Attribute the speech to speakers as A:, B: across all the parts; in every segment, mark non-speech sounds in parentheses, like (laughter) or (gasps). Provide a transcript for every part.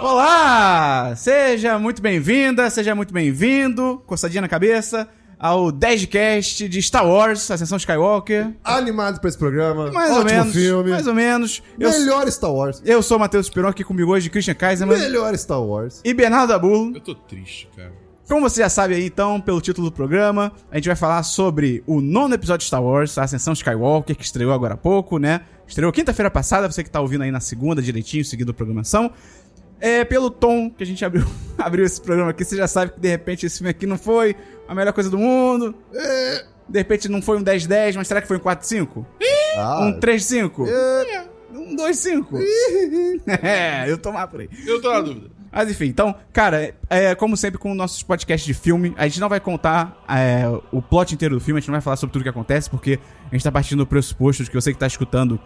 A: Olá! Seja muito bem-vinda, seja muito bem-vindo, coçadinha na cabeça, ao 10cast de Star Wars, Ascensão Skywalker.
B: Animado pra esse programa.
A: Mais
B: ótimo
A: ou menos.
B: filme.
A: Mais ou menos. Eu,
B: Melhor Star Wars.
A: eu sou o Matheus Esperon, aqui comigo hoje, Christian Kaiserman
B: Melhor Star Wars.
A: e Bernardo Abulo.
C: Eu tô triste, cara.
A: Como você já sabe aí, então, pelo título do programa, a gente vai falar sobre o nono episódio de Star Wars, a Ascensão Skywalker, que estreou agora há pouco, né? Estreou quinta-feira passada, você que tá ouvindo aí na segunda, direitinho, seguindo a programação. É, pelo tom que a gente abriu, (laughs) abriu esse programa aqui, você já sabe que de repente esse filme aqui não foi a melhor coisa do mundo. É, De repente não foi um 10-10, mas será que foi um 4-5?
B: Ah, é,
A: Um 3-5? Um
C: (laughs)
A: 2-5? é, eu tomar por aí.
C: Eu tô na dúvida.
A: Mas enfim, então, cara, é, como sempre com nossos podcasts de filme, a gente não vai contar é, o plot inteiro do filme, a gente não vai falar sobre tudo que acontece, porque a gente tá partindo do pressuposto de que você que tá escutando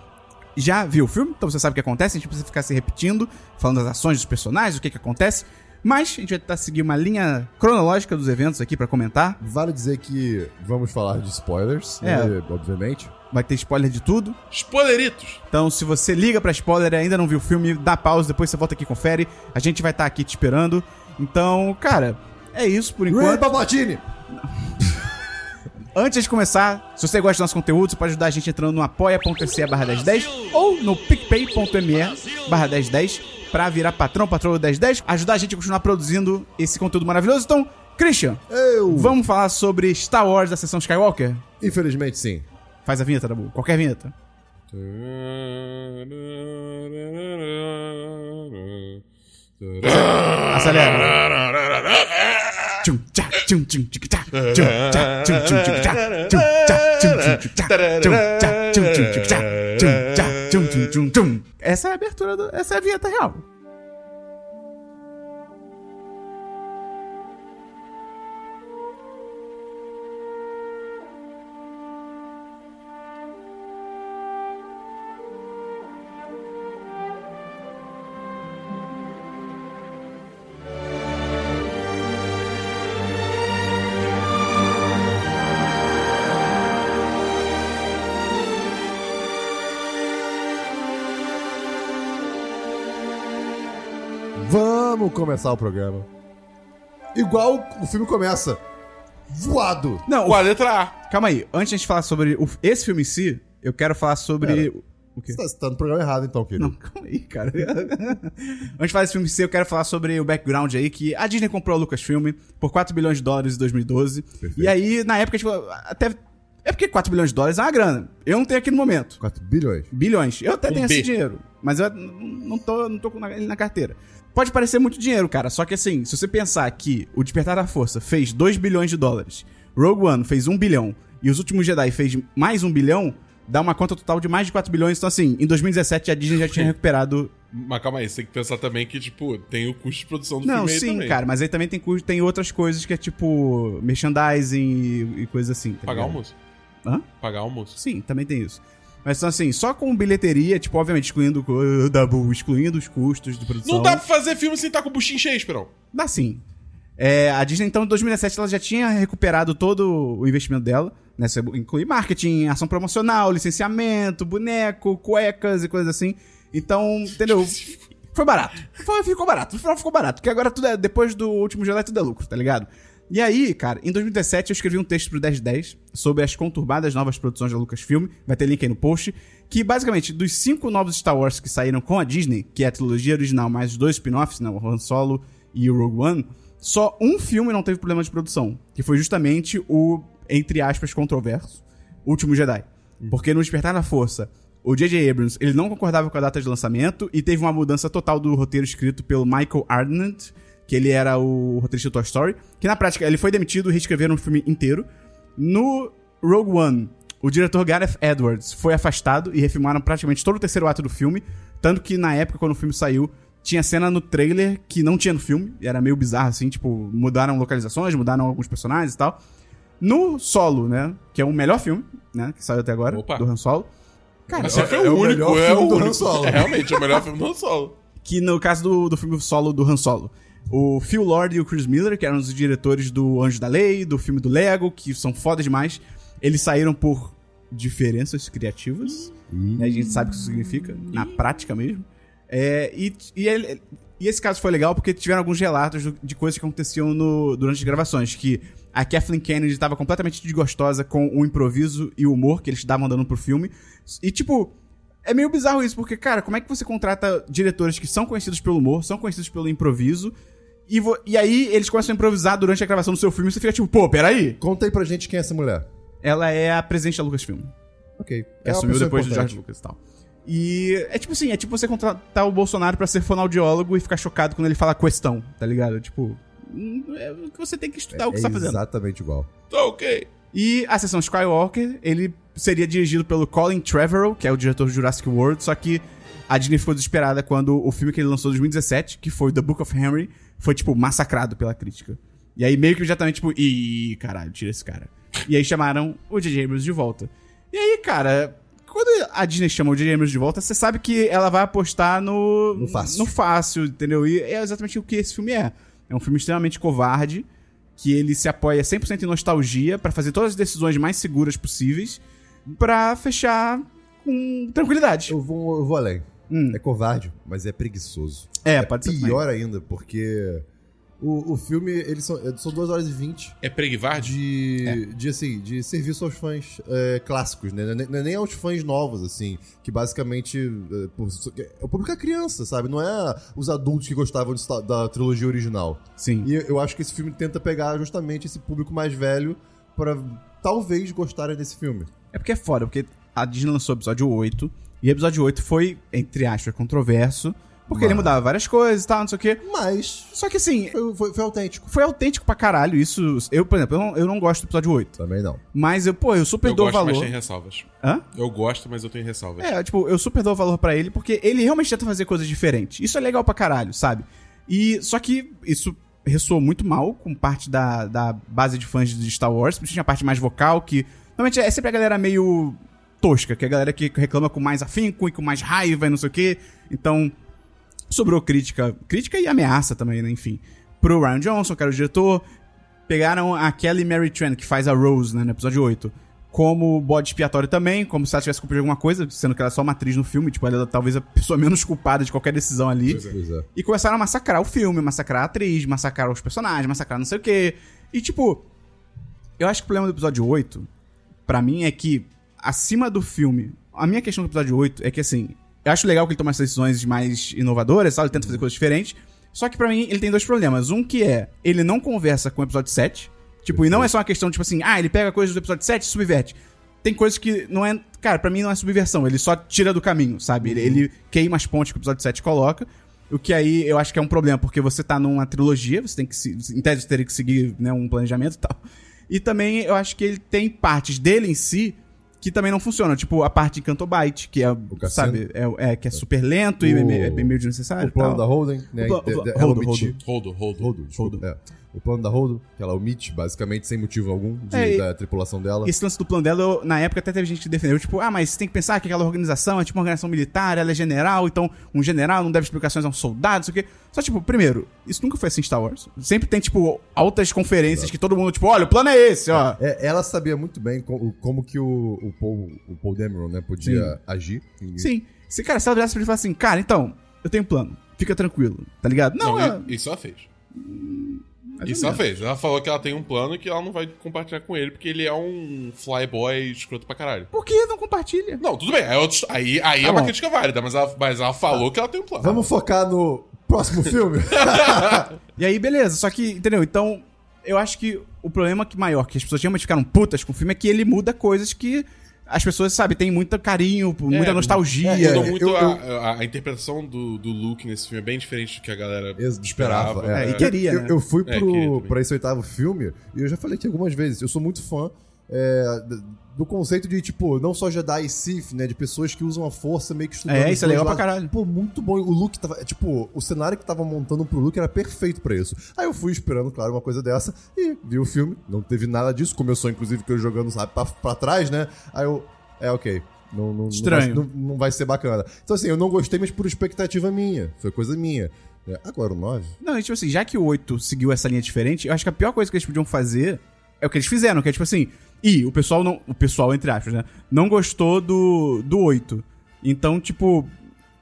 A: já viu o filme, então você sabe o que acontece, a gente precisa ficar se repetindo, falando das ações dos personagens, o que que acontece, mas a gente vai tentar seguir uma linha cronológica dos eventos aqui pra comentar,
B: vale dizer que vamos falar de spoilers,
A: É.
B: né? Obviamente.
A: vai ter spoiler de tudo,
C: Spoileritos.
A: Então, se você liga pra spoiler e ainda não viu o filme, dá pausa, depois você volta aqui e confere. A gente vai estar aqui te esperando. Então, cara, é isso por
B: Ray
A: enquanto.
B: Palpatine!
A: Antes de começar, se você gosta do nosso conteúdo, você pode ajudar a gente entrando no apoia.se barra 1010 ou no picpay.me barra 1010 pra virar patrão, patroa 1010, ajudar a gente a continuar produzindo esse conteúdo maravilhoso. Então, Christian,
B: Eu!
A: vamos falar sobre Star Wars da sessão Skywalker?
B: Infelizmente, sim.
A: Faz a vinheta, Dabu. Qualquer vinheta. Acelera. Tchum, tchá, tchum, tchum, tchic, tchá, tchum, tchá, tchum, tchum, tchic, tchá, tchum, tchá, tchum, tchum, tchic, tchá, tchum, tchá, tchum, tchum, tchic, tchá, tchum, tchá, tchum, tchum, tchum, tchum. Essa é a abertura, do, essa é a vinheta real.
B: Vamos começar o programa. Igual o filme começa. Voado!
A: Não,
C: Com a letra A.
A: o- calma aí. Antes de a gente falar sobre o- esse filme em si, eu quero falar sobre... O quê?
B: Você tá, você tá no programa errado, então, querido.
A: Não, calma aí, cara. (laughs) Antes de falar desse filme C, eu quero falar sobre o background aí, que a Disney comprou a Lucasfilm por 4 bilhões de dólares em 2012. E aí, na época, tipo, até... É porque 4 bilhões de dólares é uma grana. Eu não tenho aqui no momento.
B: 4 bilhões.
A: Bilhões. Eu até
C: Com
A: tenho
C: B.
A: esse dinheiro, mas eu n- não tô, não tô com na- ele na carteira. Pode parecer muito dinheiro, cara, só que assim, se você pensar que o Despertar da Força fez 2 bilhões de dólares, Rogue One fez 1 bilhão e Os Últimos Jedi fez mais 1 bilhão, dá uma conta total de mais de 4 bilhões. Então assim, em 2017 a Disney já tinha recuperado...
C: Mas calma aí, você tem que pensar também que, tipo, tem o custo de produção do
A: Não,
C: filme aí
A: sim,
C: também.
A: cara, mas aí também tem, cu- tem outras coisas que é tipo merchandising e, e coisas assim. tá
C: Pagar
A: ligado?
C: almoço.
A: Hã?
C: Pagar almoço.
A: Sim, também tem isso. Mas então, assim, só com bilheteria, tipo, obviamente, excluindo o Dabu, excluindo os custos de produção.
C: Não dá pra fazer filme sem estar com o buchinho cheio, Esperão.
A: Dá sim. É, a Disney, então, em 2017, ela já tinha recuperado todo o investimento dela, né? Isso inclui marketing, ação promocional, licenciamento, boneco, cuecas e coisas assim. Então, entendeu? Foi barato. Foi- ficou barato. No final ficou barato. Porque agora tudo é, depois do último Jedi tudo é lucro, tá ligado? E aí, cara, em 2017 eu escrevi um texto pro 1010 sobre as conturbadas novas produções da Lucasfilm, vai ter link aí no post, que basicamente dos cinco novos Star Wars que saíram com a Disney, que é a trilogia original mais os dois spin-offs, né, o Han Solo e o Rogue One, só um filme não teve problema de produção, que foi justamente o, entre aspas, controverso, Último Jedi. Porque no Despertar da Força, o J.J. Abrams, ele não concordava com a data de lançamento e teve uma mudança total do roteiro escrito pelo Michael Arndt, que ele era o roteirista do Toy Story, que na prática ele foi demitido, reescreveram o filme inteiro. No Rogue One, o diretor Gareth Edwards foi afastado e refilmaram praticamente todo o terceiro ato do filme, tanto que na época quando o filme saiu, tinha cena no trailer que não tinha no filme, e era meio bizarro assim, tipo, mudaram localizações, mudaram alguns personagens e tal. No Solo, né, que é o melhor filme, né, que saiu até agora,
C: Opa.
A: do Han Solo. Cara,
C: Mas você foi
B: é
C: o
B: o
C: único,
B: melhor
C: é
B: filme
C: o
B: do Han
C: único.
B: Solo.
C: É realmente é o melhor filme do Han Solo.
A: que no caso do, do filme solo do Han Solo. O Phil Lord e o Chris Miller, que eram os diretores do Anjo da Lei, do filme do Lego, que são fodas demais, eles saíram por diferenças criativas. né? A gente sabe o que isso significa, na prática mesmo. É, e e ele- E esse caso foi legal porque tiveram alguns relatos do- de coisas que aconteciam no- durante as gravações, que a Kathleen Kennedy estava completamente desgostosa com o improviso e o humor que eles estavam dando pro filme. E, tipo, é meio bizarro isso, porque, cara, como é que você contrata diretores que são conhecidos pelo humor, são conhecidos pelo improviso, e, vo- e aí eles começam a improvisar durante a gravação do seu filme e você fica tipo, pô, peraí.
B: Conta aí pra gente quem é essa mulher.
A: Ela é a presidente da Lucasfilm
B: Ok.
A: que
B: É uma
A: assumiu
B: pessoa
A: depois do
B: importante.
A: George Lucas e tal. E é tipo assim, é tipo você contratar o Bolsonaro pra ser fonoaudiólogo e ficar chocado quando ele fala questão, tá ligado? Tipo, hum, é o que você tem que estudar o que você tá fazendo.
B: Exatamente igual.
C: Tá ok.
A: E a sessão Skywalker, ele seria dirigido pelo Colin Trevorrow, que é o diretor de Jurassic World, só que a Disney ficou desesperada quando o filme que ele lançou em 2017, que foi The Book of Henry, foi, tipo, massacrado pela crítica. E aí meio que imediatamente, tipo, ih, caralho, tira esse cara. E aí chamaram o J.J. Abrams de volta. E aí, cara, quando a Disney chama o J.J. Abrams de volta, você sabe que ela vai apostar no...
B: No fácil.
A: No fácil, entendeu? E é exatamente o que esse filme é. É um filme extremamente covarde, que ele se apoia 100% em nostalgia pra fazer todas as decisões mais seguras possíveis pra fechar com tranquilidade.
B: Eu vou, eu vou além.
A: Hum.
B: É covarde, mas é preguiçoso.
A: É, pode ser também.
B: Pior ainda, porque o, o filme, eles são, são 2 horas e 20
C: É preguivarde?
B: de,
A: É.
B: de, assim, de serviço aos fãs é, clássicos, né? Nem- Nem aos fãs novos, assim, que basicamente é, por- o público é criança, sabe? Não é os adultos que gostavam de Star- da trilogia original.
A: Sim.
B: E eu acho que esse filme tenta pegar justamente esse público mais velho pra talvez gostarem desse filme.
A: É porque é foda, porque a Disney lançou o episódio 8, e o episódio 8 foi, entre aspas, controverso, porque ele
B: Mas-
A: mudava várias coisas e tal, não sei o quê.
B: Mas
A: Só que assim,
B: foi, foi- foi autêntico.
A: foi autêntico pra caralho isso. Eu, por exemplo, eu não, eu não gosto do episódio 8.
B: Também não.
A: Mas eu, pô, eu super
C: eu
A: dou
C: gosto, mas
A: valor.
C: tem ressalvas.
A: Hã?
C: Eu gosto, mas eu tenho ressalvas.
A: É, tipo, eu super dou valor pra ele porque ele realmente tenta fazer coisas diferentes. Isso é legal pra caralho, sabe? E só que isso ressoou muito mal com parte da, da base de fãs de Star Wars, porque tinha a parte mais vocal que normalmente é sempre a galera meio tosca, que é a galera que reclama com mais afinco e com mais raiva e não sei o quê. Então, sobrou crítica, crítica e ameaça também, né, enfim, pro Ryan Johnson, que era o diretor, pegaram a Kelly Mary Tran, que faz a Rose, né, no episódio 8, como bode expiatório também, como se ela tivesse cumprido alguma coisa, sendo que ela é só uma atriz no filme, tipo, ela é talvez a pessoa menos culpada de qualquer decisão ali.
B: Pois é.
A: E começaram a massacrar o filme, massacrar a atriz, massacrar os personagens, massacrar não sei o quê. E, tipo, eu acho que o problema do episódio 8, pra mim, é que, acima do filme, a minha questão do episódio 8 é que, assim, eu acho legal que ele toma essas decisões mais inovadoras, sabe? Ele tenta fazer coisas diferentes. Só que, pra mim, ele tem dois problemas. Um que é, ele não conversa com o episódio 7. Tipo, e não é só uma questão, tipo assim, ah, ele pega coisas do episódio 7 e subverte. Tem coisas que não é. Cara, pra mim não é subversão, ele só tira do caminho, sabe? Ele,
B: Uhum.
A: ele queima as pontes que o episódio 7 coloca. O que aí eu acho que é um problema, porque você tá numa trilogia, você tem que se. Em tese, você teria que seguir né, um planejamento e tal. E também eu acho que ele tem partes dele em si que também não funcionam. Tipo, a parte de Canto Byte, que é,
B: cassino?
A: sabe, é, é, que é super lento e é meio, é meio desnecessário.
B: Ah, O plano
A: e
B: da
A: tal.
B: Holden, né?
A: O pla- o pla-
B: de- de-
A: Holden,
B: ela omite-
A: Holden.
C: Rodo, rodo.
B: Holden, desculpa, é. O plano da Holden, que ela omite, basicamente, sem motivo algum, de-
A: É, e-
B: da tripulação dela.
A: Esse lance do plano dela, eu- na época até teve gente que defendeu, tipo, ah, mas você tem que pensar que aquela organização é tipo uma organização militar, ela é general, então um general não deve explicações a um soldado, não sei o quê. Só, tipo, primeiro, isso nunca foi assim em Star Wars. Sempre tem, tipo, altas conferências que todo mundo, tipo, olha, o plano é esse, ó.
B: É, ela sabia muito bem co- o- como, que o, o Paul, o Paul Dameron, né, podia agir. E-
A: Sim. Se, cara, se ela virasse pra ele e falasse assim, cara, então, eu tenho um plano, fica tranquilo, tá ligado? Não,
C: Não,
A: ela-
C: e- isso ela fez.
A: mais
C: Isso
A: ou
C: ela
A: menos.
C: fez. Ela falou que ela tem um plano e que ela não vai compartilhar com ele, porque ele é um flyboy escroto pra caralho.
A: Por que não compartilha?
C: Não, tudo bem. Aí, é outro- aí, aí
A: Tá
C: é uma
A: bom.
C: crítica válida, mas ela, mas ela falou que ela tem um plano.
B: Vamos focar no próximo filme?
A: E aí, beleza, só que, entendeu? Então, eu acho que o problema que maior que as pessoas realmente ficaram putas com o filme é que ele muda coisas que as pessoas, sabe, tem muito carinho, muita
C: É,
A: nostalgia.
B: é,
C: Mudou
B: eu-
C: muito
B: eu-
C: a, a- a interpretação do, do Luke nesse filme, é bem diferente do que a galera
B: Eu esperava,
C: esperava.
A: é. É, e queria,
B: eu,
A: né?
B: eu fui
C: É,
B: pro,
C: queria também.
B: pra esse oitavo filme, e eu já falei aqui algumas vezes, eu sou muito fã é, d- do conceito de, tipo, não só Jedi e Sith, né, de pessoas que usam a força meio que estudando.
A: É,
B: os
A: isso é
B: dois
A: legal pra
B: lados.
A: caralho.
B: Pô, muito bom. O Luke tava, tipo, o cenário que tava montando pro Luke era perfeito pra isso. Aí eu fui esperando, claro, uma coisa dessa, e vi o filme, não teve nada disso, começou inclusive que eu jogando, sabe, pra, pra trás, né, aí eu, é, ok. Não, não,
A: Estranho.
B: Não vai, não- não vai ser bacana. Então, assim, eu não gostei, mas por expectativa minha. Foi coisa minha. É, agora o 9.
A: Não, e tipo assim, já que o 8 seguiu essa linha diferente, eu acho que a pior coisa que eles podiam fazer é o que eles fizeram, que é tipo assim, e o pessoal não. O pessoal, entre aspas, né? Não gostou do, do 8. Então, tipo,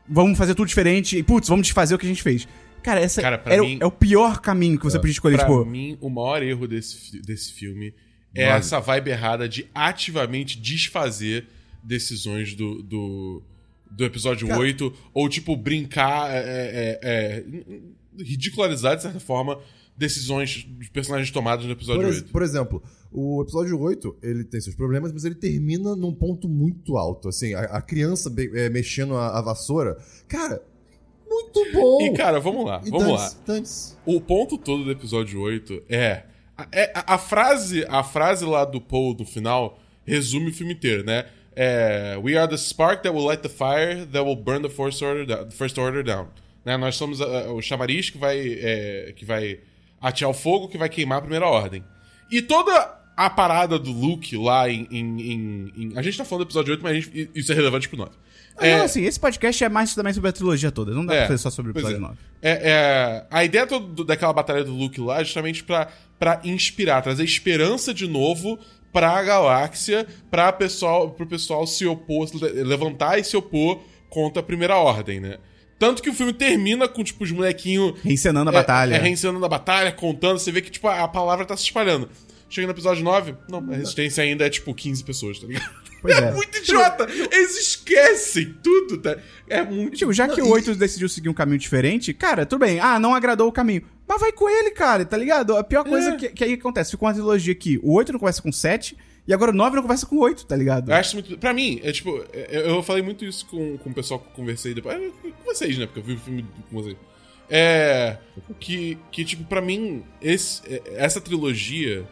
A: vamos fazer tudo diferente e, putz, vamos desfazer o que a gente fez. Cara, essa
C: Cara, pra
A: era o-
C: mim-
A: é o pior caminho que você podia escolher.
C: pra
A: Tipo,
C: mim, o maior erro desse, fi- desse filme é
B: Vale.
C: essa vibe errada de ativamente desfazer decisões do, do, do episódio 8, ou tipo, brincar, é, é, é, n- n- ridicularizar de certa forma decisões dos personagens tomados no
B: Por,
C: episódio
B: ex-
C: 8.
B: por exemplo, o episódio 8, ele tem seus problemas, mas ele termina num ponto muito alto. Assim, a, a criança be- eh, mexendo a, a vassoura. Cara, muito bom!
C: E cara, vamos lá,
B: Então,
C: vamos lá.
B: Dantes.
C: O ponto todo do episódio 8 é. a- é- a, a frase, a frase lá do Paul no final resume o filme inteiro, né? É, We are the spark that will light the fire that will burn the first order down. the first order down." Né? Nós somos ah, o chamariz que vai, é, que vai atear o fogo que vai queimar a primeira ordem. E toda a parada do Luke lá em. em- em- em- a gente tá falando do episódio 8, mas a gente- isso é relevante pro 9.
A: ah, não, assim, esse podcast é mais também sobre a trilogia toda. Não dá
C: É,
A: pra fazer só sobre o
C: pois
A: episódio
C: é.
A: 9.
C: É, é, a ideia toda do- daquela batalha do Luke lá é justamente pra, pra inspirar, trazer esperança de novo pra galáxia, pra pessoal, pro pessoal se opor, se le- levantar e se opor contra a Primeira Ordem, né? Tanto que o filme termina com, tipo, os molequinhos
A: Reencenando a
C: é,
A: batalha.
C: É, reencenando a batalha, contando, você vê que, tipo, a, a palavra tá se espalhando. Chega no episódio 9, não, a resistência ainda é, tipo, 15 pessoas, tá ligado? (laughs)
A: Pois é.
C: Muito idiota! Eles esquecem tudo, tá? É muito
A: Tipo, já que
B: Não,
A: o
B: e-
A: 8 decidiu seguir um caminho diferente, cara, tudo bem. Ah, não agradou o caminho. Mas vai com ele, cara, tá ligado? A pior coisa
C: É.
A: que, que aí acontece, ficou uma trilogia aqui. O 8 não conversa com o 7, e agora o 9 não conversa com o 8, tá ligado?
C: Eu acho muito. Pra mim, é tipo, é- eu, eu falei muito isso com, com o pessoal que eu conversei depois. é, Com vocês, né? Porque eu vi o filme com vocês. É. Que, que tipo, pra mim, esse, é- essa trilogia.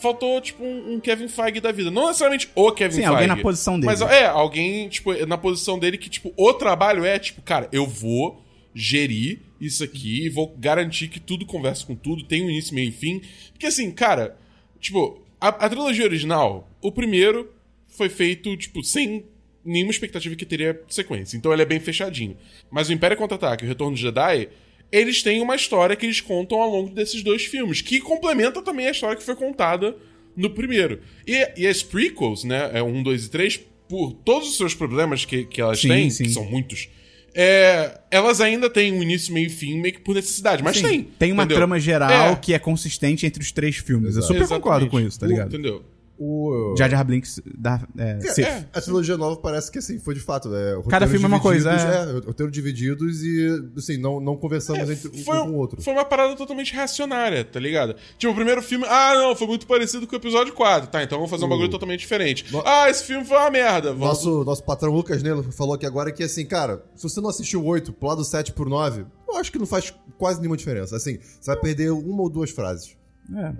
C: Faltou, tipo, um, um Kevin Feige da vida. Não necessariamente o Kevin
A: Sim,
C: Feige.
A: alguém na posição dele.
C: Mas é, alguém, tipo, na posição dele que, tipo, o trabalho é, tipo, cara, eu vou gerir isso aqui e vou garantir que tudo conversa com tudo, tem um início, meio e fim. Porque assim, cara, tipo, a, a trilogia original, o primeiro foi feito, tipo, sem nenhuma expectativa que teria sequência. Então ele é bem fechadinho. Mas o Império Contra-Ataque e o Retorno de Jedi, eles têm uma história que eles contam ao longo desses dois filmes, que complementa também a história que foi contada no primeiro. E, e as prequels, né, é 1, 2 e 3, por todos os seus problemas que, que elas
A: Sim,
C: têm,
A: sim.
C: que são muitos, é, elas ainda têm um início, meio e fim, meio que por necessidade, mas
A: Sim,
C: tem.
A: Tem uma
C: entendeu?
A: trama geral
C: É.
A: que é consistente entre os três filmes. Eu
B: Exato.
A: super concordo
C: Exatamente.
A: com isso, tá ligado?
C: Entendeu?
B: O...
A: Jar Jar Blinks da. É, Sith.
C: é.
B: A trilogia nova parece que assim, foi de fato. É,
A: Cada
B: roteiros
A: filme é É, uma coisa,
B: divididos, É, roteiro divididos e assim, não, não conversamos entre um
C: foi,
B: com o outro.
C: foi uma parada totalmente reacionária, tá ligado? Tipo, o primeiro filme, ah, não, foi muito parecido com o episódio 4, tá? Então vamos fazer um bagulho totalmente diferente. Ah, esse filme foi uma merda. Vamos...
B: Nosso, nosso patrão Lucas Nelo falou aqui agora que, assim, cara, se você não assistiu o 8, pular do 7 pro 9, eu acho que não faz quase nenhuma diferença. Assim, você vai perder uma ou duas frases.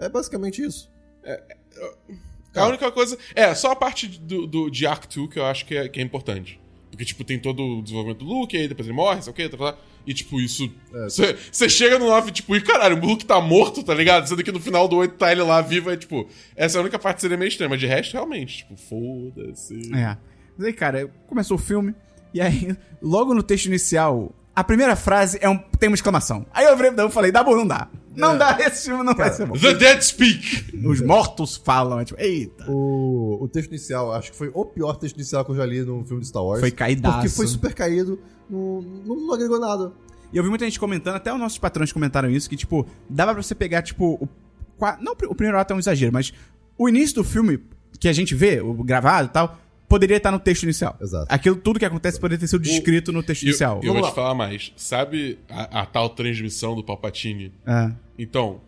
A: É.
B: É basicamente isso.
C: A única coisa. É, só a parte do, do, de Arc 2 que eu acho que é, que é importante. Porque, tipo, tem todo o desenvolvimento do Luke, aí depois ele morre, sei o quê, tá, tá, tá. E, tipo, isso.
B: É.
C: Você chega no 9, tipo, e caralho, o Luke tá morto, tá ligado? Sendo que no final do 8 tá ele lá vivo, é tipo. Essa é a única parte que seria meio estranha, mas de resto, realmente, tipo, foda-se.
A: É. Mas aí, cara, começou o filme, e aí, (laughs) logo no texto inicial, a primeira frase é um, tem uma exclamação. Aí eu virei pra Dabu e falei, Dabu, não dá. Não
B: É.
A: dá, esse filme não vai ser bom.
C: The Dead Speak!
A: (laughs) Os mortos falam, é tipo, eita.
B: O, o texto inicial, acho que foi o pior texto inicial que eu já li num filme de Star Wars.
A: Foi caidaço.
B: Porque foi super caído, não, não, não agregou nada.
A: E eu vi muita gente comentando, até os nossos patrões comentaram isso, que, tipo, dava pra você pegar, tipo, o, qua- não o pri- o primeiro ato é um exagero, mas o início do filme que a gente vê, o gravado e tal, poderia estar no texto inicial.
B: Exato.
A: Aquilo tudo que acontece poderia ter sido descrito no texto
C: E eu,
A: inicial.
C: e eu vou
B: Vamos
C: te falar mais. Sabe a, a tal transmissão do Palpatine?
A: É.
C: Então,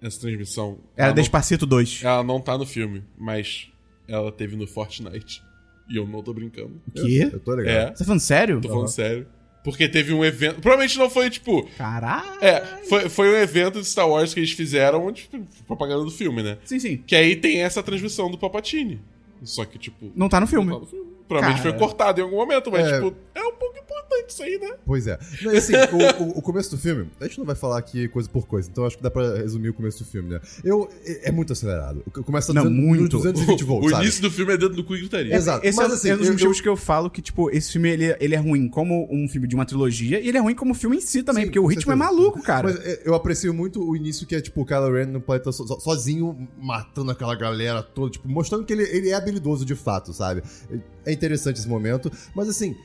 C: essa transmissão.
A: Era
C: ela não
A: Despacito 2.
C: Ela não tá no filme, mas ela teve no Fortnite. E eu não tô brincando.
A: Quê?
B: Eu, eu tô ligado.
C: É,
A: Você tá falando sério?
C: tô falando sério. Porque teve um evento. Provavelmente não foi, tipo.
A: Caralho.
C: É, foi, foi um evento de Star Wars que eles fizeram, tipo, propaganda do filme, né?
A: Sim, sim.
C: Que aí tem essa transmissão do Papatini. Só que, tipo.
A: Não tá no filme.
C: não tá no filme. Provavelmente
A: Cara.
C: foi cortado em algum momento, mas,
B: É.
C: tipo, é um pouco importante isso aí, né?
B: Pois é. Não, e assim, o, o- o começo do filme, a gente não vai falar aqui coisa por coisa, então acho que dá pra resumir o começo do filme, né? Eu, é, é muito acelerado. Começa
A: Não, muito. (laughs)
B: 220
C: o
B: volts, sabe?
C: início do filme é dentro do cu e gritaria.
B: Exato.
A: Esse
B: Mas
A: é,
B: assim,
A: é um dos
B: eu-
A: motivos que eu falo que, tipo, esse filme ele, ele é ruim como um filme de uma trilogia e ele é ruim como filme em si também,
B: Sim,
A: porque o
B: com
A: ritmo é
B: certeza.
A: maluco, cara.
B: Mas é, eu aprecio muito o início que é, tipo, o Kylo Ren no planeta so- so- sozinho, matando aquela galera toda, tipo, mostrando que ele, ele é habilidoso de fato, sabe? É interessante esse momento, mas assim,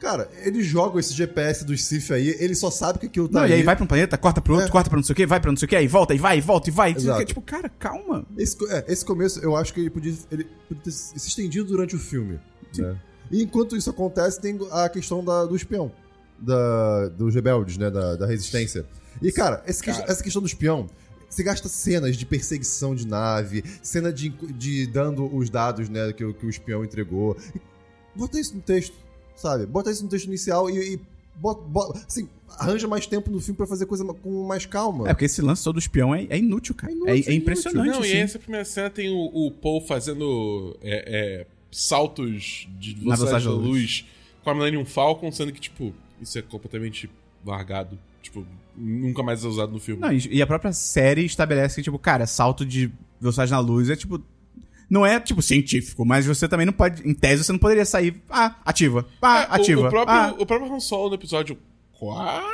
B: Cara, eles jogam esse GPS do Sif aí, ele só sabe que aquilo tá
A: Não,
B: ali.
A: e aí vai pra um planeta, corta pro outro, corta pra não sei o que, vai pra não sei o que, aí volta, e vai, e volta, e vai. e não sei o quê.
B: Exato.
A: Tipo, cara, calma.
B: Esse, co- é, esse começo, eu acho que ele podia, ele podia ter se estendido durante o filme. né? E enquanto isso acontece, tem a questão da- do espião. Da, dos rebeldes, né? Da, da resistência. E, cara, esse que-
C: Cara.
B: essa questão do espião. Você gasta cenas de perseguição de nave, cena de, de dando os dados né, que, o- que o espião entregou. E bota isso no texto, sabe? Bota isso no texto inicial e, e bota, bota- assim, arranja mais tempo no filme pra fazer coisa com mais calma.
A: É, porque esse lance todo do espião é, é inútil, cara. É,
B: É inútil,
A: é
B: inútil.
A: impressionante,
C: Não, e
A: assim.
C: essa primeira cena tem o, o Paul fazendo é, é, saltos de
A: Na
C: velocidade
A: velocidade
C: da
A: da
C: luz. com a Millennium Falcon, sendo que, tipo, isso é completamente largado. Tipo, nunca mais é usado no filme.
A: Não, e e a própria série estabelece que, tipo, cara, salto de velocidade na luz é, tipo... Não é, tipo, científico, mas você também não pode... Em tese, você não poderia sair... Ah, ativa. Ah,
C: É, o-
A: ativa.
C: O, próprio,
A: ah.
C: o próprio Han Solo no episódio 4,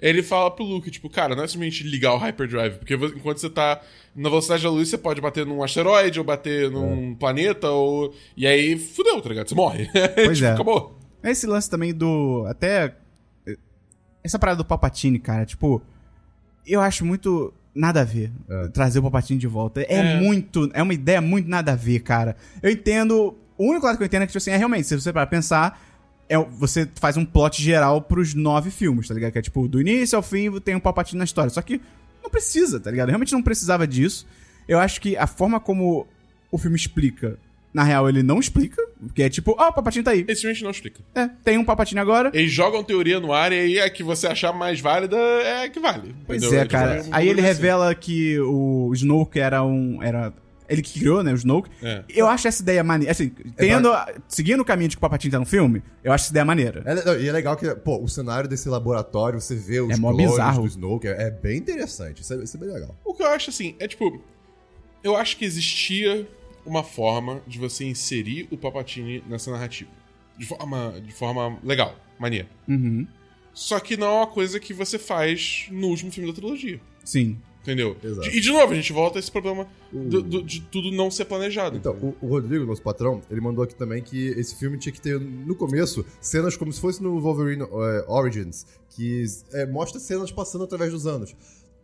C: ele fala pro Luke, tipo, cara, não é simplesmente ligar o hyperdrive, porque vo- enquanto você tá na velocidade da luz, você pode bater num asteroide, ou
A: É.
C: bater num planeta, ou... E aí, fudeu, tá ligado? Você morre. (laughs) Tipo,
A: Pois é.
C: Acabou.
A: Esse lance também do... Até... Essa parada do Palpatine, cara, tipo... Eu acho muito nada a ver trazer o Palpatine de volta. É,
C: É.
A: muito... É uma ideia muito nada a ver, cara. Eu entendo... O único lado que eu entendo é que, tipo assim, é realmente, se você parar pra pensar... É, o- você faz um plot geral pros nove filmes, tá ligado? Que é tipo, do início ao fim tem um Palpatine na história. Só que não precisa, tá ligado? Eu realmente não precisava disso. Eu acho que a forma como o filme explica... Na real, ele não explica, porque é tipo, ó, o Palpatine tá aí.
C: Esse realmente não explica.
A: É, tem um papatinho agora.
C: Eles jogam teoria no ar e aí a que você achar mais válida é a que vale.
A: Pois
C: entendeu?
A: é,
C: tipo,
A: cara.
C: um
A: Aí ele
C: bagulho assim.
A: revela que o Snoke era um. Era. Ele que criou, né? O Snoke.
C: É.
A: Eu acho essa ideia maneira. Assim, tendo, a- seguindo o caminho de que o Papatinho tá no filme, eu acho essa ideia maneira.
B: É, le- não, e é legal que, pô, o cenário desse laboratório, você vê os
A: É mó bizarro.
B: do Snoke, é, é bem interessante. Isso é, isso é bem legal.
C: O que eu acho assim, é tipo. Eu acho que existia uma forma de você inserir o Papatini nessa narrativa. De forma, de forma legal, maneira.
A: Uhum.
C: Só que não é uma coisa que você faz no último filme da trilogia.
A: Sim.
C: Entendeu?
B: Exato. Uh.
C: De- e de novo, a gente volta a esse problema do- do- de tudo não ser planejado.
B: Então, o, o Rodrigo, nosso patrão, ele mandou aqui também que esse filme tinha que ter, no começo, cenas como se fosse no Wolverine eh, Origins, que eh, mostra cenas passando através dos anos.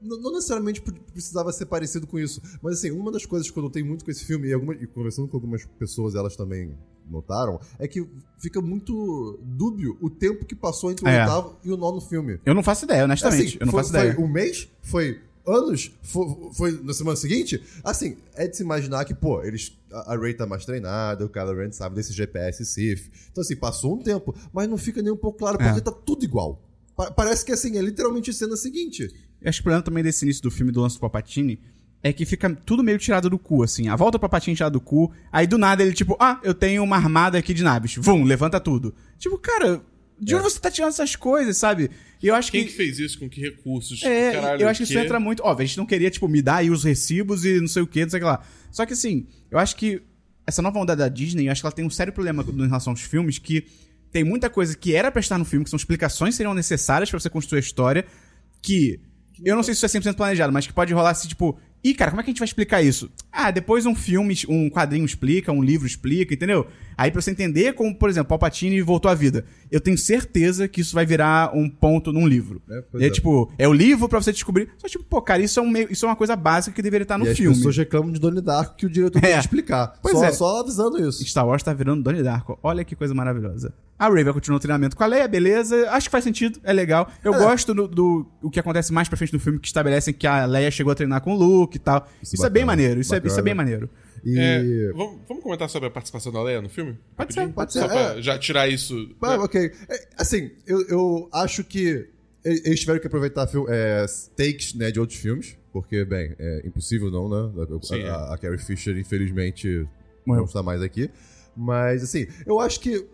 B: N- Não necessariamente pre- precisava ser parecido com isso, mas assim, uma das coisas que eu notei muito com esse filme, e, alguma- e conversando com algumas pessoas, elas também notaram, é que fica muito dúbio o tempo que passou entre o
A: É.
B: oitavo e o nono filme.
A: Eu não faço ideia, honestamente.
B: Assim,
A: eu não
B: foi,
A: faço ideia.
B: Foi um mês? Foi anos? Foi, foi na semana seguinte? Assim, é de se imaginar que, pô, eles, a a Ray tá mais treinada, o Kylo Ren sabe desse GPS Sif. Então, assim, passou um tempo, mas não fica nem um pouco claro porque
A: É.
B: tá tudo igual. Pa- parece que, assim, é literalmente a cena seguinte.
A: Eu acho que o problema também desse início do filme do lance do Papatini é que fica tudo meio tirado do cu, assim. A volta do Papatini tirada do cu, aí do nada ele, tipo, ah, eu tenho uma armada aqui de naves. Vum, levanta tudo. Tipo, cara, de onde você tá tirando essas coisas, sabe? E eu acho
C: Quem
A: que.
C: que fez isso? Com que recursos?
A: É,
C: Caralho,
A: eu acho que isso
C: quê?
A: entra muito. Ó, a gente não queria, tipo, me dar aí os recibos e não sei o que, não sei o que lá. Só que assim, eu acho que essa nova onda da Disney, eu acho que ela tem um sério problema em relação aos filmes, que tem muita coisa que era pra estar no filme, que são explicações que seriam necessárias pra você construir a história, que. Eu não sei se isso é 100% planejado, mas que pode rolar assim, tipo. Ih, cara, como é que a gente vai explicar isso? Ah, depois um filme, um quadrinho explica, um livro explica, entendeu? Aí pra você entender como, por exemplo, Palpatine voltou à vida. Eu tenho certeza que isso vai virar um ponto num livro.
B: É, pois
A: E é,
B: é.
A: tipo, é o livro pra você descobrir. Só tipo, pô, cara, isso é, um meio- isso é uma coisa básica que deveria estar no
B: e
A: filme.
B: as pessoas reclamam de Donnie Darko que o diretor tem
A: É.
B: que explicar.
A: Pois
B: só,
A: é.
B: só avisando isso.
A: Star Wars tá virando Donnie Darko. Olha que coisa maravilhosa. A Ray vai continuar o treinamento com a Leia, beleza. Acho que faz sentido, é legal. Eu gosto do, do- o que acontece mais pra frente no filme, que estabelecem que a Leia chegou a treinar com o Luke e tal. Isso, é
B: bacana,
A: bem maneiro, isso é,
B: bacana.
A: isso é bem maneiro.
B: E...
C: É, vamos, vamos comentar sobre a participação da Leia no filme?
A: Pode ser,
C: Rapidinho?
B: pode ser,
C: Só pra
B: é.
C: já tirar isso.
B: Ah,
C: né?
B: ok. É, assim, eu, eu acho que e- eles tiveram que aproveitar fil- é, takes né, de outros filmes, porque, bem, é impossível não, né? A-
C: Sim,
B: a, a Carrie Fisher, infelizmente, não
A: Morreu.
B: está mais aqui. Mas, assim, eu acho que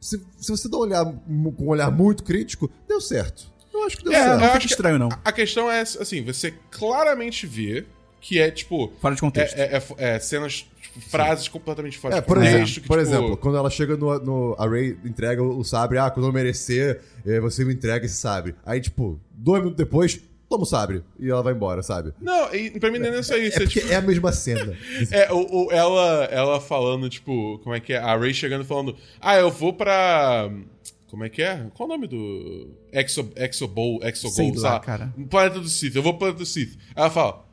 B: se, se você dá um olhar mu- com um olhar muito crítico, deu certo. Eu acho que deu
A: É,
B: certo.
A: não
C: acho
A: fica
C: que-
A: estranho, não.
C: A questão é, assim, você claramente vê que é, tipo...
A: Fora de contexto.
C: É, é- é- é cenas, tipo, frases completamente fora
B: É,
C: de
B: por,
C: contexto.
B: exemplo,
C: que,
B: por
C: tipo,
B: exemplo, quando ela chega no, no. A Ray entrega o sabre, ah, quando eu merecer, eh, você me entrega esse sabre. Aí, tipo, dois minutos depois, toma o sabre. E ela vai embora, sabe?
C: Não, e, pra mim não é nem só isso.
B: É
C: É,
B: porque
C: tipo,
B: é a mesma cena.
C: é, o, o- ela, ela falando, tipo... Como é que é? A Ray chegando e falando... Ah, eu vou pra... Como é que é? Qual o nome do. Exo, Exobol, Exogol,
A: Sei lá,
C: sabe?
A: cara.
C: Planeta do Sith, eu vou pro Planeta do Sith. Aí ela fala,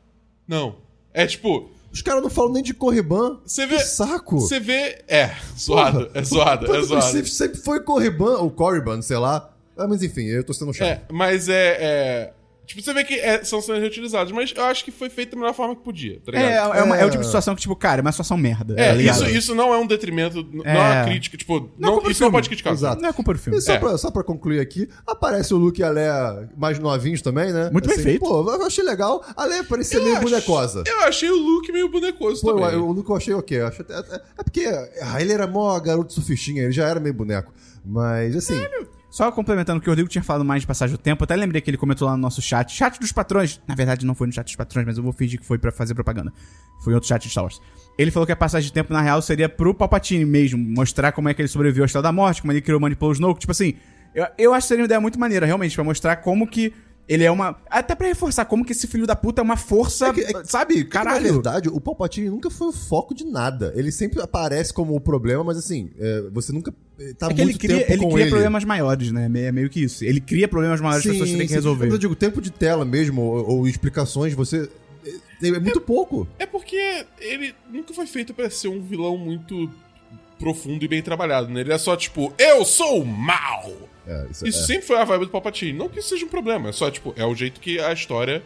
C: não. É tipo,
B: Os caras não falam nem de Corriban.
C: Você vê-
B: Que saco.
C: você vê. É, zoado, é zoado, é
B: Tanto que o
C: zoado.
B: Sif sempre foi Corriban, ou Corriban, sei lá. Ah, mas enfim, eu tô sendo chato.
C: É, mas é. é- Tipo, você vê que é- são cenas reutilizadas, mas eu acho que foi feito da melhor forma que podia, tá ligado?
A: É, é, uma- é o
B: É.
A: tipo de situação que, tipo, cara, é uma situação merda.
C: É,
A: tá ligado?
C: isso, isso não é um detrimento, n- não é uma
A: É.
C: crítica, tipo,
A: Não,
C: não,
A: como
C: isso não
A: filme.
C: pode criticar.
B: Exato.
A: Não é culpa do filme.
B: E só,
C: É.
B: pra, só pra concluir aqui, aparece o Luke e a Leia mais novinhos também, né?
A: Muito bem feito.
B: Pô, eu achei legal. A Leia parecia meio
C: acho-
B: bonecosa.
C: Eu achei o look meio bonecoso
B: Pô,
C: também.
B: eu- o Luke eu achei ok. Eu achei até- até- é porque ah, ele era mó garoto surfistinha, ele já era meio boneco. Mas assim,
C: É,
A: Só complementando o que o Rodrigo tinha falado mais de passagem do tempo, eu até lembrei que ele comentou lá no nosso chat. Chat dos patrões. Na verdade, não foi no chat dos patrões, mas eu vou fingir que foi pra fazer propaganda. Foi em outro chat de Star Wars. Ele falou que a passagem de tempo, na real, seria pro Palpatine mesmo. Mostrar como é que ele sobreviveu à Estrela da Morte, como ele criou manipulou o Snoke. Tipo assim, eu, eu acho que seria uma ideia muito maneira, realmente, pra mostrar como que ele é uma... Até pra reforçar como que esse filho da puta é uma força,
B: É que- é que-
A: sabe?
B: Na
A: Caralho.
B: verdade, o Palpatine nunca foi o foco de nada. Ele sempre aparece como o problema, mas assim, é, você nunca é, tá
A: É que
B: muito
A: ele cria,
B: tempo
A: ele
B: com
A: cria
B: ele.
A: problemas maiores, né? É meio- É meio que isso. Ele cria problemas maiores que as pessoas têm que
B: sim. Mas Eu
A: resolver.
B: digo, tempo de tela mesmo, ou, ou explicações, você. É, é muito pouco.
C: É porque ele nunca foi feito pra ser um vilão muito profundo e bem trabalhado, né? Ele é só tipo, eu sou mal!
B: É, isso,
C: Isso sempre foi a vibe do Palpatine. Não que isso seja um problema, é só tipo, é o jeito que a história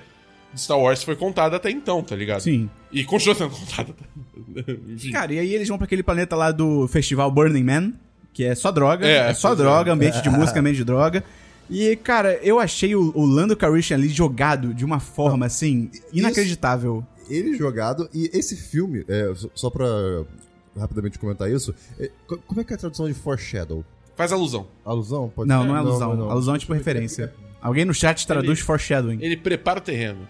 C: de Star Wars foi contada até então, tá ligado?
A: Sim.
C: E continua sendo (laughs) contada. (laughs) Enfim.
A: Cara, e aí eles vão pra aquele planeta lá do festival Burning Man, que é só droga,
C: É,
A: é, só
C: pois é.
A: droga, ambiente de música, ambiente de droga. E, cara, eu achei o, o Lando Calrissian ali jogado de uma forma, assim, inacreditável.
B: ele jogado. E esse filme, é, só- só pra rapidamente comentar isso, é, co- como é que é a tradução de foreshadow?
C: Faz alusão.
B: Alusão? Pode
A: Não,
B: ser?
A: não é alusão.
B: não.
A: Alusão é tipo referência. Alguém no chat traduz foreshadowing.
C: Ele prepara o terreno.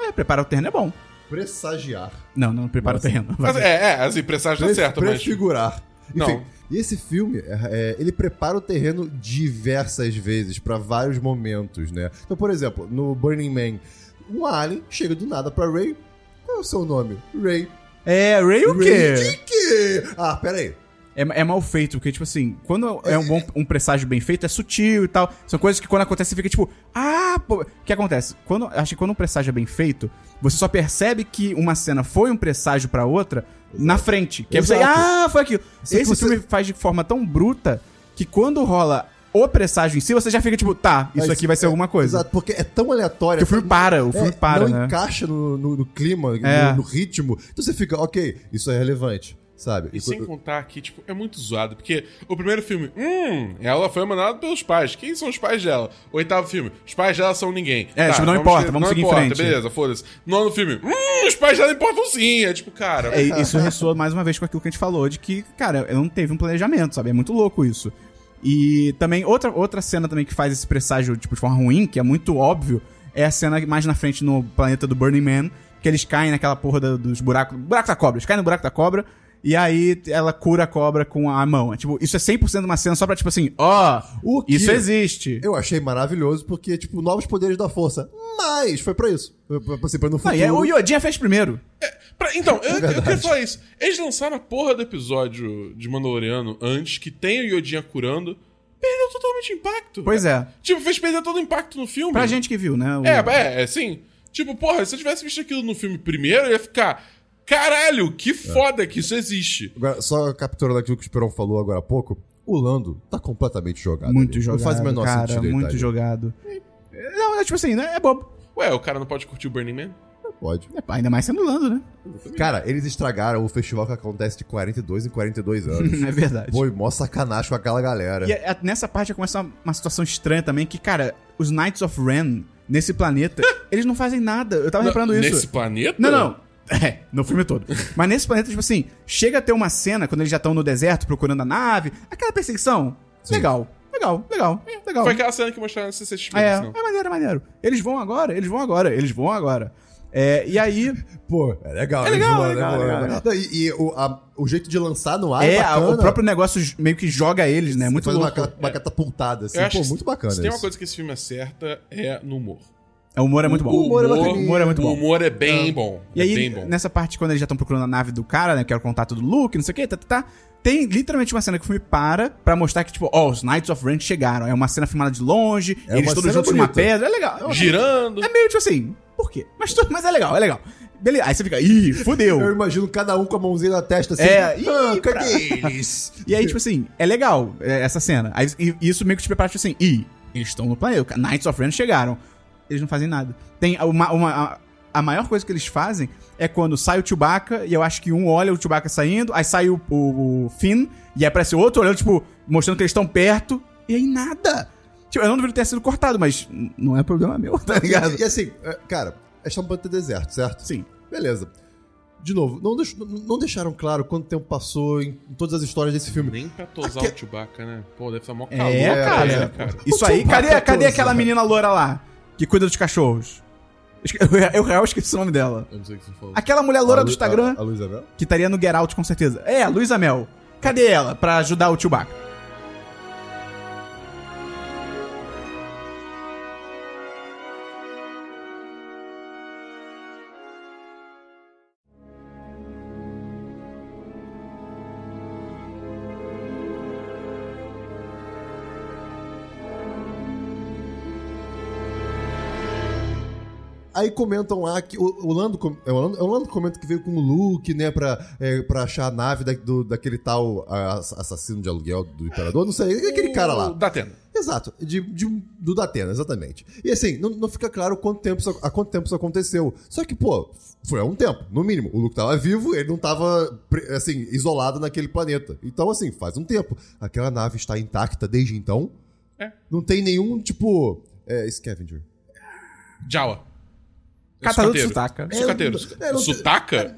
A: É, preparar o terreno é bom.
B: Pressagiar.
A: Não, não prepara
B: Nossa.
A: o terreno.
C: Mas, é, é, as empressárias
A: Tá
C: dão
B: Pre-
C: certo, mas.
B: Prefigurar.
C: Não.
B: Enfim, e esse filme, é, é, ele prepara o terreno diversas vezes pra vários momentos, né? Então, por exemplo, no Burning Man, um alien chega do nada pra Ray. Qual é o seu nome? Ray.
A: É, Ray o quê?
B: Ray de quê? Ah, pera aí.
A: É, é mal feito, porque, tipo assim, quando é um bom um presságio bem feito, é sutil e tal. São coisas que quando acontece, você fica tipo, ah, pô. O que acontece? Quando, acho que quando um presságio é bem feito, você só percebe que uma cena foi um presságio pra outra na frente. Que aí você,
B: Exato.
A: ah, foi aquilo.
B: Só que
A: Esse
B: você-
A: filme faz de forma tão bruta que quando rola o presságio em si, você já fica tipo, tá, isso
B: Mas,
A: aqui vai ser
B: é,
A: alguma coisa.
B: Exato, porque é tão aleatório.
A: Porque o filme
B: é-
A: para, o filme para,
B: Não
A: né?
B: encaixa no, no- no clima,
A: É.
B: no, no ritmo. Então você fica, ok, isso é relevante, sabe?
C: E sem contar que, tipo, é muito zoado, porque o primeiro filme, hum, ela foi mandada pelos pais. Quem são os pais dela? Oitavo filme, os pais dela são ninguém. Tá,
A: É, tipo, não importa, vamos seguir em frente.
C: Beleza, foda-se. Nono filme, hum, os pais dela importam sim. É tipo, cara.
A: É, isso ressoa mais uma vez com aquilo que a gente falou, de que, cara, eu não teve um planejamento, sabe? É muito louco isso. E também, outra, outra cena também que faz esse presságio, tipo, de forma ruim, que é muito óbvio, é a cena mais na frente no planeta do Burning Man, que eles caem naquela porra da- dos buracos... Buraco da cobra, eles caem no buraco da cobra, e aí ela cura a cobra com a mão. É, tipo, isso é 100% uma cena só pra, tipo assim, ó,
B: O
A: isso
B: que?
A: existe.
B: Eu achei maravilhoso porque, tipo, novos poderes da força. Mas foi pra isso. Foi pra, pra, pra no
A: Não,
B: futuro.
A: e é- o Yodinha fez primeiro.
C: Pra- então,
A: é
C: eu, eu queria falar isso. Eles lançaram a porra do episódio de Mandaloriano antes, que tem o Yodinha curando, perdeu totalmente o impacto.
A: Pois é.
C: Tipo, fez perder todo o impacto no filme.
B: Hum.
A: Pra gente que viu, né? o-
C: É, é, é, sim. Tipo, porra, se eu tivesse visto aquilo no filme primeiro, eu ia ficar. Caralho,
A: É.
C: que foda que isso existe.
B: Agora, só capturando aquilo que o Esperão falou agora há pouco, o Lando tá completamente jogado.
A: Muito
B: ali.
A: jogado,
B: Não faz o menor
A: cara,
B: sentido. ele
A: muito
B: tá ali.
A: jogado. Não, é tipo assim, né? É bobo.
C: Ué, o cara não pode curtir o Burning Man?
B: Pode.
A: É, Ainda mais sendo Lando,
B: (laughs)
A: né?
B: Cara, eles estragaram o festival que acontece de 42 em 42 anos.
A: (laughs) é verdade.
B: Foi mó sacanagem com aquela galera.
A: E é- a- nessa parte já começa uma, uma situação estranha também, que, cara, os Knights of Ren, nesse
B: (laughs)
A: planeta, eles não fazem nada. Eu tava reparando Tá isso.
C: Nesse planeta?
A: Não, não. É, no filme todo. Mas nesse planeta, tipo assim, chega a ter uma cena quando eles já estão no deserto procurando a nave, aquela perseguição.
B: Sim. É,
A: Legal, legal, legal, legal.
C: Foi aquela cena que mostraram no CCX.
A: É,
C: assim, não.
A: é maneiro, é maneiro. Eles vão agora, eles vão agora, eles vão agora. É, e aí.
B: Pô, é legal.
A: É
B: eles
A: legal,
B: voam,
A: legal,
B: né, voam,
A: legal,
B: né? Não, E, e o, a- o jeito de lançar no ar é,
A: é, a-
B: bacana.
A: o próprio negócio j- meio que joga eles, né?
B: Você
A: Muito
B: faz
A: louco.
B: uma, ca- uma catapultada, assim.
C: Eu acho
B: Pô,
C: que
B: muito bacana
C: Se tem uma
B: isso.
C: coisa que esse filme acerta, é no humor.
A: O humor é muito bom.
C: O humor é
A: o humor é muito
C: o
A: bom.
C: humor é bem bom.
A: E
C: é
A: aí,
C: bem bom.
A: né, é nessa parte, quando eles já estão procurando a nave do cara, né? Que era o contato do Luke, não sei o que, tá, tá, tá. Tem literalmente uma cena que o filme para pra mostrar que, tipo, ó, os Knights of Ren chegaram. É uma cena filmada de longe,
B: É
A: eles
B: uma
A: todos
B: cena
A: juntos numa
B: bonita.
A: pedra. É legal. É uma-
C: Girando.
A: É meio tipo assim, por quê? Mas, tu- mas é legal, é legal. Beleza. Aí você fica, ih,
B: (laughs)
A: fudeu.
B: Eu imagino cada um com a mãozinha na testa assim.
A: É,
B: ah,
A: ih, pra-
B: cadê eles?
A: E aí, tipo assim, é legal é, essa cena. Aí, e- e isso meio que te prepara, tipo assim, e eles estão no planeta. Knights of Ren chegaram. Eles não fazem nada. Tem uma. uma- a, a maior coisa que eles fazem é quando sai o Chewbacca, e eu acho que um olha o Chewbacca saindo, aí sai o, o, o Finn, e aí aparece o outro olhando, tipo, mostrando que eles estão perto, e aí nada. Tipo, eu não deveria ter sido cortado, mas n- não é problema meu, tá ligado?
B: (laughs) E, e assim, é, cara, esta é um planeta deserto, certo?
A: Sim.
B: Beleza. De novo, não, deix- não- não deixaram claro quanto tempo passou em, em todas as histórias desse filme.
C: Nem pra tosar o Chewbacca, né? Pô, deve estar mó calor.
A: É, cara.
C: né, cara.
A: Isso
B: O
A: aí,
B: Chewbacca
A: cadê, cadê
B: todo,
A: aquela
B: né?
A: menina loura lá, que cuida dos cachorros? Esque- (laughs) Eu, eu, eu esqueci o nome dela.
C: Eu não sei o que você falou.
A: Aquela mulher loura
B: A
A: do
B: Lu-
A: Instagram
B: A, a Luísa Mel?
A: que estaria no Get Out com certeza. É, a Luísa Mel. Cadê ela pra ajudar o Chewbacca?
B: Aí comentam lá que o, o Lando. com- É o Lando, é o Lando que comenta que veio com o Luke, né? Pra, é, pra achar a nave da- do- daquele tal ah, ass- assassino de aluguel do Imperador. Não sei, aquele cara lá.
C: Da tenda.
B: Exato, de, de, um, do Datena, exatamente. E assim, não, não fica claro quanto tempo isso, há quanto tempo isso aconteceu. Só que, pô, foi há um tempo, no mínimo. O Luke tava vivo, ele não tava, pre- assim, isolado naquele planeta. Então, assim, faz um tempo. Aquela nave está intacta desde então.
C: É.
B: Não tem nenhum, tipo, é,
C: (laughs)
B: scavenger.
C: Jawa. É
A: Catador de
C: sucateiro.
A: sutaca.
B: É,
C: Sucateiro.
B: é, não tem-
C: Sutaca?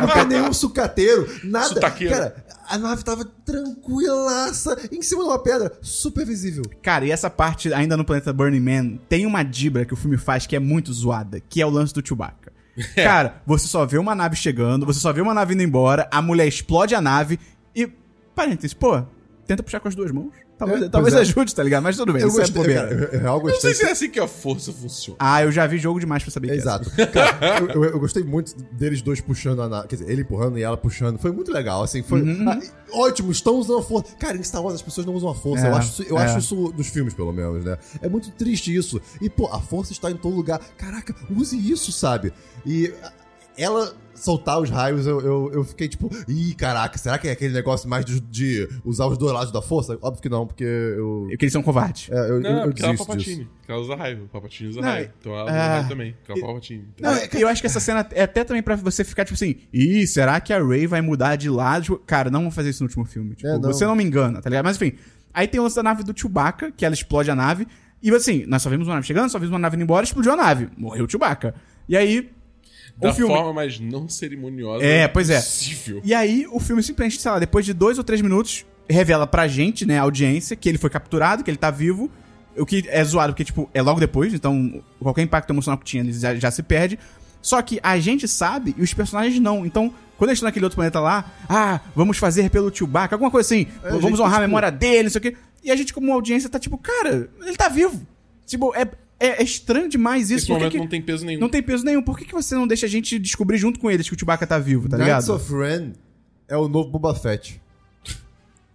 B: Não tem nenhum sucateiro, nada.
C: Sutaqueiro.
B: Cara, a nave tava tranquilaça, em cima de uma pedra, super visível.
A: Cara, e essa parte ainda no planeta Burning Man, tem uma dibra que o filme faz que é muito zoada, que é o lance do
B: (laughs)
A: Chewbacca. Cara, você só vê uma nave chegando, você só vê uma nave indo embora, a mulher explode a nave e. Parênteses, pô, tenta puxar com as duas mãos. Talvez,
B: É,
A: talvez
B: pois é.
A: ajude, tá ligado? Mas tudo bem,
B: Eu
A: isso é
B: gostei,
A: bobeira.
B: cara, eu, eu, eu
C: Eu não
B: gostei.
C: sei se é assim que a força funciona.
A: Ah, eu já vi jogo demais pra saber que é
B: Exato. Cara, eu, eu- eu gostei muito deles dois puxando a nave. Quer dizer, ele empurrando e ela puxando. Foi muito legal, assim. Foi
C: Uhum.
B: Ah, e- ótimo, estão usando a força. Cara, em Star Wars as pessoas não usam a força.
A: É,
B: eu acho, isso- eu
A: é.
B: acho isso dos filmes, pelo menos, né? É muito triste isso. E, pô, a força está em todo lugar. Caraca, use isso, sabe? E ah, ela soltar os raios, eu, eu, eu fiquei tipo, ih, caraca, será que é aquele negócio mais de, de usar os dois lados da força? Óbvio que não, porque eu.
A: isso. Que assim. eles são covardes.
B: é, eu,
C: Não,
B: eu, eu
C: porque ela
B: desisto
C: é o
B: disso.
C: Palpatine. Porque ela usa raiva. O Palpatine usa
A: Não,
C: raiva. Então ela usa
A: ah,
C: raiva também. Porque ela é o Palpatine.
A: Não, é que eu acho que essa cena é até também pra você ficar, tipo assim, ih, será que a Ray vai mudar de lado? Tipo, cara, não vão fazer isso no último filme. Tipo,
B: É, não.
A: você não me engana, tá ligado? Mas enfim. Aí tem o lance da nave do Chewbacca, que ela explode a nave. E assim, nós só vimos uma nave chegando, só vimos uma nave indo embora, explodiu a nave. Morreu o Chewbacca. E aí.
C: da
A: o filme.
C: forma mais não cerimoniosa
A: É, pois é.
C: possível.
A: E aí o filme simplesmente, sei lá, depois de dois ou três minutos, revela pra gente, né, a audiência, que ele foi capturado, que ele tá vivo. O que é zoado, porque, tipo, é logo depois, então qualquer impacto emocional que tinha, ele já, já se perde. Só que a gente sabe e os personagens não. Então, quando eles estão naquele outro planeta lá, ah, vamos fazer pelo Chewbacca, alguma coisa assim,
B: É, a
A: vamos
B: gente,
A: honrar a
B: tipo-
A: memória dele, não sei o quê. E a gente, como audiência, tá tipo, cara, ele tá vivo. Tipo, é, é, é estranho demais isso.
C: Esse
A: por que
C: momento
A: que-
C: não tem peso nenhum.
A: não tem peso nenhum. Por que, que você não deixa a gente descobrir junto com eles que o Chewbacca tá vivo,
C: Né?
A: tá
B: Knights
A: ligado?
B: of Ren é o novo Boba Fett.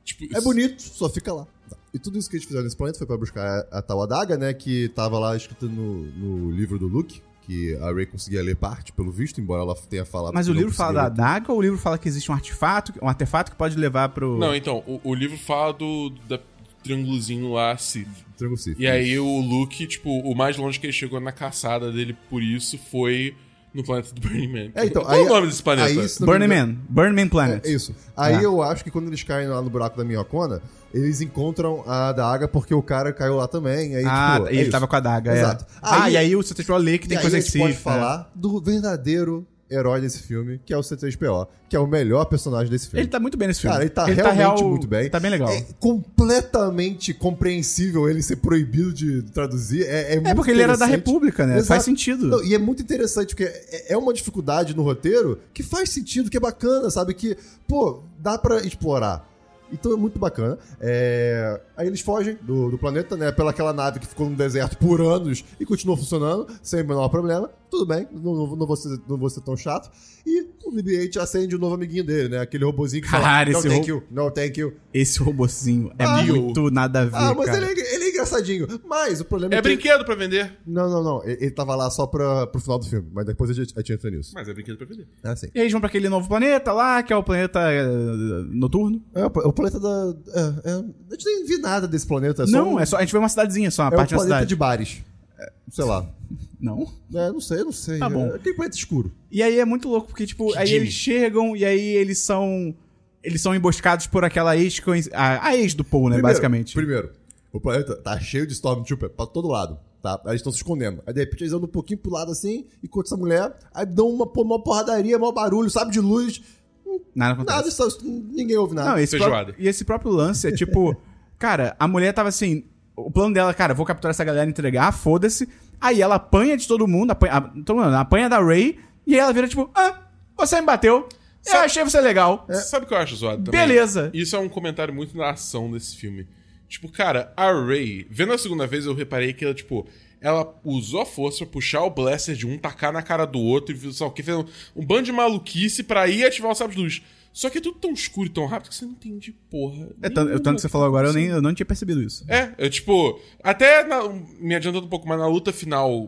C: Tipo,
B: É bonito, só fica lá. E tudo isso que eles fizeram nesse planeta foi pra buscar a, a tal adaga, né? Que tava lá escrita no, no livro do Luke, que a Ray conseguia ler parte, pelo visto, embora ela tenha falado.
A: Mas
B: que
A: o
B: não
A: livro fala da
B: conseguia ler.
A: adaga ou o livro fala que existe um artefato, um artefato que pode levar pro.
C: Não, então, o, o livro fala do da triângulozinho lá, Sith.
B: Triângulo Sith.
C: E aí o Luke, tipo, o mais longe que ele chegou na caçada dele por isso foi no planeta do Burning Man.
B: É, então,
C: Qual
B: aí-
C: é o nome desse planeta?
B: aí, se não é me
A: Burning
B: engano-
A: Man. Burning Man Planet.
B: É isso. Aí
A: É.
B: eu acho que quando eles caem lá no buraco da minhocona, eles encontram a adaga porque o cara caiu lá também. Aí,
A: ah,
B: tipo,
A: e
B: é
A: ele
B: isso.
A: tava com a adaga. é.
B: Exato.
A: ah,
B: Aí-
A: e aí o Satan lê que
B: E
A: tem
B: aí
A: coisa
B: a
A: que
B: gente pode
A: existe, né?
B: falar do verdadeiro herói desse filme, que é o C3PO, que é o melhor personagem desse filme.
A: Ele tá muito bem nesse filme.
B: Cara, ele tá realmente muito bem.
A: Tá bem legal.
B: É
A: É,
B: completamente compreensível ele ser proibido de traduzir. É, é, muito
A: porque ele era da
B: interessante.
A: República, né?
B: Exato.
A: Faz sentido.
B: Não, e é muito interessante, porque é é uma dificuldade no roteiro que faz sentido, que é bacana, sabe? Que, pô, dá pra explorar. E Então é muito bacana. É, Aí eles fogem do, do planeta, né? Pela aquela nave que ficou no deserto por anos e continuou funcionando, sem o menor problema. Tudo bem, não, não- não vou, ser, não vou ser tão chato. E o BB-8 acende o novo amiguinho dele, né? Aquele robozinho que
A: Caralho,
B: fala,
A: esse
B: no thank
A: ro-
B: you, no thank you.
A: Esse robocinho é
B: Ah,
A: muito nada a ver,
B: Ah, mas
A: cara.
B: ele é, ele é engraçadinho. Mas o problema
C: É
B: é que...
C: brinquedo pra vender.
B: Não, não, não. Ele, ele tava lá só pra, pro final do filme. Mas depois a gente, a gente entra nisso.
C: Mas é brinquedo pra vender.
B: É assim.
A: E aí eles vão pra aquele novo planeta lá, que é o planeta eh, noturno.
B: É, o o planeta da... É, é, a gente nem vi nada desse planeta. É só
A: não,
B: um-
A: é só. A gente vê uma cidadezinha só, uma
B: é um
A: parte da
B: planeta
A: cidade.
B: de bares. É, Sei lá.
A: Não.
B: É, não sei, não sei.
A: Tá bom.
B: É, aquele planeta escuro.
A: E aí é muito louco, porque, tipo, aí
C: Jimmy.
A: eles chegam e aí eles são. Eles são emboscados por aquela ex. coinc- A, a ex do Paul, né,
B: Primeiro,
A: basicamente.
B: Primeiro, o planeta tá cheio de Stormtrooper pra todo lado, tá? Aí eles estão se escondendo. Aí de repente eles andam um pouquinho pro lado assim, enquanto essa mulher, aí dão uma, pô, uma porradaria, maior barulho, sabe de luz,
A: Nada acontece.
B: nada, só- ninguém ouve nada.
A: Não, esse
C: Feijoada.
A: próprio- e esse próprio lance é (laughs) tipo, cara, a mulher tava assim, o plano dela, cara, vou capturar essa galera, entregar, foda-se. Aí ela apanha de todo mundo, apanha, a- todo mundo, apanha da Ray, e aí ela vira tipo, ah, você me bateu, eu
C: Sabe-
A: achei você legal.
C: Sabe o que eu acho zoado também?
A: É. Beleza.
C: Isso é um comentário muito na ação desse filme. Tipo, cara, a Ray, vendo a segunda vez, eu reparei que ela, tipo, ela usou a força pra puxar o blaster de um, tacar na cara do outro e só que fez um, um bando de maluquice pra ir ativar o sábio de luz. Só que é tudo tão escuro e tão rápido que você não entende porra.
A: É tanto,
C: nenhuma.
A: eu, tanto que você falou agora, eu, nem, eu não tinha percebido isso.
C: É, eu, tipo, até na- me adiantando um pouco, mas na luta final.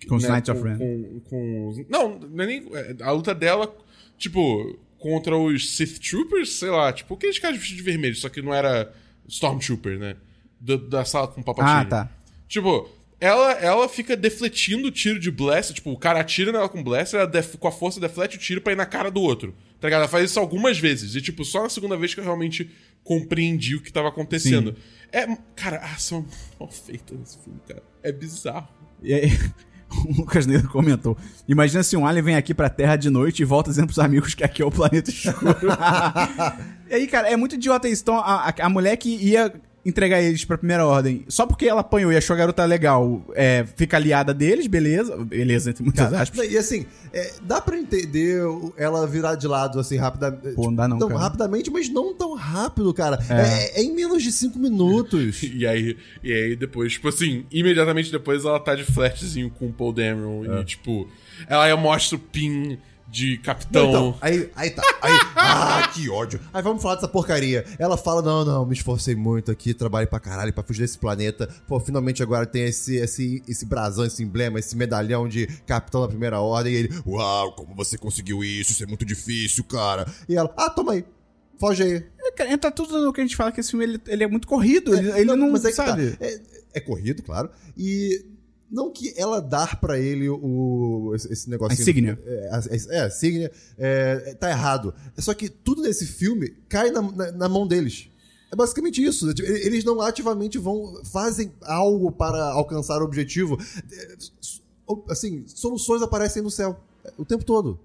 C: né,
A: Com os Knights of Ren.
C: com, com os- Não, não é nem. é, A luta dela, tipo, contra os Sith Troopers, sei lá, tipo, aqueles caras vestidos de vermelho, só que não era Stormtrooper, né? Da, da sala com papatinho.
A: Ah, tá.
C: Tipo, ela, ela fica defletindo o tiro de blaster. Tipo, o cara atira nela com blaster, ela def- com a força deflete o tiro pra ir na cara do outro. Tá ligado? Ela faz isso algumas vezes. E, tipo, só na segunda vez que eu realmente compreendi o que tava acontecendo. É. Cara, a ação é muito (laughs) mal feita nesse filme, cara. É bizarro.
A: E aí, (laughs) o Lucas Negro comentou: Imagina se um alien vem aqui pra Terra de noite e volta dizendo pros amigos que aqui é o planeta escuro. (laughs) e aí, cara, é muito idiota isso. Então, a, a- a mulher que ia entregar eles pra primeira ordem, só porque ela apanhou e achou a garota legal, é, fica aliada deles, beleza. Beleza, entre muitas aspas.
B: E assim, é, dá pra entender o- ela virar de lado assim rapidamente.
A: Pô, não dá não,
B: tão
A: cara.
B: rapidamente, mas não tão rápido, cara. É, é em menos de cinco minutos.
C: (laughs) E aí, e aí depois, tipo assim, imediatamente depois ela tá de flashzinho com o Paul Dameron. E, tipo, ela aí mostra o pin de capitão.
B: Então, aí, aí tá. Aí, ah, que ódio. Aí vamos falar dessa porcaria. Ela fala: não, não, me esforcei muito aqui, trabalhei pra caralho pra fugir desse planeta. Pô, finalmente agora tem esse, esse, esse brasão, esse emblema, esse medalhão de capitão da primeira ordem. E ele: uau, como você conseguiu isso? Isso é muito difícil, cara. E ela: ah, toma aí, foge aí.
A: É, cara, entra tudo no que a gente fala que esse filme ele, ele é muito corrido, ele, ele não,
B: mas é que tá.
A: sabe.
B: É, é corrido, claro. E não que ela dar pra ele o esse esse negocinho.
A: A insígnia.
B: É, a- é, a insígnia. é, é, tá errado. Só que tudo nesse filme cai na, na- na mão deles. É basicamente isso. né? Tipo, e- Eles não ativamente vão. fazem algo para alcançar o objetivo. É, s- Assim, soluções aparecem no céu. é, O tempo todo.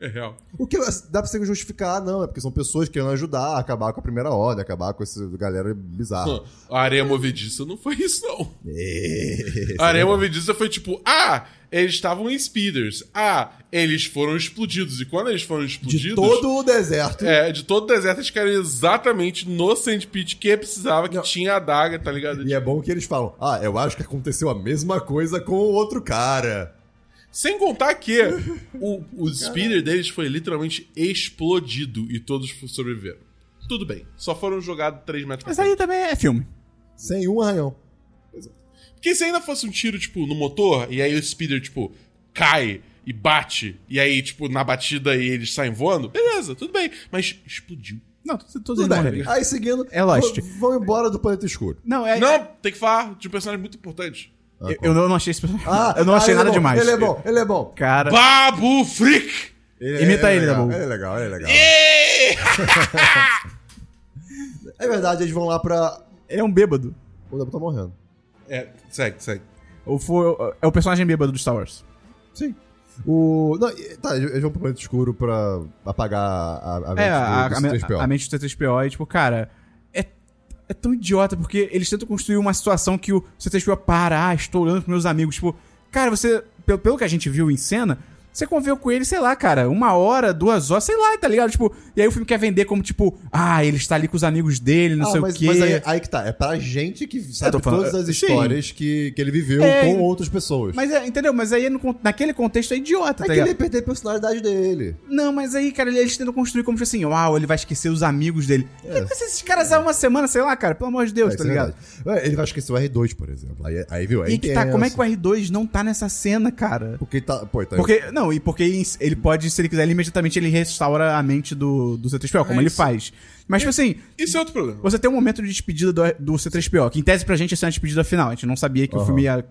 C: É real.
B: O que assim, dá pra você justificar, não, é porque são pessoas que querendo ajudar a acabar com a primeira ordem, acabar com essa galera bizarra.
C: A areia movediça não foi isso, não.
B: É,
C: A areia movediça foi tipo, ah, eles estavam em speeders. Ah, eles foram explodidos. E quando eles foram explodidos.
B: de todo o deserto.
C: É, de todo o deserto, eles caíram exatamente no sandpit que precisava, que
B: Não.
C: tinha a adaga, tá ligado?
B: E é bom que eles falam: Ah, eu acho que aconteceu a mesma coisa com o outro cara.
C: Sem contar que o, o speeder deles foi literalmente explodido e todos sobreviveram. Tudo bem, só foram jogados 3 metros pra
A: Mas
C: frente.
A: aí também é filme.
B: Sem um arranhão.
C: Porque se ainda fosse um tiro, tipo, no motor, e aí o speeder, tipo, cai e bate, e aí, tipo, na batida e eles saem voando, beleza, tudo bem. Mas explodiu.
A: Não, todos todos
B: Tudo
A: eles
B: bem.
A: morrerem.
B: Aí seguindo,
A: É Lost.
B: v- vão embora do planeta escuro.
A: Não, é.
C: Não, tem que falar de um personagem muito importante.
A: eu, eu não achei esse
B: Ah,
A: (laughs) Eu não achei
B: ele é
A: nada
B: bom,
A: demais.
B: Ele é bom, ele é bom.
A: Cara.
C: Babu Frick!
B: Ele-
A: Imita ele,
B: legal,
A: Dabu.
B: Ele é legal, ele é legal.
C: Ê!
B: É verdade, eles vão lá pra.
A: Ele é um bêbado.
B: O Dabu tá morrendo.
C: É, segue, segue.
A: Ou foi, é o personagem bêbado do Star Wars.
B: Sim. O. Não, e- tá, eles vão pro planeta escuro pra apagar a, a
A: É, a,
B: do-
A: a,
B: do
A: me-
B: C3PO.
A: a mente do C3PO e, tipo, cara, é, é tão idiota porque eles tentam construir uma situação que o C3PO para, ah, estou olhando pros meus amigos. Tipo, cara, você, pelo, pelo que a gente viu em cena, Você conviveu com ele, sei lá, cara, uma hora, duas horas, sei lá, tá ligado? Tipo, e aí o filme quer vender como, tipo, ah, ele está ali com os amigos dele, não
B: Ah,
A: sei
B: mas,
A: o quê.
B: mas aí, aí que tá. É pra gente que sabe
A: tô falando-
B: todas as
A: sim.
B: histórias que, que ele viveu
A: É,
B: com
A: e-
B: outras pessoas.
A: Mas é, entendeu? Mas aí, no con- naquele contexto, é idiota,
B: é
A: tá
B: que ele
A: ligado? Tá
B: ia perder a personalidade dele.
A: Não, mas aí, cara, eles tentam construir como se assim, uau, ele vai esquecer os amigos dele. Mas esses caras há uma semana, sei lá, cara, pelo amor de Deus,
B: É,
A: tá
B: isso é
A: ligado?
B: verdade. É, Ele vai esquecer o R2, por exemplo. Aí, aí viu? Aí
A: e que tá, como é que o R2 não tá nessa cena, cara?
B: Porque tá. Pô, tá
A: Porque, não, e porque ele pode, se ele quiser, ele imediatamente ele restaura a mente do, do C3PO, como
C: Ah,
A: ele
C: isso.
A: faz. Mas, tipo assim,
C: Isso é outro problema.
A: você tem um momento de despedida do, do C3PO, que em tese pra gente ia ser uma despedida final. A gente não sabia que o
B: Aham.
A: filme ia,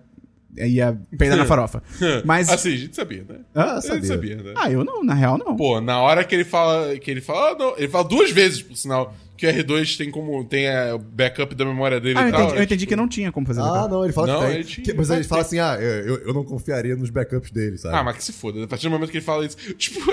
A: ia
C: (laughs)
A: peidar na farofa. Mas.
C: Assim, a gente sabia, né?
B: Ah,
C: A gente
B: sabia.
C: sabia, né?
A: Ah, eu não, na real não.
C: Pô, na hora que ele fala. Que ele fala. ah, não, ele fala duas vezes, por sinal, que o R2 tem como. tem é, o backup da memória dele
A: ah, eu
C: e tal.
A: entendi, eu
C: é,
A: entendi
C: tipo-
A: que não tinha como fazer
B: Ah,
A: backup.
B: não, ele fala
C: Não,
B: que tem.
C: ele tinha-
B: Que- mas ele fala
C: tem.
B: assim: ah, eu, eu- eu não confiaria nos backups dele, sabe?
C: Ah, mas que se foda. A partir do momento que ele fala isso. (laughs) Tipo,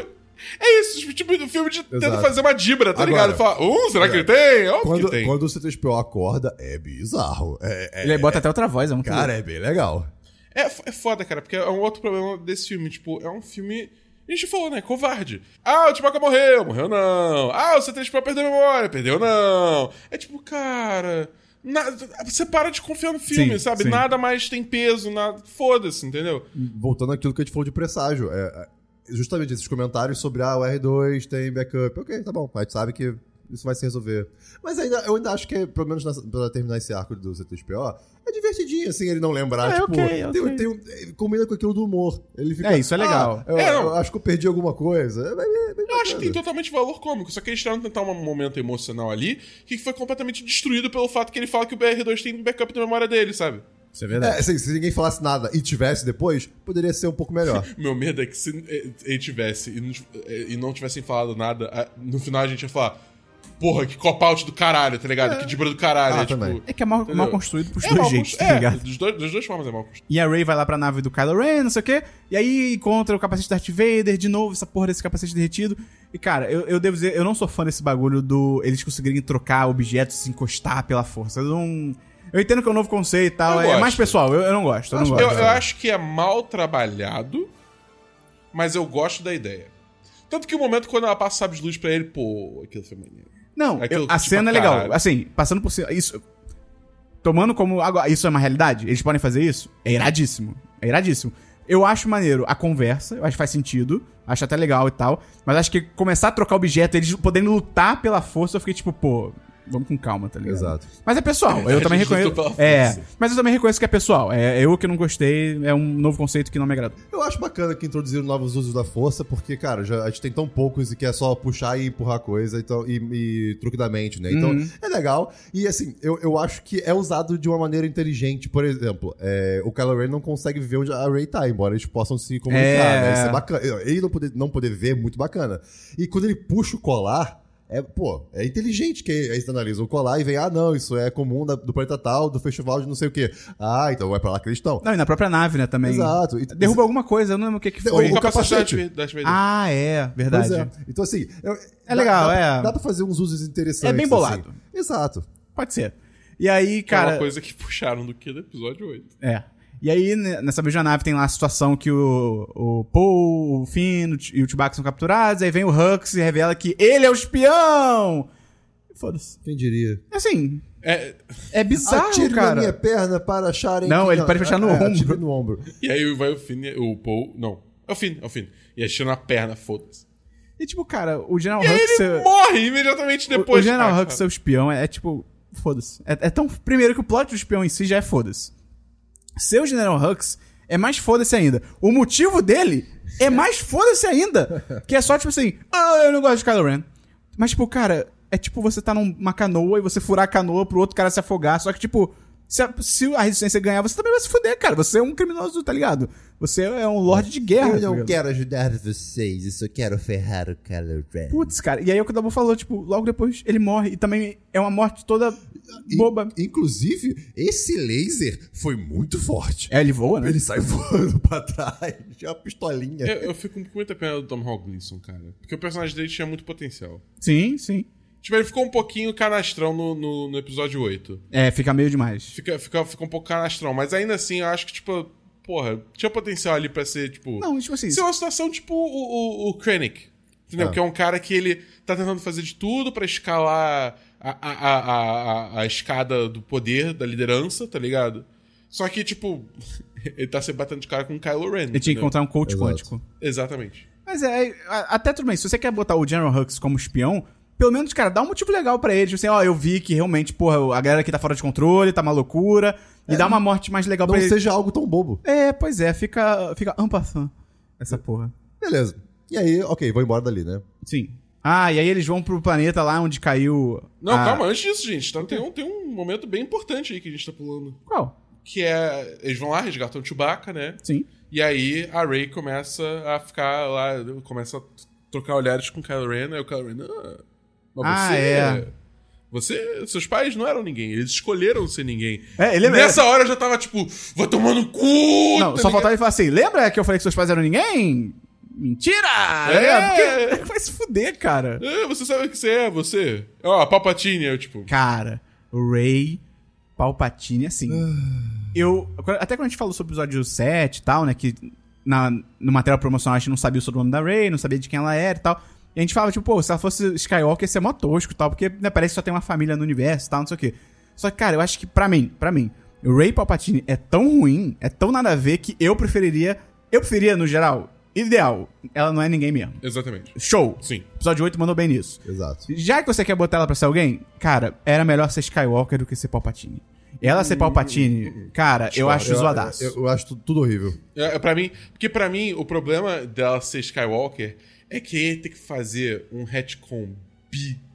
C: é isso. Tipo, tipo o filme de, tenta
B: Exato.
C: fazer uma dibra, tá
B: Agora-
C: ligado? Fala, um, será que ele tem? Óbvio
B: quando,
C: que tem.
B: quando o C3PO acorda, é bizarro. É, é-
A: Ele bota até outra voz, é um
B: Cara, é bem legal.
C: É, f- é foda, cara, porque é um outro problema desse filme. Tipo, é um filme. A gente falou, né? Covarde. Ah, o Chewbacca morreu. Morreu não. Ah, o C3PO perdeu a memória. Perdeu não. É tipo, cara. na- você para de confiar no filme,
A: Sim,
C: sabe?
A: sim.
C: Nada mais tem peso, nada. Foda-se, entendeu?
B: Voltando àquilo que a gente falou de presságio. É, é, justamente esses comentários sobre ah, o R2 tem backup. Ok, tá bom. A gente sabe que isso vai se resolver. Mas ainda, eu ainda acho que, pelo menos nessa, pra terminar esse arco do C3PO, é divertidinho, assim, ele não lembrar.
A: É,
B: tipo,
A: ok,
B: tem-
A: ok.
B: tem um- é, combina com aquilo do humor. Ele fica,
A: É, isso é legal.
B: "Ah, eu,
C: É, não.
B: eu acho que eu perdi alguma coisa. É, é, é bem
C: Eu acho que tem
B: bacana.
C: totalmente valor cômico, só que eles tentaram tentar um momento emocional ali que foi completamente destruído pelo fato que ele fala que o BR2 tem backup da memória dele, sabe?
A: Isso é verdade.
B: É, assim, se ninguém falasse nada e tivesse depois, poderia ser um pouco
C: (laughs)
B: melhor.
C: Meu medo é que se eh, ele tivesse e não, tiv- eh, e não tivessem falado nada, a- no final a gente ia falar: Porra, que cop-out do caralho, tá ligado? Que dibra do caralho.
B: Ah,
C: é, tipo,
B: também.
A: É, que é mal, mal
C: Entendeu?
A: construído pros
C: é
A: dois
C: mal
A: jeitos,
C: constru-
A: tá ligado?
C: é, dos dois, das duas formas é mal construído.
A: E a Ray vai lá pra nave do Kylo Ren, não sei o quê. E aí encontra o capacete do Darth Vader, de novo, essa porra desse capacete derretido. E, cara, eu, eu devo dizer, eu não sou fã desse bagulho do eles conseguirem trocar objetos, se encostar pela força. Eu não. Eu entendo que é um novo conceito e tal.
C: Eu
A: É
C: gosto.
A: mais pessoal, eu, eu não gosto. Eu não
C: Eu,
A: gosto. né?
C: eu acho que é mal trabalhado, mas eu gosto da ideia. Tanto que o momento quando ela passa sabe de luz pra ele, pô, aquilo foi maneiro.
A: Não,
C: Aquilo
A: eu- a
C: tipo,
A: cena é legal.
C: caralho.
A: Assim, passando por cima. Isso. Tomando como. Agora, isso é uma realidade? Eles podem fazer isso? É iradíssimo. É iradíssimo. Eu acho maneiro a conversa, eu acho que faz sentido, acho até legal e tal. Mas acho que começar a trocar objeto, eles podendo lutar pela força, eu fiquei tipo, pô, vamos com calma, tá ligado?
B: Exato.
A: Mas é
C: (laughs)
A: pessoal, eu
C: A
A: também
C: gente
A: reconheço.
C: lutou pela
A: É,
C: força.
A: mas eu também reconheço que é pessoal. É eu que não gostei, é um novo conceito que não me agradou.
B: Eu acho bacana que introduziram novos usos da força, porque, cara, já, a gente tem tão poucos e que é só puxar e empurrar coisa então, e, e truque da mente, né? Então,
A: Uhum.
B: é legal. E, assim, eu, eu acho que é usado de uma maneira inteligente. Por exemplo, é, o Kylo Ren não consegue viver onde a Rey tá, embora eles possam se comunicar,
A: É.
B: né? Isso é bacana. Ele não poder, não poder ver, é muito bacana. E quando ele puxa o colar... É, pô, é inteligente que eles analisam o colar e vem, ah, não, isso é comum da- do planeta tal, do festival de não sei o quê. Ah, então vai pra lá que eles estão.
A: Não, e na própria nave, né, também.
B: Exato. E-
A: Derruba alguma coisa, eu não lembro o que, que
B: Derruba
A: foi.
B: O capacete.
C: da Darth Vader.
A: Ah, é, verdade.
B: Pois é. Então, assim. eu- dá-
A: legal,
B: dá,
A: é.
B: Dá pra fazer uns usos interessantes.
A: É bem bolado.
B: assim. Exato.
A: Pode ser. E aí,
C: Que é
A: cara.
C: uma coisa que (laughs) puxaram do que do episódio 8.
A: É. E aí, ne- nessa mesma nave, tem lá a situação que o, o Paul, o Finn o Ch- e o Chewbacca são capturados. Aí vem o Hux e revela que ele é o espião! Foda-se.
B: Quem diria?
A: Assim,
C: É,
A: é bizarro,
B: Atire
A: cara.
B: na minha perna para acharem.
A: Não,
B: que-
A: ele pode fechar no
B: atire
A: ombro.
B: no ombro.
C: e aí vai o Finn, o Paul. Não. É o Finn, é o Finn. E achando a perna, foda-se.
A: E tipo, cara, o General
C: E aí
A: Hux... é-
C: ele
A: ser-
C: morre imediatamente
A: o-
C: depois.
A: o General
C: cara.
A: Hux ser o espião é, é, tipo... Foda-se. É, é tão... Primeiro que o plot do espião em si já é foda-se. Ser o General Hux é mais foda-se ainda. O motivo dele é mais foda-se ainda. Que é só, tipo assim, ah, eu não gosto de Kylo Ren. Mas, tipo, cara, é tipo você tá numa canoa e você furar a canoa pro outro cara se afogar. Só que, tipo, se a, se a resistência ganhar, você também vai se fuder, cara. Você é um criminoso, tá ligado? Você é um lorde de guerra.
D: Eu
A: tá
D: não
A: ligado?
D: quero ajudar vocês, eu só quero ferrar o Kylo Ren.
A: Putz, cara. E aí é o que o Dabu falou, tipo, logo depois ele morre. E também é uma morte toda
B: E,
A: boba.
B: Inclusive, esse laser foi muito forte.
A: É, ele voa, né?
B: Ele sai (laughs) voando pra trás. É uma pistolinha.
C: Eu, eu fico com muita pena do Tom Hall Gleason, cara. Porque o personagem dele tinha muito potencial.
A: Sim, sim.
C: Tipo, ele ficou um pouquinho canastrão no, no, no episódio 8.
A: É, fica meio demais.
C: Fica, fica, fica um pouco canastrão, mas ainda assim eu acho que, tipo, porra, tinha potencial ali pra ser, tipo.
A: Não, tipo assim.
C: Isso é uma situação tipo o, o, o Krennic, entendeu?
B: Ah.
C: Que é um cara que ele tá tentando fazer de tudo pra escalar a, a, a, a- a- a escada do poder, da liderança, tá ligado? Só que, tipo, (laughs) ele tá se batendo de cara com o Kylo
A: Ele
C: Ren.
A: tinha que
C: entendeu?
A: encontrar um coach
B: Exato.
A: quântico.
C: Exatamente.
A: Mas é, a- até tudo bem. Se você quer botar o General Hux como espião, pelo menos, cara, dá um motivo legal pra ele. Tipo assim, ó, eu vi que realmente, porra, a galera aqui tá fora de controle, tá uma loucura. E dá uma morte mais legal
B: É, Não
A: pra ele.
B: seja algo tão bobo.
A: É, pois é, fica, fica ampassando essa porra.
B: Beleza. E aí, ok, vou embora dali, né?
A: Sim. Ah, e aí eles vão pro planeta lá onde caiu.
C: Não,
A: a-
C: calma, antes disso, gente, tá- tem, um, tem um momento bem importante aí que a gente tá pulando.
A: Qual?
C: Que é. Eles vão lá, resgatam o Chewbacca, né?
A: Sim.
C: E aí a Rey começa a ficar lá, começa a t- trocar olhares com o Kylo Ren, aí o Kylo Ren, ah, mas
A: Ah,
C: você,
A: é.
C: você, seus pais não eram ninguém, eles escolheram ser ninguém.
A: É, ele
C: Nessa hora eu já tava tipo, vou tomando no
A: Não,
C: cu. tá
A: só
C: ligado?
A: faltava ele falar assim: lembra que eu falei que seus pais eram ninguém? Mentira!
C: É.
A: Porque- Vai se fuder, cara.
C: "Ah, você sabe o que você é, você. Ó, a Palpatine, eu tipo,
A: Cara, o Ray Palpatine, assim. eu. Até quando a gente falou sobre o episódio 7 e tal, né? Que na, no material promocional a gente não sabia o sobrenome da Ray, não sabia de quem ela era e tal. E a gente falava, tipo, pô, se ela fosse Skywalker, ia ser mó tosco e tal, porque né, parece que só tem uma família no universo e tal, não sei o quê. Só que, cara, eu acho que pra mim, pra mim, o Ray Palpatine é tão ruim, é tão nada a ver que eu preferiria. Eu preferia, no geral, ideal. Ela não é ninguém mesmo.
C: exatamente.
A: Show!
C: Sim.
A: Episódio 8 mandou bem nisso.
B: Exato.
A: Já que você quer botar ela pra ser alguém, cara, era melhor ser Skywalker do que ser Palpatine. Ela ser Palpatine, cara, eu acho
B: Eu-
A: zoadaço.
B: Eu, eu acho tu- tudo horrível.
C: É, é pra mim, porque pra mim o problema dela ser Skywalker é que ele tem que fazer um retcon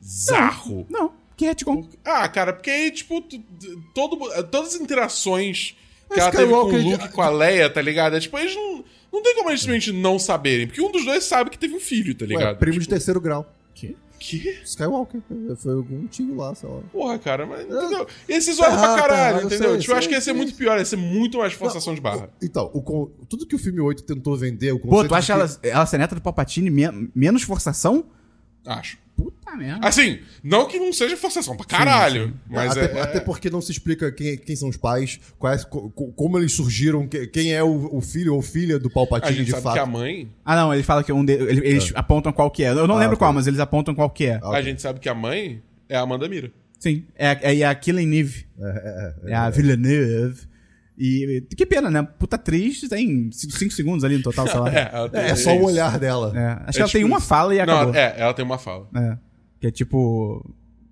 C: bizarro.
A: Não, que é retcon.
C: Ah, cara, porque aí, tipo, tu- tu- todo, mu- todas as interações que
B: Mas
C: ela teve com o
B: Skywalker-
C: Luke e com a Leia, tá ligado? É, tipo, eles não, não tem como eles simplesmente não saberem. Porque um dos dois sabe que teve um filho, tá
B: Ué,
C: ligado?
B: primo de
C: tipo,
B: terceiro grau.
C: Que?
B: Skywalker. Foi algum tio lá, sei lá.
C: Porra, cara, mas. Entendeu? Ia ser zoado pra
B: errado,
C: caralho,
B: Ah. tá, eu
C: entendeu?
B: sei,
C: tipo, eu
B: sei,
C: acho que ia ser
B: sei.
C: muito pior, ia ser muito mais forçação de barra.
B: Então, o con- tudo que o filme 8 tentou vender, o
A: Pô,
B: conceito
A: tu acha
B: de
A: ela,
B: que-
A: ela ser neta do Palpatine men- menos forçação?
C: Acho.
A: Puta merda.
C: Assim, não que não seja forçação pra caralho, mas
B: até,
C: é.
B: até porque não se explica quem, quem são os pais, quais, co- co- como eles surgiram, que- quem é o, o filho ou filha do
C: A
B: Palpatine
C: gente
B: de
C: sabe
B: fato.
C: que a mãe.
A: Ah, não, ele fala que um de, ele- eles apontam qual que é. Eu não
B: Ah,
A: lembro
B: ok.
A: qual, mas eles apontam qual que é.
B: Ah, ok.
C: A gente sabe que a mãe é a Amanda Mira.
A: Sim, é, a- é a Killing Neve. É, a Villeneuve. E que pena, né? Puta atriz, tem 5 segundos ali no total, sei lá.
C: (laughs) É,
A: É,
C: ela tem-
B: É, é só o
C: isso.
B: olhar dela.
A: acho que
C: É
A: ela tem
C: tipo
A: uma
C: isso.
A: fala e acabou.
C: Não, é, ela tem uma fala.
A: É. Que é tipo.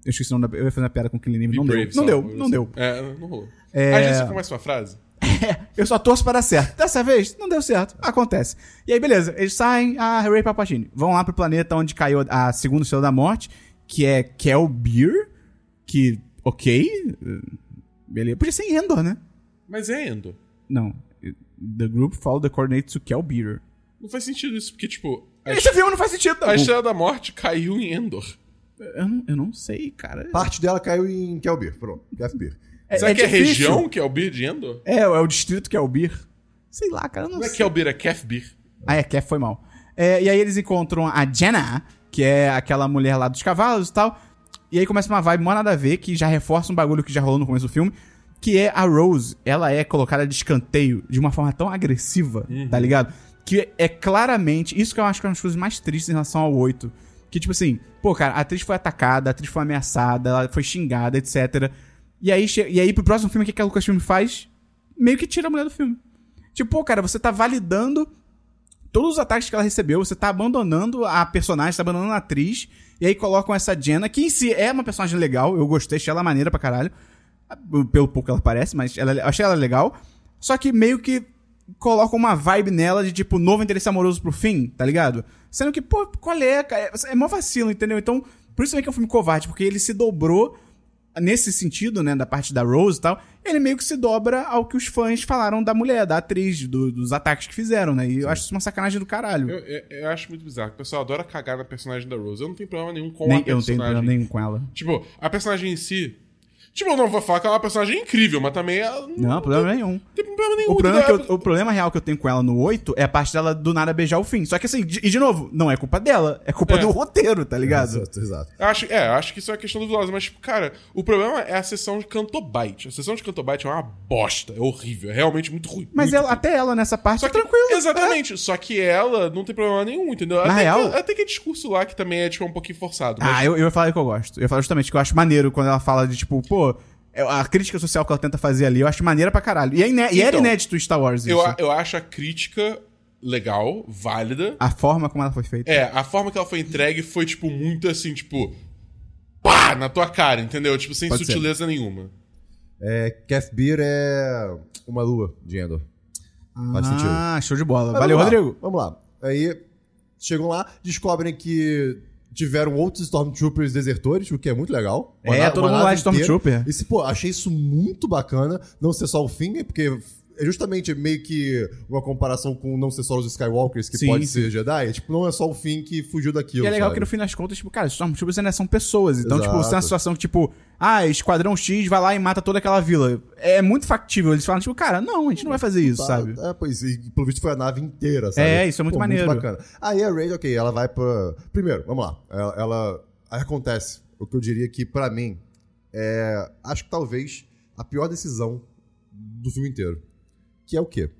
A: Eu esqueci o nome da. Eu ia fazer uma piada com o Killing Eve. Não
C: Be
A: deu. Não
C: brave, sabe?
A: deu, não deu.
C: É, não rolou.
A: É.
C: Às vezes você começa uma frase.
A: (laughs) Eu só torço para dar certo. Dessa vez, não deu certo. Acontece. E aí, beleza. Eles saem, ah, a Ray Papagini. Vão lá pro planeta onde caiu a segunda estrela da morte, que é Kelbeer. Que, ok. Beleza. Podia ser em Endor, né?
C: Mas é Endo.
A: Não. The group follow the coordinates to Kelbeer.
C: Não faz sentido isso, porque, tipo, a,
A: Esse é filme não faz sentido, não.
C: a Estrela da Morte caiu em Endor.
A: Eu, não eu não sei, cara.
B: Parte dela caiu em Kelbir, pronto. Kelbir.
C: Será que é
A: difícil.
C: região que é o Beer de Endor?
A: É, é o distrito Kelbeer. Sei lá, cara. Eu não
C: Não é
A: sei.
C: que é o Beer, é Kefbir.
A: Ah, é, que foi mal. É, e aí eles encontram a Jenna, que é aquela mulher lá dos cavalos e tal. E aí começa uma vibe mó nada a ver, que já reforça um bagulho que já rolou no começo do filme, que é a Rose. Ela é colocada de escanteio de uma forma tão agressiva, tá ligado? Que é claramente. Isso que eu acho que é uma das coisas mais tristes em relação ao 8. Que, tipo assim, pô, cara, a atriz foi atacada, a atriz foi ameaçada, ela foi xingada, etc. E aí, che- e aí pro próximo filme, o que, que a Lucasfilm faz? Meio que tira a mulher do filme. Tipo, pô, cara, você tá validando todos os ataques que ela recebeu, você tá abandonando a personagem, tá abandonando a atriz, e aí colocam essa Jenna, que em si é uma personagem legal, eu gostei, achei ela maneira pra caralho, ah, pelo pouco que ela parece, mas ela, eu achei ela legal, só que meio que colocam uma vibe nela de tipo, novo interesse amoroso pro fim, tá ligado? Sendo que, pô, qual é, cara? É mó vacilo, entendeu? Então, por isso também que é um filme covarde, porque ele se dobrou nesse sentido, né, da parte da Rose e tal, ele meio que se dobra ao que os fãs falaram da mulher, da atriz, do- dos ataques que fizeram, né? E eu acho isso uma sacanagem do caralho.
C: Eu, eu- eu acho muito bizarro. O pessoal adora cagar na personagem da Rose. Eu não tenho problema nenhum com a
A: Nem, eu não
C: personagem.
A: tenho problema nenhum com ela.
C: Tipo, a personagem em si. Tipo, não vou falar que ela é uma personagem incrível, mas também ela não,
A: Não, problema nenhum.
C: tem problema nenhum.
A: O problema, é que
C: Tudo
A: eu- o problema real que eu tenho com ela no 8 é a parte dela do nada beijar o fim. Só que assim, de- e de novo, não é culpa dela, é culpa
C: É.
A: do roteiro, tá ligado?
B: Exato, exato.
C: Eu Acho, é, eu acho que isso é questão duvidosa, mas, tipo, cara, o problema é a sessão de Cantobite. A sessão de Cantobite é uma bosta, é horrível, é realmente muito ruim.
A: Mas
C: muito
A: ela,
C: ruim.
A: até ela nessa parte
C: Só
A: é
C: que,
A: tranquilo.
C: Exatamente, só que ela não tem problema nenhum, entendeu? até,
A: real-
C: Que, até que é discurso lá que também é, tipo, um pouquinho forçado. mas-
A: Ah, eu, eu ia falar que eu gosto. Eu ia falar justamente que eu acho maneiro quando ela fala de tipo, pô, é- a crítica social que ela tenta fazer ali, eu acho maneira pra caralho. E, é iné- e era
C: Então,
A: inédito Star Wars isso.
C: eu, a- eu acho a crítica legal, válida.
A: A forma como ela foi feita.
C: É, a forma que ela foi entregue foi, tipo, muito assim, tipo. Pá! Na tua cara, entendeu? Tipo, sem
A: Pode ser.
C: sutileza nenhuma.
B: É, Kath Beer é uma lua de Endor. Faz sentido.
A: ah, show de bola.
B: Mas
A: Valeu,
B: vamos lá,
A: Rodrigo.
B: Vamos lá. Aí chegam lá, descobrem que tiveram outros Stormtroopers desertores, o que é muito legal.
A: É,
B: na-
A: todo mundo
B: nave
A: lá é Stormtrooper.
B: inteira. Esse, pô, achei isso muito bacana, não ser só o Finger, porque é justamente meio que uma comparação com não ser só os Skywalkers, que
A: Sim,
B: pode
A: sim.
B: ser Jedi. É, Tipo, não é só o Finn que fugiu daquilo,
A: E é legal
B: sabe?
A: que no fim das contas, tipo, cara, os Stormtroopers ainda são pessoas. Então, tipo, se é uma
B: Exato.
A: situação que, tipo, ah, Esquadrão X vai lá e mata toda aquela vila. É muito factível. Eles falam, tipo, cara, não, a gente não vai fazer isso,
B: Tá,
A: sabe?
B: É, pois, e pelo visto foi a nave inteira, sabe?
A: É, isso é muito maneiro.
B: bacana. Aí a Raid, ok, ela vai pra... Primeiro, vamos lá. Ela, ela- aí acontece o que eu diria que, pra mim, é... Acho que talvez a pior decisão do filme inteiro. Que é o quê?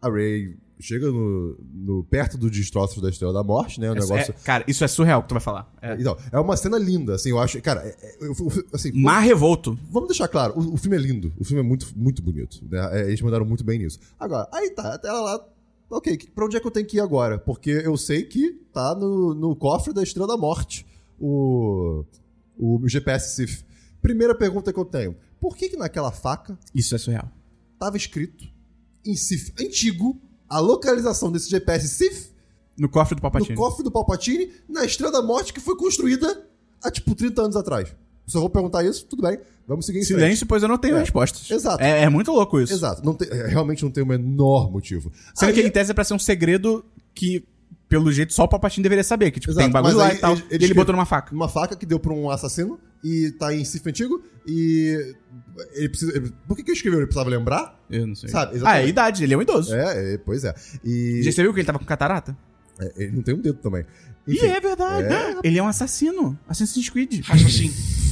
B: A Ray chega no, no- perto do destroço da Estrela da Morte, né? O
A: Essa-
B: negócio...
A: é- cara, isso é surreal que tu vai falar. É.
B: Então, é uma cena linda, assim, eu acho... Cara, é- é- eu- eu- assim,
A: Mar revolto.
B: Vamos deixar claro, o, o filme é lindo, o filme é muito, muito bonito. Né? É, eles mandaram muito bem nisso. Agora, aí tá, até ela lá. Ok, que- pra onde é que eu tenho que ir agora? Porque eu sei que tá no, no cofre da Estrela da Morte o, o GPS Sif. Primeira pergunta que eu tenho: por que, que naquela faca
A: Isso é surreal.
B: tava escrito em Sif antigo a localização desse GPS Sif
A: No cofre do
B: no
A: Palpatine.
B: cofre do Palpatine na Estrela da Morte que foi construída há tipo 30 anos atrás? Só vou perguntar isso, tudo bem. Vamos seguir em frente.
A: Silêncio, pois eu não tenho
B: É.
A: respostas.
B: Exato.
A: É, é muito louco isso.
B: Exato. Não tem- é, realmente não tem o menor motivo.
A: Sendo
B: Aí-
A: que em tese é pra ser um segredo que, pelo jeito, só o Palpatine deveria saber. Que, tipo,
B: Exato,
A: tem um bagulho
B: mas
A: lá
B: aí
A: e tal.
B: ele-
A: e
B: ele
A: ele
B: escreve-
A: botou numa faca.
B: Uma faca que deu pra um assassino e tá em Cif antigo e. Ele precisa. ele- por que, que ele escreveu? Ele precisava lembrar?
A: Eu não sei.
B: Sabe,
A: ah, é
B: exatamente.
A: idade. Ele é um idoso.
B: É, é, pois é. E.
A: Já Você viu que ele tava com catarata?
B: é, ele não tem um dedo também.
A: E
B: Enfim.
A: é verdade. Ele é um assassino. Assassin's Creed.
C: Racha assim.
A: (laughs)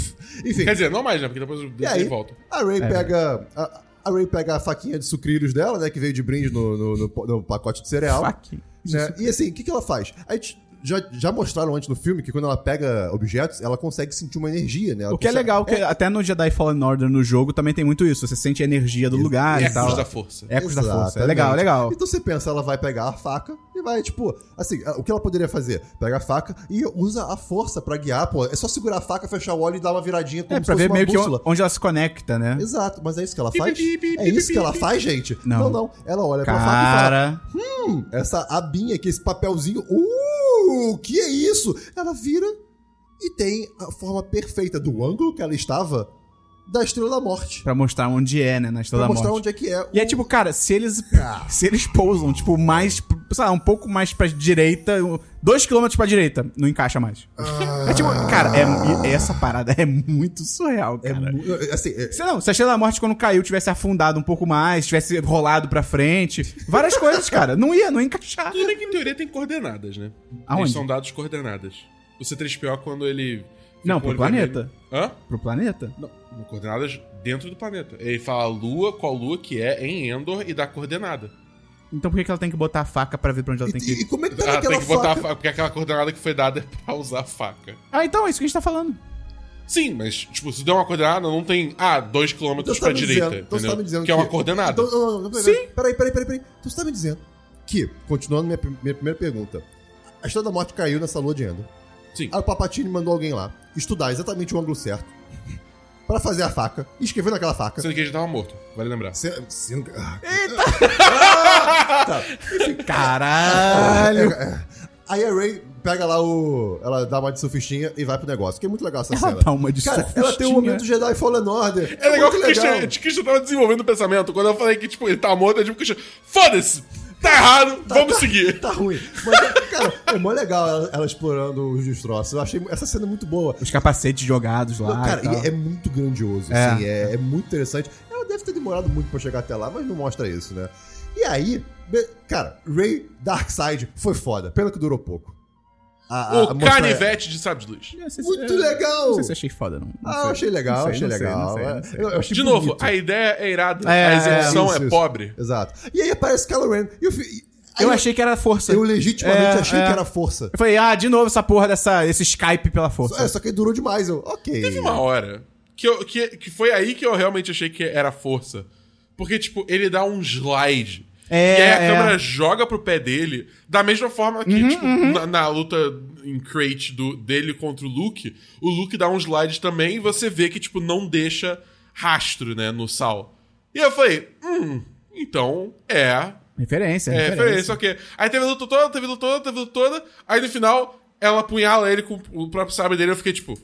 B: Enfim,
A: é.
C: Quer dizer, não mais, né? Porque depois ele
B: aí?
C: volta.
B: a Ray pega. A, a Ray pega a faquinha de sucrilhos dela, né? Que veio de brinde no, no- no- no pacote de cereal.
A: Fuck.
B: né? E assim, o que, que ela faz? A gente já, já mostraram antes no filme que quando ela pega objetos, ela consegue sentir uma energia, né? Ela
A: O que é
B: consegue-
A: legal, que até no Jedi Fallen Order no jogo também tem muito isso. Você sente a energia do lugar e
C: é a cruz
A: tal.
C: da força.
A: Ecos da força. É
B: Exatamente.
A: legal, é legal.
B: Então você pensa, ela vai pegar a faca e vai, tipo, assim, o que ela poderia fazer? Pega a faca e usa a força pra guiar, pô. É só segurar a faca, fechar o olho e dar uma viradinha como
A: É,
B: se
A: pra
B: fosse
A: ver
B: uma
A: meio que
B: bússola.
A: on- onde ela se conecta, né?
B: Exato, mas é isso que ela
C: Pi,
B: faz?
C: pi, pi,
B: É
C: pi,
B: isso
C: pi,
B: que ela
C: pi.
B: faz, gente?
A: Não.
B: não. não. Ela olha é pra faca e fala,
A: Cara.
B: Hum, essa abinha aqui, esse papelzinho. Uh, o que é isso? Ela vira e tem a forma perfeita do ângulo que ela estava da Estrela da Morte.
A: Pra mostrar onde é, né? Na Estrela
B: Pra
A: da
B: mostrar
A: Morte.
B: onde é que é.
A: E é tipo, cara, se eles.
B: Ah.
A: Se eles pousam, tipo, mais. Sei lá, um pouco mais pra direita. um- Dois quilômetros pra direita. Não encaixa mais.
B: Ah.
A: É tipo, cara, é, e essa parada é muito surreal,
B: É
A: cara.
B: mu- assim, é-
A: Sei não, se a Estrela da Morte, quando caiu, tivesse afundado um pouco mais, tivesse rolado pra frente. Várias coisas, cara. Não ia, não ia encaixar.
C: Tudo bem que em teoria tem coordenadas, né?
A: Aonde?
C: Eles são dados coordenadas. O C3PO quando ele. fica
A: Não,
C: com o
A: pro
C: olho
B: né?
A: planeta.
C: vermelho- Hã?
A: Pro planeta?
C: Não, no- coordenadas dentro do planeta. Ele fala a lua, qual lua que é em Endor e dá coordenada.
A: Então por que, que ela tem que botar a faca pra ver pra onde ela tem que
B: (laughs) E, e
A: ir?
B: como é que tá
C: Ah,
B: naquela
C: tem que botar a
B: faca?
C: faca, porque aquela coordenada que foi dada é pra usar a faca.
A: Ah, então é isso que a gente tá falando.
C: Sim, mas, tipo, se der uma coordenada, não tem, ah, dois
B: Então
C: quilômetros
B: você
C: pra
B: tá me
C: direita,
B: dizendo- então você
C: entendeu?
B: tá me dizendo
C: que é uma
B: que-
C: coordenada.
B: Então, não, não, não, peraí,
A: Sim.
B: Peraí, peraí, peraí, peraí. Então você tá me dizendo que, continuando minha, prim- minha primeira pergunta, a Estrela da Morte caiu nessa lua de Endor.
C: Sim.
B: Aí o Papatini mandou alguém lá estudar exatamente o ângulo certo pra fazer a faca, e escrever naquela faca.
C: Sendo que ele já tava morto, vale lembrar.
B: Se- se- ah,
A: Caralho!
B: É. Aí a Ray pega lá o. Ela dá uma de surfistinha e vai pro negócio. Que é muito legal essa
A: Ela
B: cena.
A: dá uma de
B: Cara, ela tem
A: surfistinha.
B: um momento Jedi Fallen Order.
C: É legal
B: muito
C: é que o Christian, o Christian tava desenvolvendo o pensamento. Quando eu falei que, tipo, ele tá morto, eu tipo, Christian, foda-se! Tá errado, vamos seguir.
B: Tá ruim. Mas, cara, é mó legal ela, ela explorando os destroços. Eu achei essa cena muito boa.
A: Os capacetes jogados lá.
B: Não,
A: e
B: cara,
A: tal.
B: e é muito
A: Ah,
B: grandioso,
A: então. É.
B: assim, é, é muito interessante. Ela deve ter demorado muito pra chegar até lá, mas não mostra isso, né? E aí, be- cara, Ray Darkseid foi foda. Pena que durou pouco. A- a- a
C: O
B: mostrar-
C: canivete de sabre de luz.
A: Não sei se-
B: Muito
A: eu-
B: legal!
A: Não sei se achei foda, não. Não
B: Ah,
A: sei.
B: eu achei legal,
A: Não sei,
B: achei
A: não sei,
B: legal.
A: não sei, não sei.
B: Eu- eu achei
C: De novo,
B: bonito.
C: a ideia é irada,
A: É,
C: a execução
B: isso,
C: é
B: isso.
C: pobre.
B: Exato. E aí aparece Kylo Ren. E eu, fi- aí
A: Eu achei que era força.
B: eu legitimamente
A: É,
B: achei
A: é.
B: que era força.
A: Eu falei, ah, de novo essa porra dessa, esse Skype pela
B: Só, é,
A: força.
B: só que aí durou demais. Eu, ok.
C: Teve uma hora que, eu- que, que foi aí que eu realmente achei que era força. Porque, tipo, ele dá um slide.
A: É,
C: e aí
A: é. Uhum,
C: a câmera joga pro pé dele, da mesma forma que, tipo, Na, na luta em crate do, dele contra o Luke, o Luke dá um slide também e você vê que, tipo, não deixa rastro, né, no sal. E eu falei, hum, então é
A: Referência,
C: É,
A: referência.
C: foi isso, ok. Aí teve a luta toda, teve a luta toda, teve a luta toda. Aí no final, ela apunhala ele com o próprio sabre dele. Eu fiquei tipo.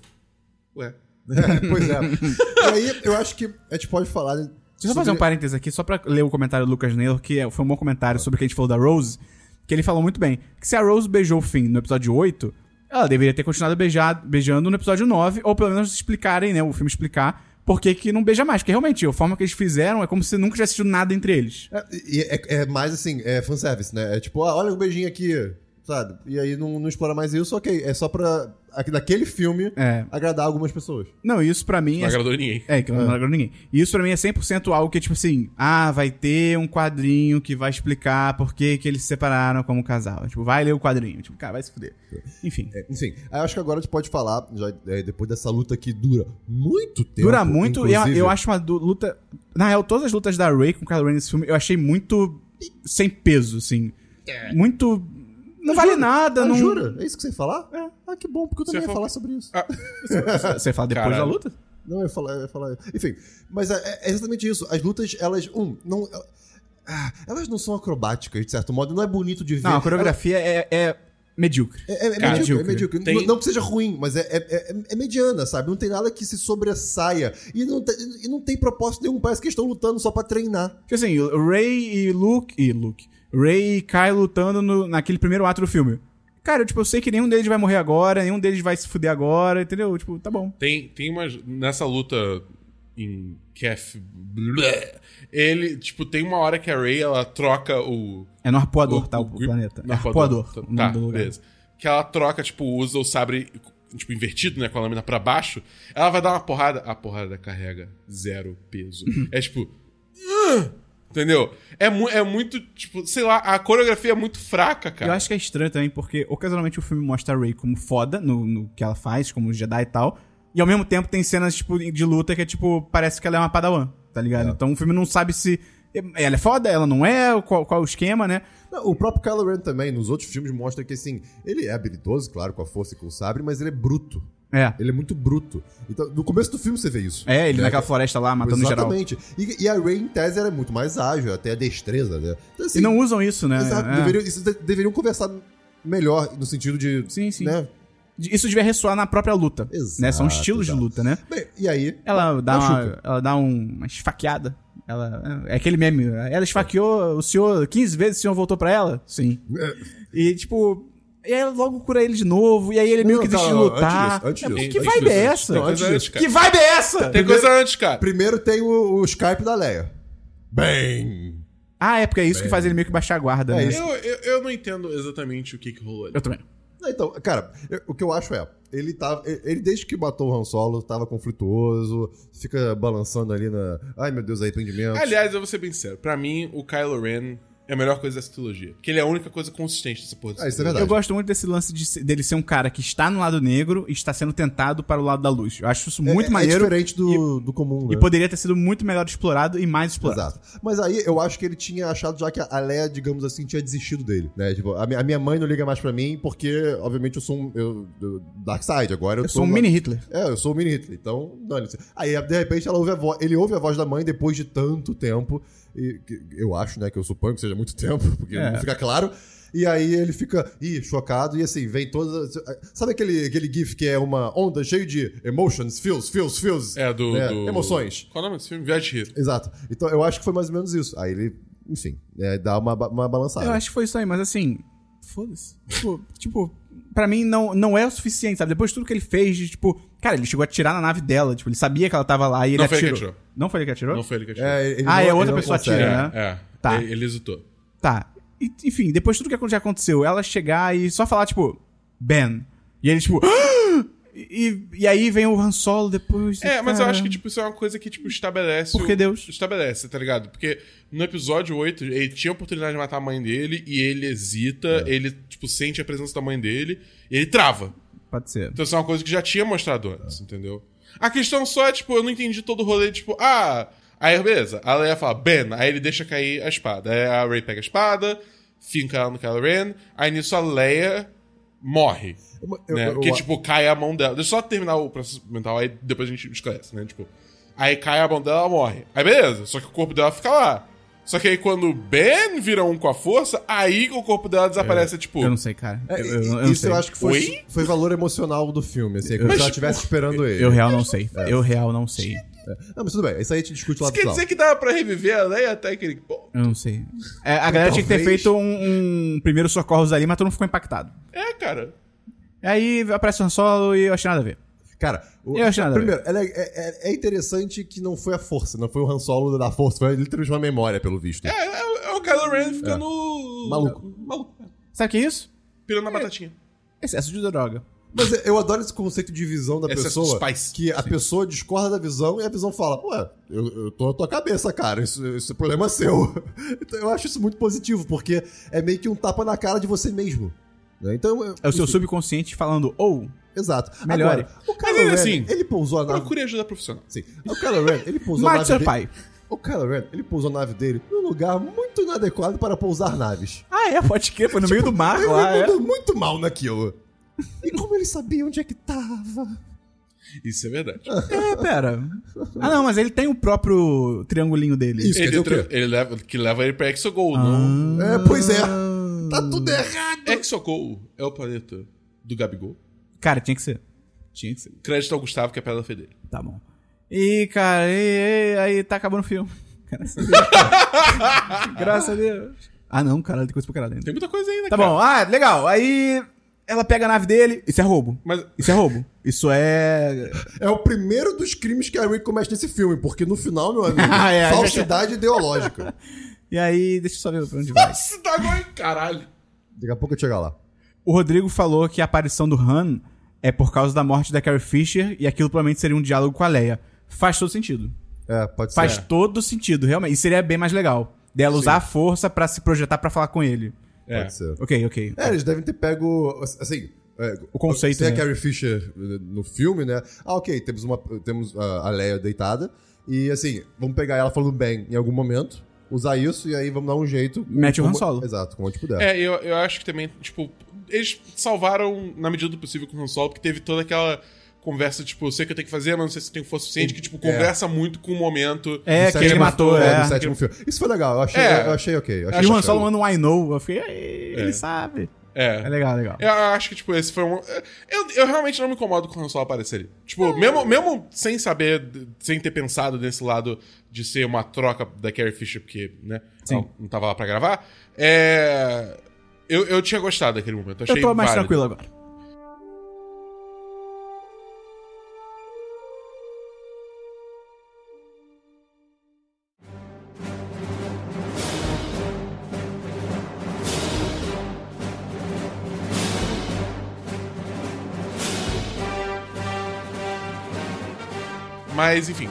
C: Ué.
B: É, pois é. e aí eu acho que a gente pode falar.
A: Deixa eu só fazer um parênteses aqui, só pra ler o comentário do Lucas Naylor, que é- foi um bom comentário sobre o que a gente falou da Rose, que ele falou muito bem, que se a Rose beijou o Finn no episódio 8, ela deveria ter continuado beijado, beijando no episódio 9, ou pelo menos explicarem, né, o filme explicar por que que não beija mais, porque realmente, a forma que eles fizeram é como se nunca tivesse tido nada entre eles.
B: É, e é, é mais assim, é fanservice, né? É tipo, ah, olha um beijinho aqui, sabe? E aí não, não explora mais isso, ok. É só pra, aqui, naquele filme,
A: É.
B: agradar algumas pessoas.
A: Não, isso pra mim
C: Não
A: é
C: agradou ninguém.
A: É,
B: Ah.
A: que não agradou ninguém. E isso pra mim é 100% algo que é tipo assim, ah, vai ter um quadrinho que vai explicar por que, que eles se separaram como casal. Tipo, vai ler o quadrinho. Tipo, cara, vai se fuder. Enfim.
B: É, enfim, aí eu acho que agora a gente pode falar, já, é, depois dessa luta que dura muito tempo.
A: Dura muito e eu,
B: um, inclusive.
A: eu acho uma du- luta... Na real, todas as lutas da Ray com o Kylo Ren nesse filme, eu achei muito sem peso, assim.
C: É.
A: Muito... Não vale nada,
B: Ah,
A: não...
B: Jura? É isso que você ia falar? É. Ah, que bom, porque eu também
C: Você
B: ia
C: falou-
B: falar sobre isso.
A: Você fala depois da
C: Caralho.
A: luta?
B: Não, eu ia falar, eu ia falar. Enfim, mas é, é exatamente isso. As lutas, elas. Um, não. el- ah, Elas não são acrobáticas, de certo modo. Não é bonito de ver.
A: Não, a coreografia é, é medíocre.
B: É, é- é medíocre, é
C: Cara,
A: medíocre.
B: medíocre.
C: Tem-
B: Não, não que seja ruim, mas é, é- é- é mediana, sabe? Não tem nada que se sobressaia. E não, tem- e não tem propósito nenhum. Parece que eles estão lutando só pra treinar.
A: Porque assim, o Ray e Luke. E Luke. Ray e Kai lutando no- naquele primeiro ato do filme. Cara, eu, tipo, eu sei que nenhum deles vai morrer agora, nenhum deles vai se fuder agora, entendeu? Tipo, tá bom.
C: Tem, tem uma. Nessa luta em Kef. blé, Ele, tipo, tem uma hora que a Ray ela troca o.
A: É no arpoador,
C: o-
A: tá? O,
C: grip-
A: planeta.
C: no
A: É arpoador. o nome
C: Tá,
A: do lugar.
C: beleza. Que ela troca, tipo, usa o sabre, tipo, invertido, né? Com a lâmina pra baixo. Ela vai dar uma porrada. A porrada carrega zero
A: (clears throat)
C: peso. é tipo. "Ah!" Entendeu? É, mu é muito, tipo, sei lá, a coreografia é muito fraca, cara.
A: Eu acho que é estranho também, porque ocasionalmente o filme mostra a Ray como foda no, no que ela faz, como Jedi e tal. E ao mesmo tempo tem cenas, tipo, de luta que é tipo, parece que ela é uma padawan, tá
C: É.
A: ligado? Então o filme não sabe se. Ela é foda, ela não é, qual, qual é o esquema, né?
B: Não, o próprio Kylo Ren também, nos outros filmes, mostra que, assim, ele é habilidoso, claro, com a força e com o sabre, mas ele é bruto.
A: É.
B: Ele é muito bruto. Então, no começo do filme você vê isso.
A: É, ele
B: Né?
A: naquela floresta lá, matando geral.
B: Exatamente. E, e a Ray, em tese, era muito mais ágil, até a destreza, né? Então, assim,
A: E não usam isso, né?
B: exato,
A: É.
B: deveriam, isso de- deveriam conversar melhor, no sentido de.
A: Sim, sim.
B: né?
A: Isso devia ressoar na própria luta.
B: Exato,
A: né? São estilos
B: exato.
A: de luta, né?
B: Bem, e aí.
A: Ela dá, uma,
B: Machuca.
A: ela dá um- uma esfaqueada. Ela, é aquele meme. Ela esfaqueou o senhor 15 vezes, o senhor voltou pra ela? Sim.
B: É.
A: E tipo. E aí ela logo cura ele de novo. E aí ele meio
B: Não,
A: que
B: não,
A: deixa de
B: não,
A: lutar.
B: antes disso, antes
A: É,
B: disso,
A: que
C: antes
A: vibe é
C: disso,
A: essa?
C: Não, antes
B: Antes
C: disso,
A: que
C: cara.
A: vibe é essa?
C: Tem coisa antes, cara.
B: Primeiro tem o, o Skype da Leia. Bem.
A: Ah, é porque é isso que faz ele meio que baixar a guarda,
B: É
A: né?
B: isso.
C: Eu, eu, eu não entendo exatamente o que, que rolou ali.
A: Eu também.
B: Então, cara, eu- o que eu acho é. Ele, tava, ele- ele, desde que matou o Han Solo, tava conflituoso, fica balançando ali na. Ai, meu Deus, arrependimento.
C: Aliás, eu vou ser bem sincero. Pra mim, o Kylo Ren é a melhor coisa dessa trilogia. Porque ele é a única coisa consistente dessa porra. dessa
B: Ah, isso é
C: trilogia.
B: verdade.
A: Eu gosto muito desse lance de se- dele ser um cara que está no lado negro e está sendo tentado para o lado da luz. Eu acho isso
B: É-
A: muito
B: é,
A: maneiro.
B: diferente do, do comum, né?
A: E poderia ter sido muito melhor explorado e mais explorado.
B: Exato. Mas aí eu acho que ele tinha achado já que a Leia, digamos assim, tinha desistido dele, né? Tipo, a, mi- a minha mãe não liga mais pra mim porque, obviamente, eu sou um eu, eu- Darkseid agora. Eu,
A: Eu
B: tô
A: sou um
B: na-
A: mini Hitler.
B: É, eu sou o mini Hitler, então dane-se. Aí, de repente, ela ouve a voz, ele ouve a voz da mãe depois de tanto tempo. E, que- eu acho, né, que eu suponho que seja muito tempo, (laughs) porque
A: É.
B: não fica claro. E aí ele fica, ih, chocado, e assim, vem todas. as- Sabe aquele, aquele GIF que é uma onda cheio de emotions, feels, feels, feels?
C: É, do,
B: né?
C: do-
B: Emoções.
C: Qual é o nome desse filme? Viagem de Rio.
B: Exato. Então eu acho que foi mais ou menos isso. Aí ele Enfim, é, dá uma, ba- uma balançada.
A: Eu acho que foi isso aí, mas assim, foda-se. (laughs) Tipo, tipo, pra mim não, não é o suficiente, sabe? Depois de tudo que ele fez, de, tipo, cara, ele chegou a atirar na nave dela, tipo, ele sabia que ela tava lá e ele
C: Não foi ele
A: atirou.
C: que atirou.
A: Não foi ele que atirou?
C: Não foi ele que atirou.
B: É, ele
A: Ah, é
B: ele
A: outra pessoa
B: consegue.
A: atira, né?
C: É,
A: Tá.
C: ele, ele hesitou.
A: Tá. E, enfim, depois de tudo que já aconteceu, ela chegar e só falar, tipo, Ben. E ele, tipo. (gasps) "Ah!" E, e aí vem o Han Solo depois. e,
C: É, mas eu
A: cara,
C: acho que, tipo, isso é uma coisa que, tipo, estabelece.
A: Por que
C: o-
A: Deus?
C: Estabelece, tá ligado? Porque no episódio 8, ele tinha a oportunidade de matar a mãe dele e ele hesita,
A: É.
C: ele, tipo, sente a presença da mãe dele e ele trava.
A: Pode ser.
C: Então isso é uma coisa que já tinha mostrado antes, entendeu? A questão só é, tipo, eu não entendi todo o rolê, tipo, ah, aí beleza, a Leia fala, Ben, aí ele deixa cair a espada. Aí a Ray pega a espada, finca ela no Kylo Ren, aí nisso a Leia morre.
B: Eu-
C: né?
B: eu-
C: que,
B: eu-
C: tipo, cai a mão dela. Deixa eu só terminar o processo mental, aí depois a gente esclarece, né? Tipo, aí cai a mão dela, ela morre. Aí beleza, só que o corpo dela fica lá. Só que aí quando o Ben vira um com a força, aí que o corpo dela desaparece, é, tipo...
A: Eu não sei, cara. Eu,
B: é,
A: eu- eu não
B: isso
A: sei.
B: eu acho que foi,
C: Oi?
B: foi valor emocional do filme, assim, é como
C: Mas,
B: se ela
C: tipo,
B: estivesse esperando ele. É.
A: Eu real não sei. Eu real não sei.
B: Não, mas tudo bem, isso aí a gente discute lá
C: Isso
B: no
C: quer
B: final.
C: dizer que dava pra reviver a Leia até aquele... Bom,
A: Eu não sei. É, a galera tinha que ter
B: Talvez.
A: feito um, um primeiro socorros ali, mas tu não ficou impactado.
C: É, cara.
A: Aí aparece o Han Solo e eu achei nada a ver.
B: Cara, o-
A: Eu acho nada a
B: primeiro, ela é, é- é- é interessante que não foi a força, não foi o Han Solo da força, foi literalmente uma memória, pelo visto.
C: É, é, é o Kylo Ren ficando.
B: Maluco.
C: Maluco.
A: Sabe o que é isso?
C: Pirando na batatinha.
A: Excesso de droga.
B: Mas eu adoro esse conceito de visão da
C: Essa é
B: pessoa,
C: Spice.
B: que a pessoa discorda da visão e a visão fala, ué, eu, eu tô na tua cabeça, cara, isso, isso é problema seu. (laughs) Então, eu acho isso muito positivo, porque é meio que um tapa na cara de você mesmo. né? Então,
A: É o seu
B: enfim,
A: subconsciente falando, ou.
B: Exato.
A: Melhore. é
B: Agora, o Kylo
C: Mas,
B: Ren,
C: assim,
B: ele pousou a nave...
C: Procure ajuda profissional.
B: Sim. O Kylo Ren, ele pousou a
A: mate
B: nave
A: é seu
B: dele-
A: pai.
B: O Kylo Ren, ele pousou a nave dele num lugar muito inadequado para pousar naves.
A: Ah, é, pode crer, foi no meio do mar
B: Ele
A: (laughs) lá. É.
B: mandou muito mal naquilo. E como ele sabia onde é que tava?
C: Isso é verdade.
A: É, pera. Ah, não, mas ele tem o próprio triangulinho dele.
B: Isso, quer dizer
C: ele
B: o quê?
C: tra- ele leva, que leva ele pra Exogol, não.
A: Ah.
B: É, pois é. Tá tudo errado.
C: Exogol é o planeta do Gabigol.
A: Cara, tinha que ser. Tinha que ser.
C: Crédito ao Gustavo, que é a pedra fedeira.
A: Tá bom. E, cara, e, e, aí tá acabando o filme. (laughs) Graças a Deus. Graças a Deus. Ah, não, cara, tem coisa pra caralho ainda.
C: Tem muita coisa ainda,
A: Tá
C: cara.
A: bom, ah, legal. Aí ela pega a nave dele. Isso é roubo.
C: Mas
A: Isso é roubo. Isso é.
B: É o primeiro dos crimes que a Rick comete nesse filme, porque no final, meu (laughs) amigo,
A: Ah, é,
B: falsidade ideológica.
A: E aí, deixa eu só ver pra onde vai.
C: (laughs) se dá agora, Tá caralho.
B: Daqui a pouco eu chego lá.
A: O Rodrigo falou que a aparição do Han é por causa da morte da Carrie Fisher e aquilo provavelmente seria um diálogo com a Leia. Faz todo sentido.
B: É, pode ser.
A: Faz todo sentido, realmente. E seria bem mais legal. Dela usar a força pra se projetar pra falar com ele.
C: É.
B: Pode ser.
A: Ok, ok.
B: É, eles devem ter pego, assim... é,
A: O conceito,
B: Tem
A: né?
B: a Carrie Fisher eh, no filme, né? Ah, ok, temos, uma, temos ah, a Leia deitada. E, assim, vamos pegar ela falando bem em algum momento, usar isso e aí vamos dar um jeito...
A: Mete o Han
B: como-
A: Solo.
B: Exato, como a gente puder.
C: É, eu, eu acho que também, tipo, eles salvaram na medida do possível com o Han Solo, porque teve toda aquela conversa, tipo, eu sei o que eu tenho que fazer, mas não sei se eu tenho força suficiente, que, tipo, conversa muito com o momento.
A: É,
B: Do
A: que ele
B: sétimo
A: matou,
B: filme,
A: é.
B: do sétimo filme. Isso foi legal, eu achei,
C: É.
B: eu achei ok. eu achei
A: E o Han
B: bacana.
A: Solo manda um I know. Eu fiquei, "Ei, ele sabe.
C: É.
A: É legal, legal.
C: Eu acho que, tipo, esse foi um. Eu, eu realmente não me incomodo com o Han Solo aparecer ali. Tipo, mesmo, mesmo sem saber, sem ter pensado nesse lado de ser uma troca da Carrie Fisher, porque, né,
A: Sim.
C: ela não tava lá pra gravar, é. Eu, eu tinha gostado daquele momento. Achei
A: Eu tô mais
C: válido.
A: tranquilo agora.
C: Mas, enfim.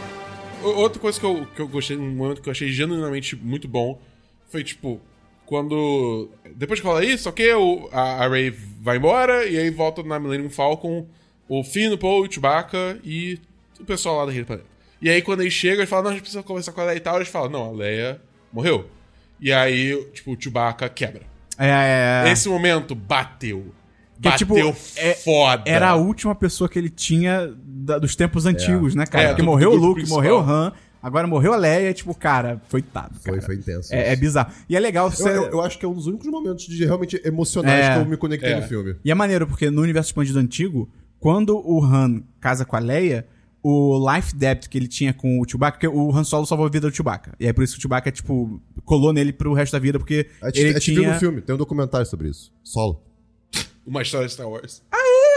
C: O- Outra coisa que eu, que eu gostei, um momento que eu achei genuinamente muito bom, foi tipo. Quando. Depois que rola isso, ok, o, a, a Ray vai embora, e aí volta na Millennium Falcon o Finn, o Paul, o Chewbacca e o pessoal lá daquele planeta. E aí quando eles chegam, eles falam, não, a gente precisa conversar com a Leia e tal, eles falam, não, a Leia morreu. E aí, tipo, o Chewbacca quebra.
A: É, é, é.
C: Esse momento bateu.
A: Que,
C: Bateu
A: tipo, é-
C: foda.
A: Era a última pessoa que ele tinha da- dos tempos antigos, né, cara?
C: É,
A: Porque
C: do- do
A: morreu o
C: grupo
A: Luke,
C: principal.
A: morreu o Han, agora morreu a Leia. Tipo, cara, coitado,
B: Foi,
A: cara.
B: foi intenso.
A: É, é bizarro. E é legal.
B: Eu,
A: Você...
B: eu- eu acho que é um dos únicos momentos de realmente emocionais
A: É.
B: que eu me conectei
C: É.
B: no filme.
A: E é maneiro, porque no universo expandido antigo, quando o Han casa com a Leia, o life debt que ele tinha com o Chewbacca, porque o Han Solo salvou a vida do Chewbacca. E aí por isso que o Chewbacca, tipo, colou nele pro resto da vida, porque
B: A gente,
A: ele
B: a gente viu
A: tinha...
B: no filme, tem um documentário sobre isso. Solo.
C: Uma história de Star Wars.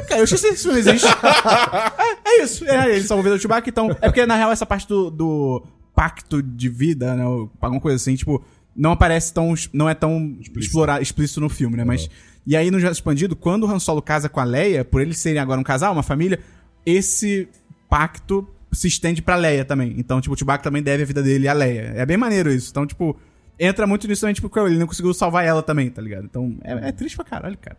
A: Cara, eu esqueci que esse filme existe. é, é isso. É, ele salvou a vida do Chewbacca, então... É porque, na real, essa parte do, do pacto de vida, né, ou alguma coisa assim, tipo, não aparece tão... es- Não é tão explorar, explícito no filme, né, mas... E aí, no Universo Expandido, quando o Han Solo casa com a Leia, por eles serem agora um casal, uma família, esse pacto se estende pra Leia também. Então, tipo, o Chewbacca também deve a vida dele à Leia. É bem maneiro isso. Então, tipo, entra muito nisso também, tipo, porque ele não conseguiu salvar ela também, tá ligado? Então, é, é triste pra caralho, cara.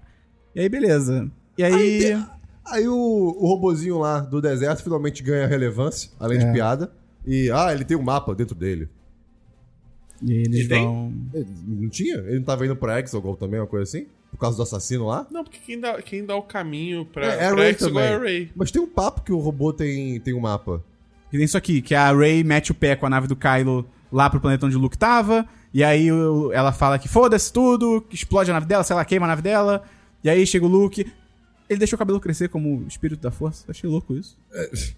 A: E aí, beleza. E aí...
B: Aí o, o robozinho lá do deserto finalmente ganha relevância, além
C: É.
B: de piada. E, ah, ele tem um mapa dentro dele.
A: E aí eles
C: E tem?
A: vão.
B: Ele- não tinha? Ele não tava indo pra Exogol também, uma coisa assim? Por causa do assassino lá?
C: Não, porque quem dá, quem dá o caminho pra,
B: É, é
C: pra
B: Rey
C: Exegol
B: também.
C: é Ray.
B: Mas tem um papo que o robô tem, tem um mapa.
A: Que tem isso aqui, que a Ray mete o pé com a nave do Kylo lá pro planeta onde o Luke tava. E aí o- ela fala que foda-se tudo, que explode a nave dela, sei lá, queima a nave dela. E aí chega o Luke. Ele deixou o cabelo crescer como o espírito da força. Achei louco isso.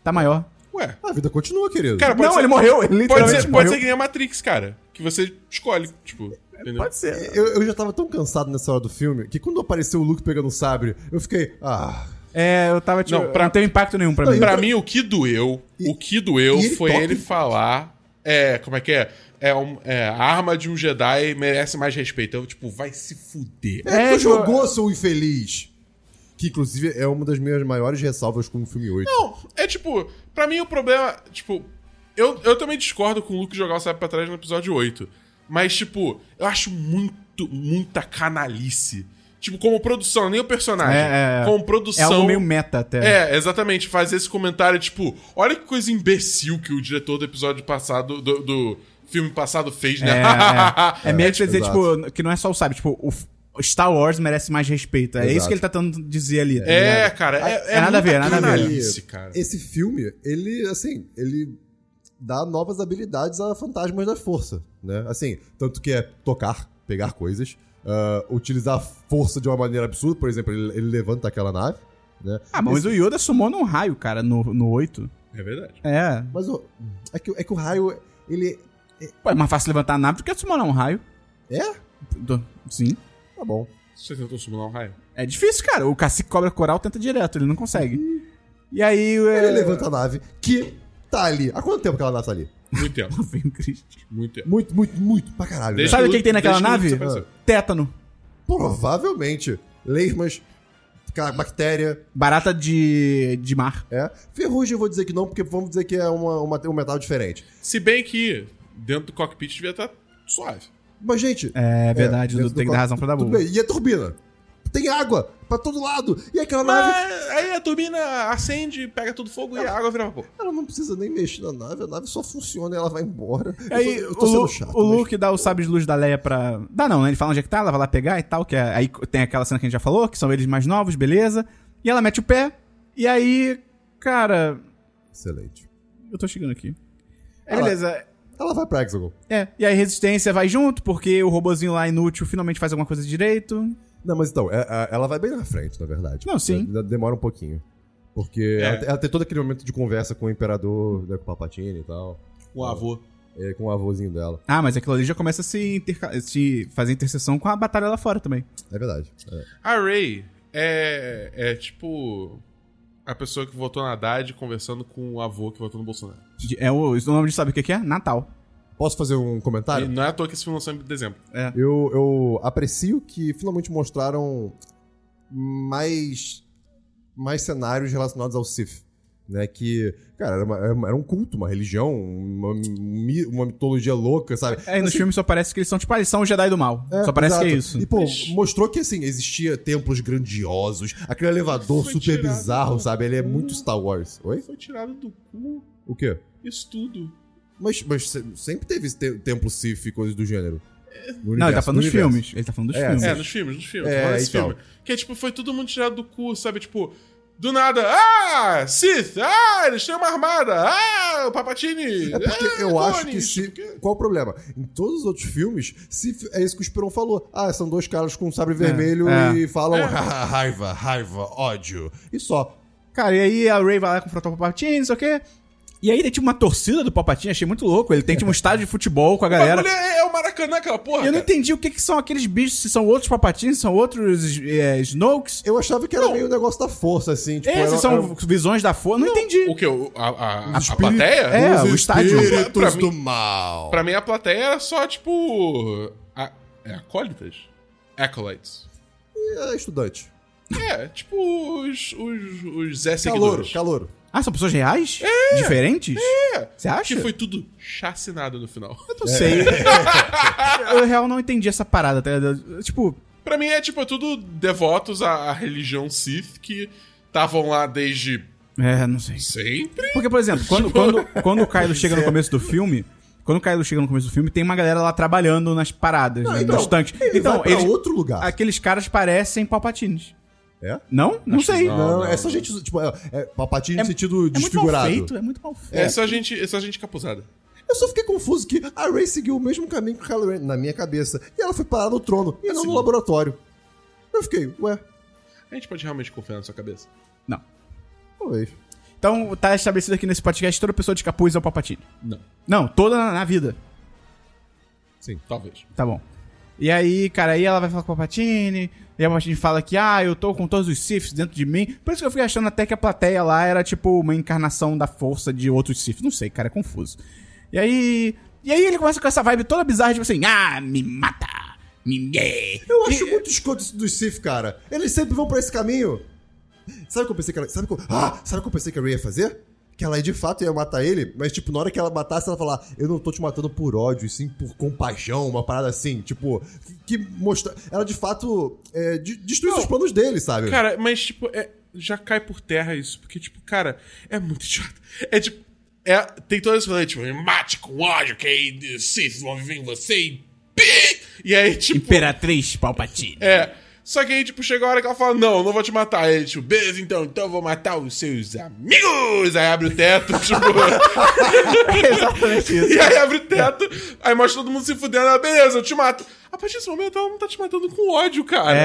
A: Tá maior.
C: Ué.
B: É, A vida continua, querido.
C: Cara, pode
A: Não,
C: ser-
A: ele morreu, ele
B: então,
C: Pode
A: literalmente
B: tipo,
C: ser, pode
A: morreu.
C: ser que nem a Matrix, cara. Que você escolhe, tipo. Entendeu?
A: Pode ser.
B: eu, eu já tava tão cansado nessa hora do filme que quando apareceu o Luke pegando o sabre, eu fiquei. Ah.
A: É, eu tava tipo. Não,
C: Não, pra-
A: tem impacto nenhum pra mim. É
C: Pra mim, o que doeu,
B: E-
C: o que doeu
B: e ele
C: foi
B: toca-
C: ele falar. É, como é que é? É, um- é, a arma de um Jedi merece mais respeito. Eu, tipo, vai se fuder.
B: É,
A: É,
B: tu jogou, seu infeliz! Que inclusive é uma das minhas maiores ressalvas com o filme 8.
C: Não, é tipo, pra mim o problema, tipo, eu, eu também discordo com o Luke jogar o sabre pra trás no episódio 8. Mas, tipo, eu acho muito, muita canalice. Tipo, como produção, nem o personagem.
A: É, é, é.
C: como
A: É
C: produção.
A: algo meio meta até.
C: É, exatamente. Fazer esse comentário, tipo, olha que coisa imbecil que o diretor do episódio passado, do, do filme passado fez, né?
A: (laughs) É, é. é meio que você dizer,
B: exato.
A: tipo, que não é só o sabe, tipo, o f- Star Wars merece mais respeito. É isso
B: Exato.
A: que ele tá tentando dizer ali. tá ligado?
C: (laughs) É, cara, é, é
A: nada a
C: muita
A: ver, nada a ver.
C: canalice, cara.
B: Esse filme, ele, assim, ele dá novas habilidades a fantasmas da força, né? Assim, tanto que é tocar, pegar coisas, ah, utilizar a força de uma maneira absurda, por exemplo, ele, ele levanta aquela nave, né?
A: Ah, mas o Yoda sumou num raio, cara, no, no 8.
C: É verdade.
A: É.
B: Mas o, é, que, é que o raio, ele...
A: Pô, é mais fácil levantar a nave do que sumar um raio.
B: É?
A: Do- Sim.
B: Tá bom.
C: Você tentou simular um raio?
A: É difícil, cara. O cacique cobra coral tenta direto, ele não consegue. E aí.
B: Ele
A: é-
B: levanta a nave, que tá ali. Há quanto tempo aquela nave tá ali?
C: Muito tempo,
A: (laughs) Lá vem o Cristo.
C: muito tempo.
B: Muito, muito, muito pra caralho,
C: Deixa-
B: né?
A: Sabe o que, que tem naquela
C: Deixa eu
A: nave?
C: desaparecer.
A: Tétano.
B: Provavelmente, leismas, ca- bactéria,
A: Barata de, de mar.
B: É. Ferrugem eu vou dizer que não, porque vamos dizer que é uma, uma- um metal diferente.
C: Se bem que dentro do cockpit devia estar suave.
B: Mas, gente.
A: É verdade,
B: dentro
A: Dudu tem que
B: copo-
A: dar razão pra dar
B: Tudo
A: boa.
B: bem, E a turbina? Tem água pra todo lado. E aquela nave.
C: Mas aí a turbina acende, pega todo fogo e a água vira vapor.
B: Ela não precisa nem mexer na nave, a nave só funciona e ela vai embora.
A: E (laughs) Aí
B: eu
A: o, Lu- o
B: mas-
A: Luke dá o sabre de luz da Leia pra. Dá não, né? Ele fala onde é que tá, ela vai lá pegar e tal. Que é- Aí tem aquela cena que a gente já falou, que são eles mais novos, beleza. E ela mete o pé. E aí, cara.
B: Excelente.
A: Eu tô chegando aqui. É,
B: Ela-
A: beleza.
B: Ela vai pra Hexagon.
A: É, e aí Resistência vai junto, porque o robozinho lá inútil finalmente faz alguma coisa direito.
B: Não, mas então, é- é- ela vai bem na frente, na verdade.
A: Não, sim.
B: Ainda Demora um pouquinho. Porque
C: É.
B: ela, ela tem todo aquele momento de conversa com o imperador, né, com o Palpatine e tal.
C: O avô.
B: e com o avôzinho dela.
A: Ah, mas aquilo ali já começa a se, interca- se fazer interseção com a batalha lá fora também.
B: É verdade. É.
C: A Ray é, é tipo a pessoa que votou na Haddad conversando com o avô que votou no Bolsonaro.
A: De- É o, o nome de sabe o que que é? Natal.
B: Posso fazer um
C: E
B: comentário?
C: não é à toa que esse filme lançou em dezembro.
B: Eu, eu aprecio que finalmente mostraram mais, mais cenários relacionados ao Sith. Né, que, cara, era, uma- era uma- era um culto, uma religião, uma, mi- uma mitologia louca, sabe?
A: É, e nos filmes só parece que eles são, tipo, ah, eles são o Jedi do Mal.
B: Assim- É,
A: só parece
B: exato.
A: que é isso.
B: E, pô, mostrou que, assim, existia templos grandiosos, aquele elevador
C: Foi
B: super
C: tirado
B: bizarro,
C: do
B: sabe? Ele é
C: cu.
B: muito Star Wars. Oi?
C: Foi tirado do cu
B: O quê?
C: isso tudo.
B: Mas, mas se- sempre teve esse te- templo Sith e coisas do gênero.
A: Não,
B: No
A: ele tá
B: universo,
A: falando
B: no
A: dos
B: universo.
A: filmes. Ele tá falando dos
B: É,
A: filmes.
C: É, nos filmes, nos filmes.
B: É,
C: É, esse
B: então.
C: filme. Que é tipo, foi todo mundo tirado do cu, sabe? Tipo, do nada, ah, Sith, ah, eles têm uma armada, ah, o Papatini. (laughs)
B: É porque
C: ah,
B: eu
C: clones,
B: acho que se.
C: tipo, que-
B: Qual o problema? Em todos os outros filmes, se é isso que o Esperon falou. Ah, são (laughs) dois caras com um sabre vermelho
A: é.
B: e falam
C: É.
B: "Ha, ha, raiva, raiva, ódio. E só.
A: Cara, e aí a Ray vai lá confrontar o Palpatine, não sei o quê. E aí tem tipo uma torcida do Palpatine, achei muito louco. Ele
C: (laughs)
A: tem tipo um estádio de futebol com a galera.
C: bagulho é, é o Maracanã, aquela porra.
A: Eu não
C: cara.
A: entendi o que, que são aqueles bichos, se são outros Palpatines, se são outros é, Snokes.
B: Eu achava que era meio o negócio da força,
C: É,
B: assim. Tipo,
A: Esses
B: era-
A: são
B: era-
A: visões da força. Não, entendi.
C: um- O que? A, a, a,
A: espírito-
C: plateia?
A: É, o estádio.
C: Pra
B: Espíritos
C: mim-
B: do mal.
C: Pra mim, a plateia era só, tipo. A, é acólitas? Acolytes.
B: É estudante.
C: É, tipo os, os, os Zé
B: Calouro,
C: seguidores.
B: calouro.
A: Ah, são pessoas reais? Diferentes? É. Você acha?
C: Que foi tudo chacinado no final. (laughs)
A: Eu não sei. eu, eu, real, não entendi essa parada, tá ligado? Tipo,
C: Pra mim é tipo é tudo devotos à, à religião Sith que estavam lá desde
A: é, não sei.
C: sempre.
A: Porque, por exemplo, quando,
B: Tipo,
A: quando, quando
B: (laughs)
A: o Kylo chega no começo do filme. Quando o Kylo chega no começo do filme, tem uma galera lá trabalhando nas paradas, né, nos tanques.
B: Ele
A: Então,
B: vai pra
A: eles,
B: outro lugar.
A: aqueles caras parecem palpatines.
B: É?
A: Não? Não sei.
B: Não, é só gente. Tipo, é, é papatinho
A: É-
B: no sentido
A: É muito mal
B: desfigurado.
A: feito, é muito mal feito.
C: É só gente, é só gente capuzada.
B: Eu só fiquei confuso que a Ray seguiu o mesmo caminho que o Kylo Ren, na minha cabeça. E ela foi parar no trono e não no laboratório. Eu fiquei, ué,
C: A gente pode realmente confiar na sua cabeça.
A: Não.
B: talvez.
A: Então, tá estabelecido aqui nesse podcast, toda pessoa de capuz é o Palpatine.
C: Não.
A: Não, toda na, na vida.
C: Sim. Talvez.
A: Tá bom. E aí, cara, aí ela vai falar com a Palpatine, e a Palpatine fala que, ah, eu tô com todos os Siths dentro de mim. Por isso que eu fiquei achando até que a plateia lá era, tipo, uma encarnação da força de outros Siths. Não sei, cara, é confuso. E aí... E aí ele começa com essa vibe toda bizarra, tipo assim, ah, me mata, me...
B: Eu acho muito escroto isso do Sif, cara. Eles sempre vão pra esse caminho. Sabe o que eu pensei que ela. Sabe o que eu, ah, sabe o que eu pensei que a Ray ia fazer? Que ela de fato ia matar ele, mas tipo, na hora que ela matasse, ela falar, eu não tô te matando por ódio, e sim por compaixão, uma parada assim, tipo, que mostra. Ela de fato é, de- destruiu os planos dele, sabe?
C: Cara, mas tipo, é- já cai por terra isso, porque tipo, cara, é muito (laughs) idiota. É tipo, é, tem todo esse rolê, tipo, me mate com ódio, que aí Sith vão viver em você e... pi! E aí, tipo,
A: Imperatriz (laughs) Palpatine.
C: É. Só que aí, tipo, chega a hora que ela fala, não, não vou te matar. Aí ele, tipo, beleza, então, então eu vou matar os seus amigos. Aí abre o teto, (laughs) tipo...
A: É Exatamente isso.
C: e aí abre o teto, aí mostra todo mundo se fudendo. Ela, beleza, eu te mato. A partir desse momento, ela não tá te matando com ódio, cara.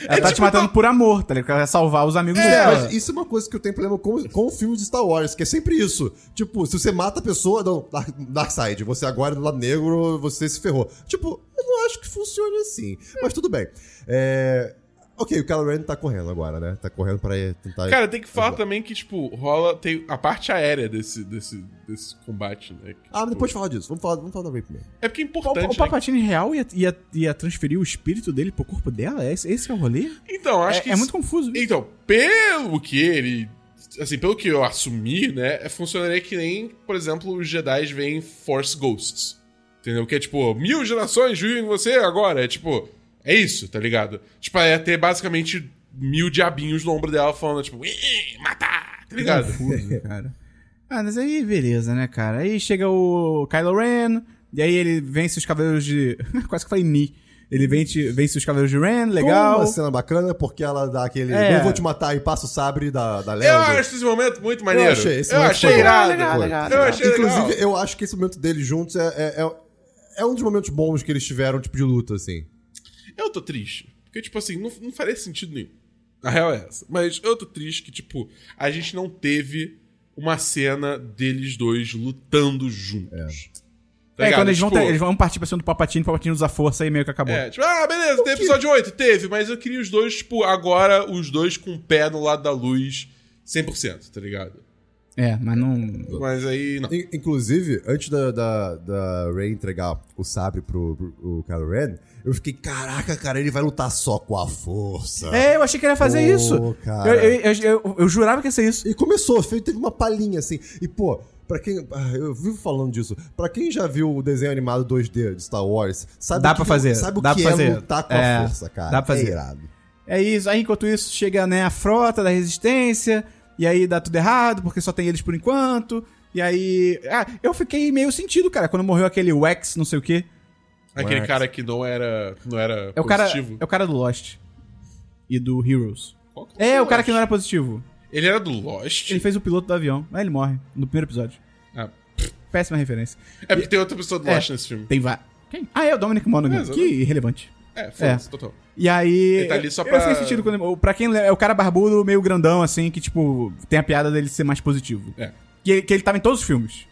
A: É, ela tá te
C: tipo,
A: matando por amor, tá ligado? Porque Ela vai salvar os amigos
B: É,
A: dela.
B: mas isso é uma coisa que eu tenho problema com, com o filme de Star Wars, que é sempre isso. Tipo, se você mata a pessoa, não, Dark, Dark Side, você agora é do lado negro, você se ferrou. Tipo, eu não acho que funcione assim. Mas tudo bem. É, Ok, o Kylo Ren tá correndo agora, né? Tá correndo pra ir tentar...
C: Cara, tem que falar também que, tipo, rola... Tem a parte aérea desse, desse, desse combate, né? Que,
B: Ah, mas
C: tipo,
B: depois fala disso. Vamos falar, vamos falar da Ray primeiro.
C: É porque é
A: O,
C: importante,
A: o
C: né?
A: Palpatine real ia, ia, ia transferir o espírito dele pro corpo dela? Esse, esse é o rolê?
C: Então, acho
A: é,
C: que...
A: é
C: isso-
A: muito confuso. isso.
C: Então, pelo que ele. Assim, pelo que eu assumi, né? Funcionaria que nem, por exemplo, os Jedi veem Force Ghosts. Entendeu? Que é tipo, mil gerações vivem em você agora. É tipo, é isso, tá ligado? Tipo, é ter basicamente mil diabinhos no ombro dela falando, tipo, "Ih, matar, tá ligado?
B: (laughs)
A: Confuso, cara. Ah, mas aí beleza, né, cara? Aí chega o Kylo Ren, e aí ele vence os cavaleiros de. (laughs) Quase que falei Ni. Ele vence, vence os cavaleiros de Ren,
C: É
A: legal.
B: Uma cena bacana, porque ela dá aquele...
A: É.
B: Não vou te matar e passa o sabre da,
A: né,
B: da
C: Eu
B: Léo.
C: acho esse momento muito maneiro. Eu achei,
B: achei, esse momento foi-
C: irado.
A: Legal,
C: pô.
A: legal,
C: Eu
A: legal.
C: achei é legal.
B: Inclusive, eu acho que esse momento deles juntos é... é- é- é um dos momentos bons que eles tiveram, tipo, de luta, assim.
C: Eu tô triste. Porque, tipo assim, não, não faria sentido nenhum. A real é essa. Mas eu tô triste que, tipo, a gente não teve uma cena deles dois lutando juntos. Tá
A: é,
C: ligado?
A: quando eles vão,
C: Tipo,
A: ter- eles vão partir pra cima do Palpatine, o Palpatine usa a força e meio que acabou.
C: É, tipo, ah, beleza, tem episódio 8, teve, mas eu queria os dois, tipo, agora os dois com o pé no lado da luz 100%, tá ligado?
A: É, mas não.
C: Mas aí, não.
B: In- Inclusive, antes da, da, da Rey entregar o sabre pro, pro o Kylo Ren, eu fiquei, caraca, cara, ele vai lutar só com a força.
A: É, eu achei que ele ia fazer
B: Ah. Pô,
A: isso.
B: cara.
A: Eu, eu, eu, eu- eu jurava que ia ser isso.
B: E começou, fe- teve uma palhinha assim. E, pô, pra quem. ah, Eu vivo falando disso. Pra quem já viu o desenho animado 2D de Star Wars, sabe
A: Dá
B: o que,
A: pra fazer,
B: sabe o
A: dá
B: que
A: pra
B: é
A: fazer.
B: lutar com
A: É,
B: a força, cara.
A: dá pra fazer.
B: É irado.
A: É isso. Aí, enquanto isso, chega né, a frota da resistência. E aí dá tudo errado, porque só tem eles por enquanto. E aí. Ah, eu fiquei meio sentido, cara, quando morreu aquele Wex, não sei o quê.
C: Aquele cara que não era, não era
A: É o, cara,
C: positivo.
A: é o cara do Lost. E do Heroes.
C: Qual que
A: É,
C: do
A: o cara que
C: Lost?
A: não era positivo.
C: Ele era do Lost?
A: Ele fez o piloto do avião. Aí ele morre no primeiro episódio.
C: Ah.
A: Péssima referência.
C: É porque tem outra pessoa do
A: É.
C: Lost nesse filme.
A: Tem vá. Quem? Ah, é o Dominic Monaghan.
C: É,
A: que irrelevante.
C: É, foda-se, total.
A: E aí.
C: Ele tá ali só
A: eu
C: pra-
A: sei sentido quando. Pra quem lembra, é o cara barbudo, meio grandão, assim, que, tipo, tem a piada dele ser mais positivo.
C: É.
A: Que ele, que ele tava em todos os filmes.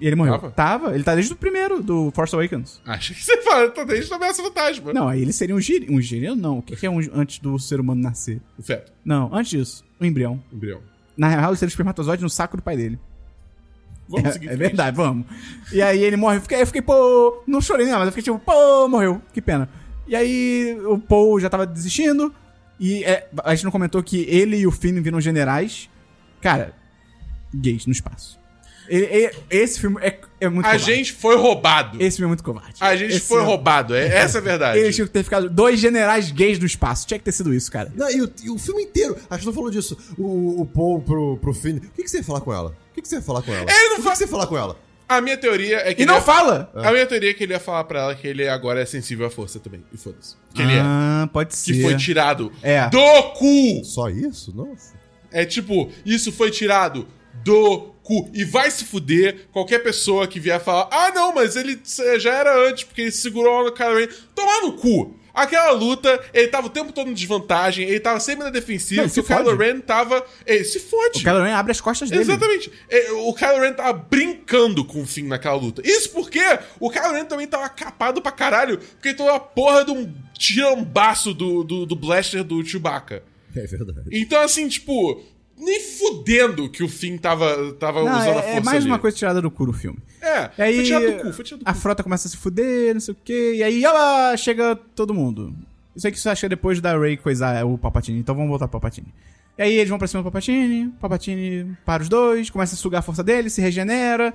A: E ele morreu.
C: Tava?
A: Tava? Ele tá desde o primeiro, do Force Awakens.
C: Acha que você fala, tá desde a ameaça fantasma.
A: Não, aí ele seria um giri. Um giri? Não. O que, que é um antes do ser humano nascer?
C: O feto,
A: Não, antes disso, um embrião.
C: o embrião.
A: Na real, ele seria um espermatozoide no saco do pai dele.
C: Vamos seguir.
A: É,
C: em
A: é
C: frente.
A: verdade, vamos. E aí ele morre. Eu fiquei, eu fiquei, pô, não chorei não, mas eu fiquei tipo, pô, morreu, que pena. E aí o Paul já tava desistindo. E é, a gente não comentou que ele e o Finn viram generais. Cara, gays no espaço. Ele- ele- esse filme é, é muito
C: A
A: covarde.
C: gente foi roubado.
A: Esse filme é muito covarde.
C: A gente
A: Esse
C: foi
A: filme-
C: roubado. É, essa é a verdade.
A: Eles tinham que ter ficado dois generais gays no espaço. Tinha que ter sido isso, cara.
B: Não, e, o, e o filme inteiro, a gente não falou disso. O, o Paul pro, pro Finn. O que, que você ia falar com ela? O que, que você ia falar com ela?
C: Ele não
B: o que,
C: fa-
B: que você ia falar com ela?
C: A minha teoria é
A: E
C: que. ele
A: não
C: ia-
A: fala!
C: A minha teoria é que ele ia falar pra ela que ele agora é sensível à força também. E foda-se. Que ele é.
A: ah, pode ser.
C: Que foi tirado
A: É.
C: do cu!
B: Só isso? Nossa.
C: É tipo, isso foi tirado do cu. E vai se fuder qualquer pessoa que vier falar: ah, não, mas ele eh, já era antes, porque ele segurou a cara dele. Tomar no cu! Aquela luta, ele tava o tempo todo em desvantagem, ele tava sempre na defensiva,
A: Não, se
C: porque o Kylo
A: fode.
C: Ren tava. Ele se fode.
A: O Kylo Ren abre as costas dele.
C: Exatamente. É, O Kylo Ren tava brincando com o Finn naquela luta. Isso porque o Kylo Ren também tava capado pra caralho, porque ele tomou a porra de um tirambaço do, do, do blaster do Chewbacca.
B: É verdade.
C: Então, assim, tipo, nem fudendo que o Finn tava, tava
A: Não,
C: usando a
A: é,
C: força
A: é mais
C: ali.
A: uma coisa tirada do cu o filme.
C: É,
A: E aí,
C: foi tirado do cu, foi tirado do
A: a
C: cu.
A: frota começa a se fuder, não sei o quê. E aí, ela chega todo mundo. Eu sei que isso acha depois da Ray coisar o Palpatine, então vamos voltar pro Palpatine. E aí, eles vão pra cima do Palpatine, Palpatine para os dois, começa a sugar a força dele, se regenera.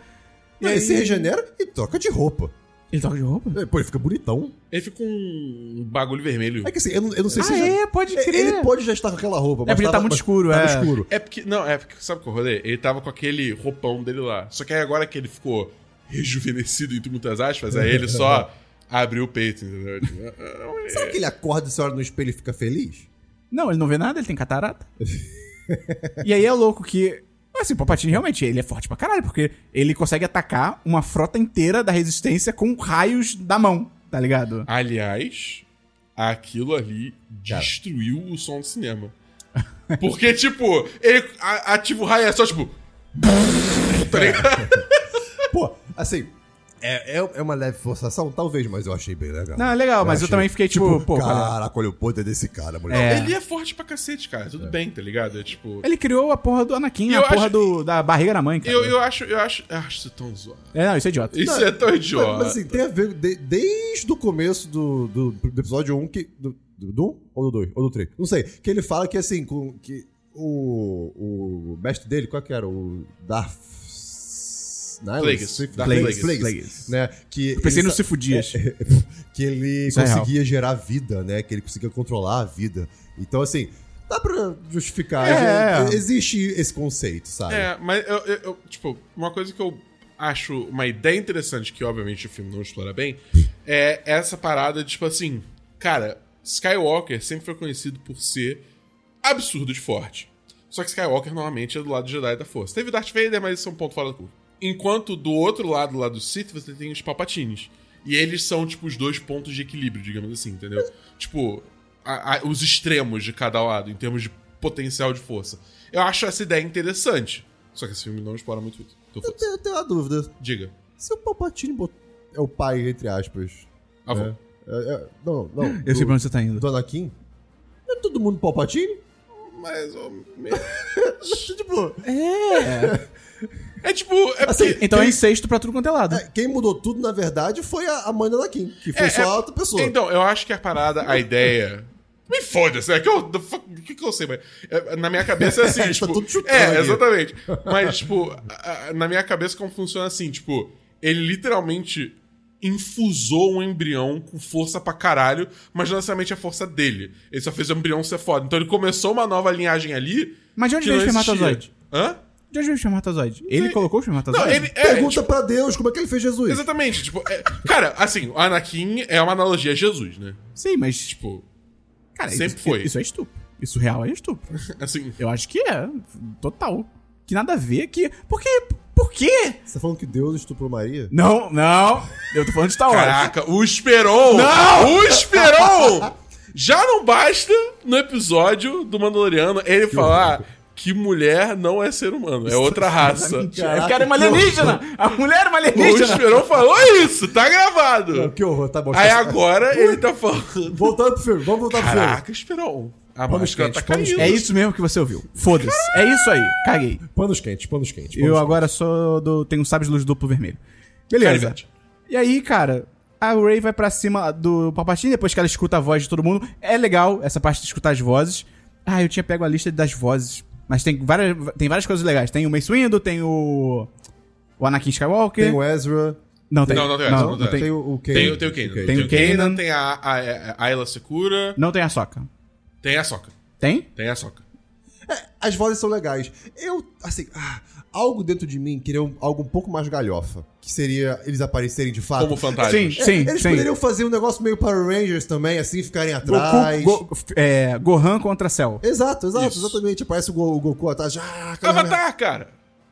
A: E
B: Não,
A: aí,
B: Ele se regenera e troca de roupa.
A: Ele troca de roupa?
B: É, Pô, ele fica bonitão.
C: Ele fica com um bagulho vermelho.
B: É que assim, eu não, eu não sei se.
A: Ah,
B: ele
A: é, pode
B: É,
A: crer.
B: Ele pode já estar com aquela roupa,
A: porque
B: tava-
A: tá muito
B: mas
A: escuro,
B: tava
A: é.
B: escuro.
C: É porque, não, é porque, sabe qual rolê? Ele tava com aquele roupão dele lá. Só que aí agora que ele ficou rejuvenescido, entre muitas aspas, aí ele
A: (laughs)
C: só abriu o peito, entendeu? Tipo,
B: Será que ele acorda e se olha no espelho e fica feliz?
A: Não, ele não vê nada, ele tem catarata. e aí é louco que. Assim, o Palpatine realmente ele é forte pra caralho, porque ele consegue atacar uma frota inteira da resistência com raios da mão, tá ligado?
C: Aliás, aquilo ali destruiu o som do cinema. Porque, tipo, ele a- ativa o raio é só, tipo,
B: Pô, assim, é, é, é uma leve forçação, talvez, mas eu achei bem legal.
A: Não, é legal, mas eu
B: achei.
A: também fiquei tipo, pô, cara.
B: Caraca, olha o poder desse cara, mulher.
A: É.
C: Ele é forte pra cacete, cara. Tudo bem, tá ligado? É tipo.
A: Ele criou a porra do Anakin,
C: Eu
A: a porra
C: acho-
A: do, da barriga da mãe, cara.
C: Eu, eu acho, eu acho. eu acho isso tão zoado.
A: É, não, isso é idiota.
C: Isso é tão
B: Mas,
C: idiota.
B: mas assim, tem a ver de- desde o começo do, do, do episódio 1 que. Do, do, do um ou do 2? Ou do 3? Não sei. Que ele fala que assim, com, que o, o mestre dele, qual que era? O Darth. Nihilus?
C: Plagueis.
B: Sei-
C: Darth
B: Plagueis.
A: Plagueis.
B: Plagueis. Né? Que
A: Eu pensei
B: ele
A: no
B: sa- É,
A: Sifo
C: É.
B: (laughs)
A: Dias.
B: que ele
A: Isso é
B: conseguia gerar vida, né? Que ele conseguia controlar a vida. Então, assim, dá pra justificar.
A: É.
B: já- Existe esse conceito, sabe?
C: É, mas eu, eu- eu- Tipo, uma coisa que eu acho uma ideia interessante, que obviamente o filme não explora bem, é essa parada de, tipo assim. Cara, Skywalker sempre foi conhecido por ser absurdo de forte. Só que Skywalker normalmente é do lado Jedi da Força. Teve Darth Vader, mas isso é um ponto fora do cu. Enquanto do outro lado, lá do Sith, você tem os Palpatines. E eles são, tipo, os dois pontos de equilíbrio, digamos assim, entendeu? Tipo, a- a- os extremos de cada lado, em termos de potencial de força. Eu acho essa ideia interessante. Só que esse filme não explora muito isso.
B: Eu
C: Então, foda-se.
B: tenho, eu tenho uma dúvida.
C: Diga.
B: Se o Palpatine bot- é o pai, entre aspas.
C: Avô.
B: né? É, é- não, não. não,
A: Eu sei pra
B: do,
A: onde você tá indo.
B: do Anakin? Não é todo mundo Palpatine?
C: Mas, ó, me-
B: (laughs) tipo,
C: é tipo... É porque...
B: assim,
A: Então é
B: quem,
A: incesto pra tudo quanto é lado.
B: quem mudou tudo, na verdade, foi a, a mãe do Anakin. Que foi
C: É,
B: só
C: é-
B: a outra pessoa.
C: Então, eu acho que a parada, a ideia. (laughs) Me foda-se, é que eu. the fuck- O que, que eu sei, mas. é, Na minha cabeça é assim,
B: A gente tá
C: tipo.
B: tudo chutando
C: é,
B: aqui.
C: exatamente. Mas, tipo, a- a- na minha cabeça, como funciona assim, tipo, ele literalmente infusou um embrião com força pra caralho, mas não necessariamente a força dele. Ele só fez o embrião ser foda. Então ele começou uma nova linhagem ali.
A: Mas de onde
C: que
A: veio o
C: não existia.
A: espermatozoide?
C: Hã?
A: De onde veio o espermatozoide? Ele colocou o
C: Não,
A: espermatozoide?
C: ele. É,
B: Pergunta pra Deus como é que ele fez Jesus.
C: exatamente. Tipo, é- cara, assim, o Anakin é uma analogia a Jesus, né?
A: Sim, mas,
C: Tipo, (laughs)
A: cara,
C: sempre
A: isso,
C: foi.
A: isso é estupro. Isso real é estupro.
C: assim.
A: Eu acho que é. Total. Que nada a ver que. Porque. Por quê?
B: Você tá falando que Deus estuprou Maria?
A: Não, não. Eu tô falando de Star Wars.
C: Caraca, o Esperon!
A: Não!
C: O Esperon! Já não basta no episódio do Mandaloriano ele falar que mulher não é ser humano, é outra raça.
A: Esse cara é uma alienígena. A mulher é uma
C: O
A: alienígena.
C: Esperon falou isso, tá
B: Não,
C: gravado.
B: que horror, tá bom.
C: Aí
B: esquece.
C: agora ele tá falando.
B: Voltando pro filme, vamos voltar pro filme.
C: Caraca, Esperon. A
B: Vamos,
C: máscara tá
B: gente, vamos,
C: caindo.
A: É isso mesmo que você ouviu. Foda-se. É isso aí. Caguei.
B: Panos quentes, panos quentes. panos
A: Eu agora sou do. Tenho um sábio de luz duplo vermelho. Beleza.
C: Carivete.
A: E aí, cara, a Ray vai pra cima do Palpatine, depois que ela escuta a voz de todo mundo. É legal essa parte de escutar as vozes. Ah, eu tinha pego a lista das vozes. Mas tem várias, tem várias coisas legais. Tem o Mace Windu, tem o. O Anakin Skywalker.
B: Tem o Ezra.
A: Não, tem.
C: Não, não tem, não
A: tem.
B: Tem o o Kane.
C: Tem, tem o Kanan.
A: Tem
C: Tem
A: o
C: o Kanan,
A: Kanan.
C: tem a, a, a Ayla Secura,
A: Não tem a Soca.
C: tem a Soca.
A: Tem?
C: Tem a Soca.
B: As vozes são legais. Eu, assim, ah, algo dentro de mim queria um- algo um pouco mais galhofa. Que seria eles aparecerem de fato.
C: Como fantasma.
A: Sim,
B: É,
A: sim,
B: eles
A: sim.
B: poderiam fazer um negócio meio Power Rangers também, assim, ficarem atrás.
A: Goku, Go- é, Gohan contra Cell.
B: Exato, exato,
C: Isso.
B: exatamente. Aparece o, Go- o Goku atrás. Ah, caralho.
C: Avatar, cara.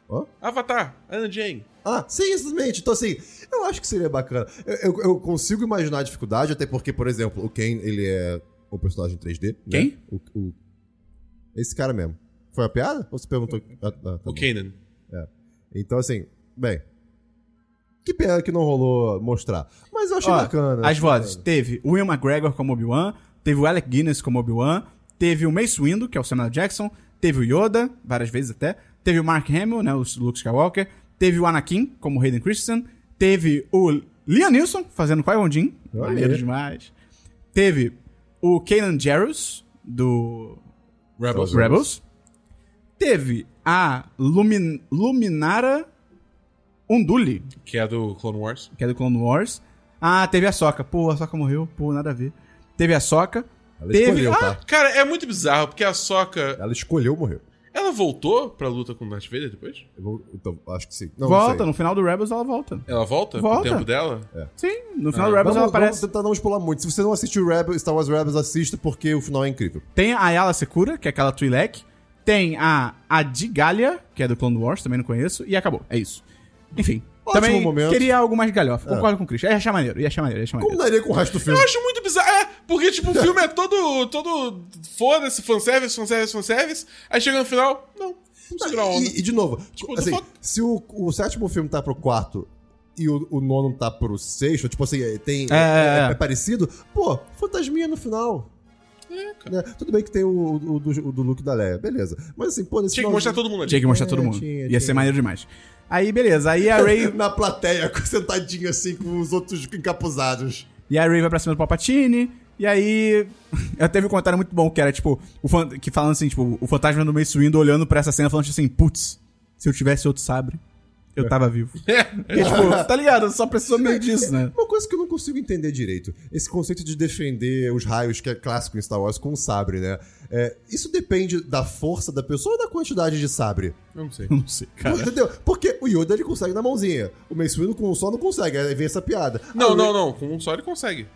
B: Hã?
C: Avatar, Anna Jane.
B: Ah, sim, exatamente. Então, assim, eu acho que seria bacana. Eu, eu- eu consigo imaginar a dificuldade, até porque, por exemplo, o Ken, ele é um personagem 3D. né?
A: Quem?
B: O, o- Esse cara mesmo. Foi uma piada? Ou você perguntou? Ah, ah, tá bom.
C: O Kanan.
B: Então, assim, bem. Que pena que não rolou mostrar. Mas eu achei
A: Ó,
B: bacana.
A: As
B: achei
A: vozes.
B: bacana.
A: Teve o Will McGregor como Obi-Wan, teve o Alec Guinness como Obi-Wan, teve o Mace Windu, que é o Samuel Jackson, teve o Yoda, várias vezes até, teve o Mark Hamill, né, o Luke Skywalker, teve o Anakin como Hayden Christensen, teve o Liam Neeson fazendo Qui-Gon Jinn,
B: Olha
A: maneiro
B: aí.
A: demais. Teve o Kanan Jarrus, do
C: Rebels.
A: Rebels. Teve a Lumin Luminara Unduli,
C: Que é do Clone Wars.
A: que é do Clone Wars. Ah, teve a Soca. Pô, a Soca morreu. Pô, nada a ver. Teve a Soca.
B: Ela
A: teve-
B: escolheu,
A: Ah!
B: tá?
C: Cara, é muito bizarro, porque a Soca.
B: Ela escolheu morrer.
C: Ela voltou pra luta com o Darth Vader depois?
B: Eu vou- então, acho que sim. Não,
A: volta,
B: não.
A: no final do Rebels ela volta.
C: Ela volta,
A: Volta.
C: com o tempo dela?
A: Sim, no final do Rebels
B: sei. Ah, Vamos,
A: ela
B: vamos
A: aparece.
B: tentar não explorar muito. Se você não assistiu Rebel, Star Wars Rebels, assista porque o final é incrível.
A: Tem a Ayala Secura, que é aquela Twi'lek. Tem a Adigalia, que é do Clone Wars, também não conheço. E acabou, é isso. Enfim,
B: Ótimo
A: também
B: momento.
A: queria algo mais galhofa. Concordo com o Christian. Ia achar maneiro, ia achar maneiro, ia achar maneiro.
B: Como daria com o resto do filme?
C: Eu acho muito bizarro. É, porque, tipo, o filme é todo. todo Foda-se, fanservice, fanservice, fanservice. Aí chega no final, não. Vamos tirar onda.
B: E, e de novo,
C: tá Tipo,
B: assim,
C: do fo-
B: se o, o sétimo filme tá pro quarto e o, o nono tá pro sexto, tipo assim, é- tem,
A: É,
B: é,
A: é.
B: é parecido, pô, fantasminha no final.
C: É,
B: Né? Tudo bem que tem o, o do, o do Luke da Leia, beleza. Mas assim, pô, nesse
C: Tinha que
B: final-
C: mostrar todo mundo ali.
A: Tinha que mostrar
B: É,
A: todo mundo.
B: tinha,
A: Ia
B: tinha.
A: ser maneiro demais. Aí, beleza. Aí a
B: (laughs)
A: Ray
B: Na plateia, sentadinho assim, com os outros encapuzados.
A: E a Ray vai pra cima do Palpatine. E aí. (laughs) Eu teve um comentário muito bom que era tipo. O fan- Que falando assim, tipo, o fantasma do Mace Windu olhando pra essa cena falando assim: putz, se eu tivesse outro sabre, eu tava vivo.
C: (laughs) É,
A: Porque, tipo, tá ligado? Só precisou meio disso, né?
B: É, Uma coisa que eu não consigo entender direito: esse conceito de defender os raios, que é clássico em Star Wars, com o sabre, né? É, isso depende da força da pessoa ou da quantidade de sabre?
C: Eu não sei.
A: Eu não sei,
C: É, né?
A: cara.
B: Entendeu? Porque o Yoda ele consegue na mãozinha. O Mace Windu com um só não consegue. Aí vem essa piada. Ah,
C: Não,
B: Aí-
C: não, não. Com um só ele consegue.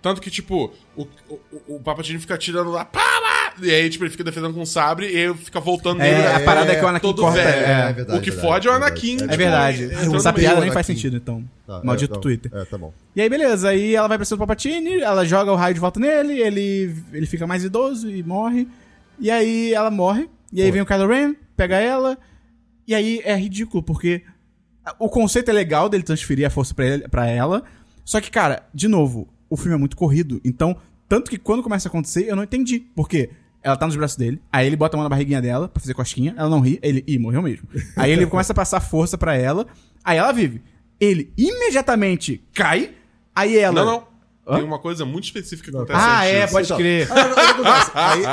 C: Tanto que, tipo, o, o, o Papatini fica tirando lá. Pá, pá! E aí, tipo, ele fica defendendo com o sabre e aí fica voltando
A: É,
C: nele,
A: a
C: né?
A: parada é, que o Anakin
C: todo
A: corta.
C: velho.
A: É,
B: verdade,
C: o que
B: verdade,
C: fode é o
B: verdade.
C: Anakin.
B: É
A: é verdade.
C: Tipo,
B: eu
A: Essa
B: odeio
A: piada nem
B: Anakin.
A: faz sentido, então.
B: Tá, é,
A: Maldito
B: não.
A: Twitter.
B: É, tá bom.
A: E aí, beleza. Aí ela vai pra cima do Palpatine, ela joga o raio de volta nele, ele, ele fica mais idoso e morre. E aí ela morre. E aí vem o Kylo Ren, pega ela. E aí é ridículo, porque o conceito é legal dele transferir a força pra, ele- pra ela. Só que, cara, de novo, o filme é muito corrido. Então, tanto que quando começa a acontecer, eu não entendi. Porque ela tá nos braços dele, aí ele bota a mão na barriguinha dela pra fazer cosquinha, ela não ri, ele, ih, morreu mesmo. Aí
C: (laughs)
A: ele começa a passar força pra ela, aí ela vive. Ele imediatamente cai, aí é ela.
C: Não, não.
A: Hã?
C: Tem uma coisa muito específica que
B: tá
C: acontece
A: Ah,
C: antes
A: é,
C: disso.
A: pode crer.
B: Aí, aí
A: (laughs)
B: acontece, aí-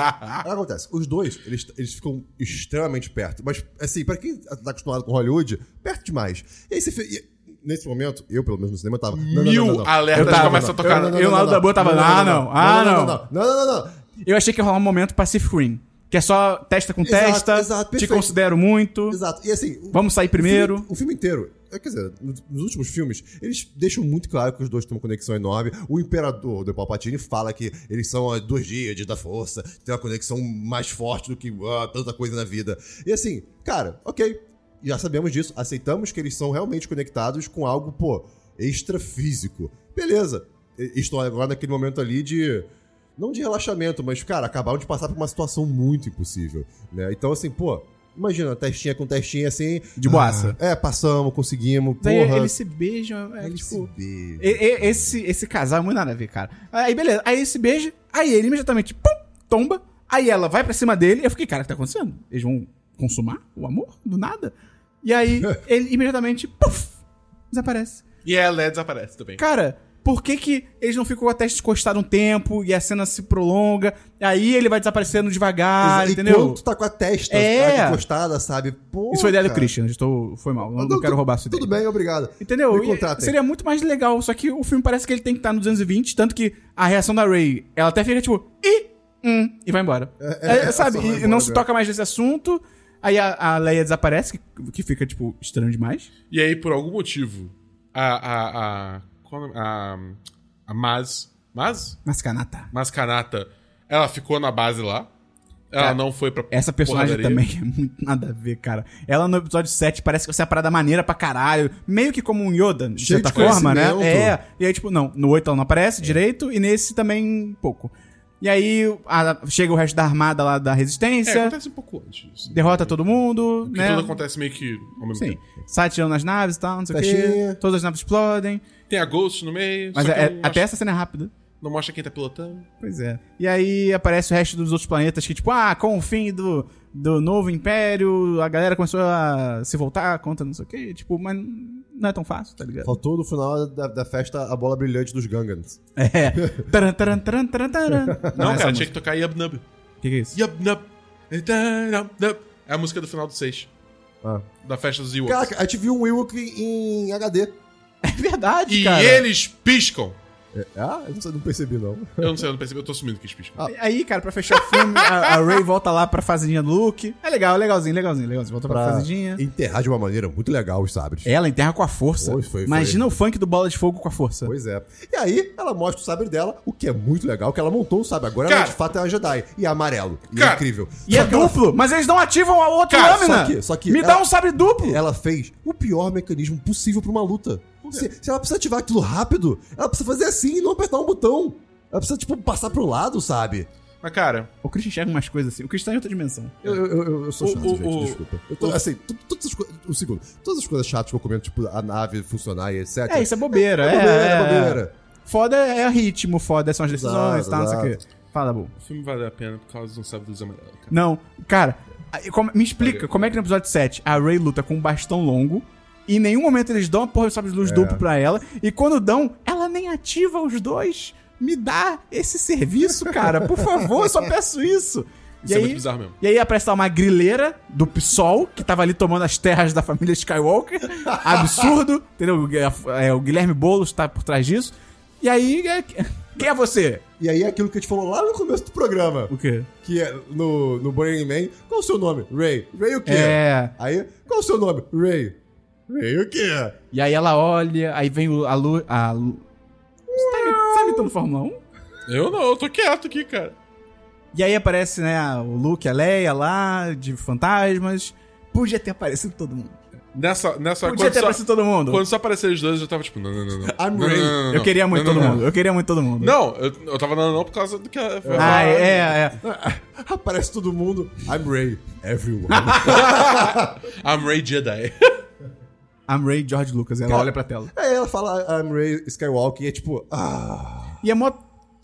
B: aí acontece. Os dois, eles, eles ficam extremamente perto. Mas, assim, pra quem tá acostumado com Hollywood, perto demais. E aí você. fe- e- Nesse momento, eu, pelo menos no cinema, tava. Não, não, não,
C: Mil
B: não, não.
A: Eu
C: alertas
A: tava,
C: começam a
A: mano.
C: tocar.
A: Eu não- lá do Dabu tava, ah, não, ah,
B: Não, não, não, não, não, não.
A: Eu achei que ia rolar um momento Pacific Rim. Que é só testa com
B: Exato,
A: testa,
B: exato,
A: te
B: perfeito.
A: considero muito,
B: Exato. E assim. o-
A: vamos sair
B: O
A: primeiro.
B: filme, o filme inteiro. é, Quer dizer, nos nos últimos filmes, eles deixam muito claro que os dois têm uma conexão enorme. O imperador do Palpatine fala que eles são a duas da força, tem uma conexão mais forte do que ah, tanta coisa na vida. E assim, cara, ok. já sabemos disso, aceitamos que eles são realmente conectados com algo, pô, extrafísico. Beleza. E- Estão agora naquele momento ali de. Não de relaxamento, mas, cara, acabaram de passar por uma situação muito impossível. Né? Então, assim, pô, imagina, testinha com testinha assim.
A: De boaça.
B: Ah, é, passamos, conseguimos,
A: Daí
B: porra.
A: eles se beijam, é, tipo...
B: se
A: E- e- Esse, esse casal é muito nada a ver, cara. Aí beleza, aí ele se beija, aí ele imediatamente pum, tomba, aí ela vai pra cima dele, eu fiquei, cara, o que tá acontecendo? Eles vão consumar o amor do nada? E
B: (laughs)
A: aí ele imediatamente puff, desaparece.
C: E é a LED desaparece também.
A: Cara, por que que eles não ficam até encostar um tempo e a cena se prolonga, aí ele vai desaparecendo devagar,
B: Exa-
A: ah, entendeu?
B: Enquanto tá com a testa
A: É.
B: tá encostada, sabe? Pô,
A: Isso foi ideia do
B: cara.
A: Christian, eu estou, foi mal, não, não
B: Não,
A: quero
B: tu-
A: roubar isso
B: Tudo bem, obrigado.
A: Entendeu?
B: Me
A: E
B: contratem.
A: Seria muito mais legal, só que o filme parece que ele tem que estar no 220, tanto que a reação da Ray, ela até fica tipo, ih, hum, e vai embora.
B: é,
A: É,
B: é,
A: sabe?
B: só
A: E
B: vai embora,
A: não se
B: né?
A: toca mais nesse assunto, aí a, a Leia desaparece, que, que fica, tipo, estranho demais.
C: E aí, por algum motivo, a. A. A. qual o nome? A, a Maz. Maz?
A: Mas, Kanata,
C: Maz Kanata, ela ficou na base lá. Ela
A: Cara,
C: não foi pra.
A: essa personagem
C: porradaria.
A: também (laughs) é muito nada a ver, cara. Ela no episódio 7 parece que você é uma parada maneira pra caralho, meio que como um Yoda, de
B: Cheio
A: certa
B: de
A: forma, né?
B: conhecimento. É.
A: É, e aí, tipo, não, no 8 ela não aparece direito, e nesse também pouco. E aí a- chega o resto da armada lá da
C: É,
A: resistência.
C: acontece um pouco antes. disso.
A: derrota todo mundo,
C: Porque
A: né?
C: tudo acontece meio que ao mesmo
A: Sim.
C: tempo.
A: Sai atirando nas naves e tal, não sei o quê.
B: Festinha.
A: Todas as naves explodem.
C: Tem a Ghost no meio.
A: Mas
C: só que
A: é-
C: não
A: até
C: mostra-
A: essa cena é rápida.
C: Não mostra quem tá pilotando.
A: Pois é. E aí aparece o resto dos outros planetas que, tipo, ah, com o fim do, do novo império, a galera começou a se voltar contra não sei o quê. Tipo, mas não é tão fácil, tá
B: (laughs)
A: ligado?
B: Faltou no final da, da festa a bola brilhante dos Gungans.
A: É. Taran, taran, taran, taran, taran.
C: Não,
A: Ah, essa
C: cara,
A: música.
C: tinha que tocar Yub Nub.
A: O que, que é
C: (laughs)
A: isso?
C: Yub Nub. Eta- Nub, Nub. É a música do final do 6.
B: Ah.
C: Da festa dos Ewoks.
B: Caraca, a gente viu um Ewok em HD.
A: É verdade,
C: e
A: cara.
C: eles piscam.
B: Ah, eu não- não percebi, não.
C: Eu não sei, eu não percebi, eu tô assumindo que eles piscam.
A: Aí, cara, pra fechar o filme, a, a Ray volta lá pra fazendinha do Luke. É legal, legalzinho, legalzinho, legalzinho. Volta pra,
B: Pra-
A: fazendinha.
B: Enterrar de uma maneira muito legal os sabres.
A: Ela enterra com a força.
B: Foi, foi,
A: Imagina o funk do Bola de Fogo com a força.
B: Pois é. E aí, ela mostra o sabre dela, o que é muito legal, que ela montou o sabre. Agora
C: Cara.
B: ela de fato é uma Jedi. E é amarelo. E
C: Cara.
B: é incrível.
A: E
B: Só
A: é
B: que ela-
A: duplo, mas eles não ativam a outra
C: Cara,
A: lâmina.
B: só que- só que
A: Me
B: ela-
A: dá um sabre duplo.
B: Ela fez o pior mecanismo possível pra uma luta. Se, se ela precisa ativar aquilo rápido, ela precisa fazer assim e não apertar um botão. Ela precisa, tipo, passar pro lado, sabe?
C: Mas, cara,
A: O Christian enxerga umas coisas assim. O Christian tá em outra dimensão.
B: Eu, eu- eu- eu sou
C: O-
B: chato,
C: o-
B: gente,
C: o-
B: desculpa. Eu tô,
C: o-
B: assim, tu- todas as coisas. Um segundo. Todas as coisas chatas que eu comento, tipo, a nave funcionar e etc.
A: É, isso é bobeira. É, é, Foda é o ritmo, foda são as decisões e
B: Exato,
A: tal, não sei o quê. Fala, Bu.
C: o filme vale a pena por causa de um sábio dos amarelos, cara.
A: Não, cara, aí, como- me explica
C: Valeu.
A: como é que no episódio 7 a Ray luta com um bastão longo. E em nenhum momento eles dão a porra de sabre
B: É.
A: de luz duplo pra ela. E quando dão, ela nem ativa os dois. Me dá esse serviço, cara. Por favor, eu
B: (laughs)
A: só peço isso.
C: Isso é muito bizarro mesmo.
A: E aí aparece lá uma grileira do PSOL, que tava ali tomando as terras da família
C: (laughs)
A: Skywalker. Absurdo, entendeu? O Gu- é, O Guilherme Boulos tá por trás disso. E aí, é, quem é você?
B: E aí é aquilo que a gente falou lá no começo do programa,
A: O quê?
B: que é no, no Burning Man. Qual é o seu nome? Ray. Ray o quê?
A: É.
B: Aí, qual o seu nome? Ray. Ray o quê?
A: E aí ela olha, aí vem o, a Lu... A Lu... Você tá, imi- você tá imitando Fórmula 1?
C: Eu não, eu tô quieto aqui, cara.
A: E aí aparece, né, o Luke, a Leia lá, de fantasmas. Podia ter aparecido todo mundo.
C: Nessa, nessa
A: Podia
C: quando,
A: ter
C: só,
A: aparecido todo mundo.
C: quando só apareceram os dois, eu tava tipo, não, não, não, não.
B: I'm
C: não,
B: Ray.
C: não, não, não.
A: Eu queria muito
C: Não,
A: todo
C: não,
A: mundo. Eu queria muito todo mundo.
C: Não, Não, eu, eu tava não, não por causa do que ela foi lá.
A: Ah, é, é.
B: (laughs) Aparece todo mundo. I'm Ray.
A: (laughs)
B: Everyone.
C: I'm Ray (laughs) Jedi.
A: I'm Ray George Lucas. Ela
B: Cara,
A: olha pra tela.
B: aí ela fala I'm Ray Skywalker e é tipo, ah.
A: E é mó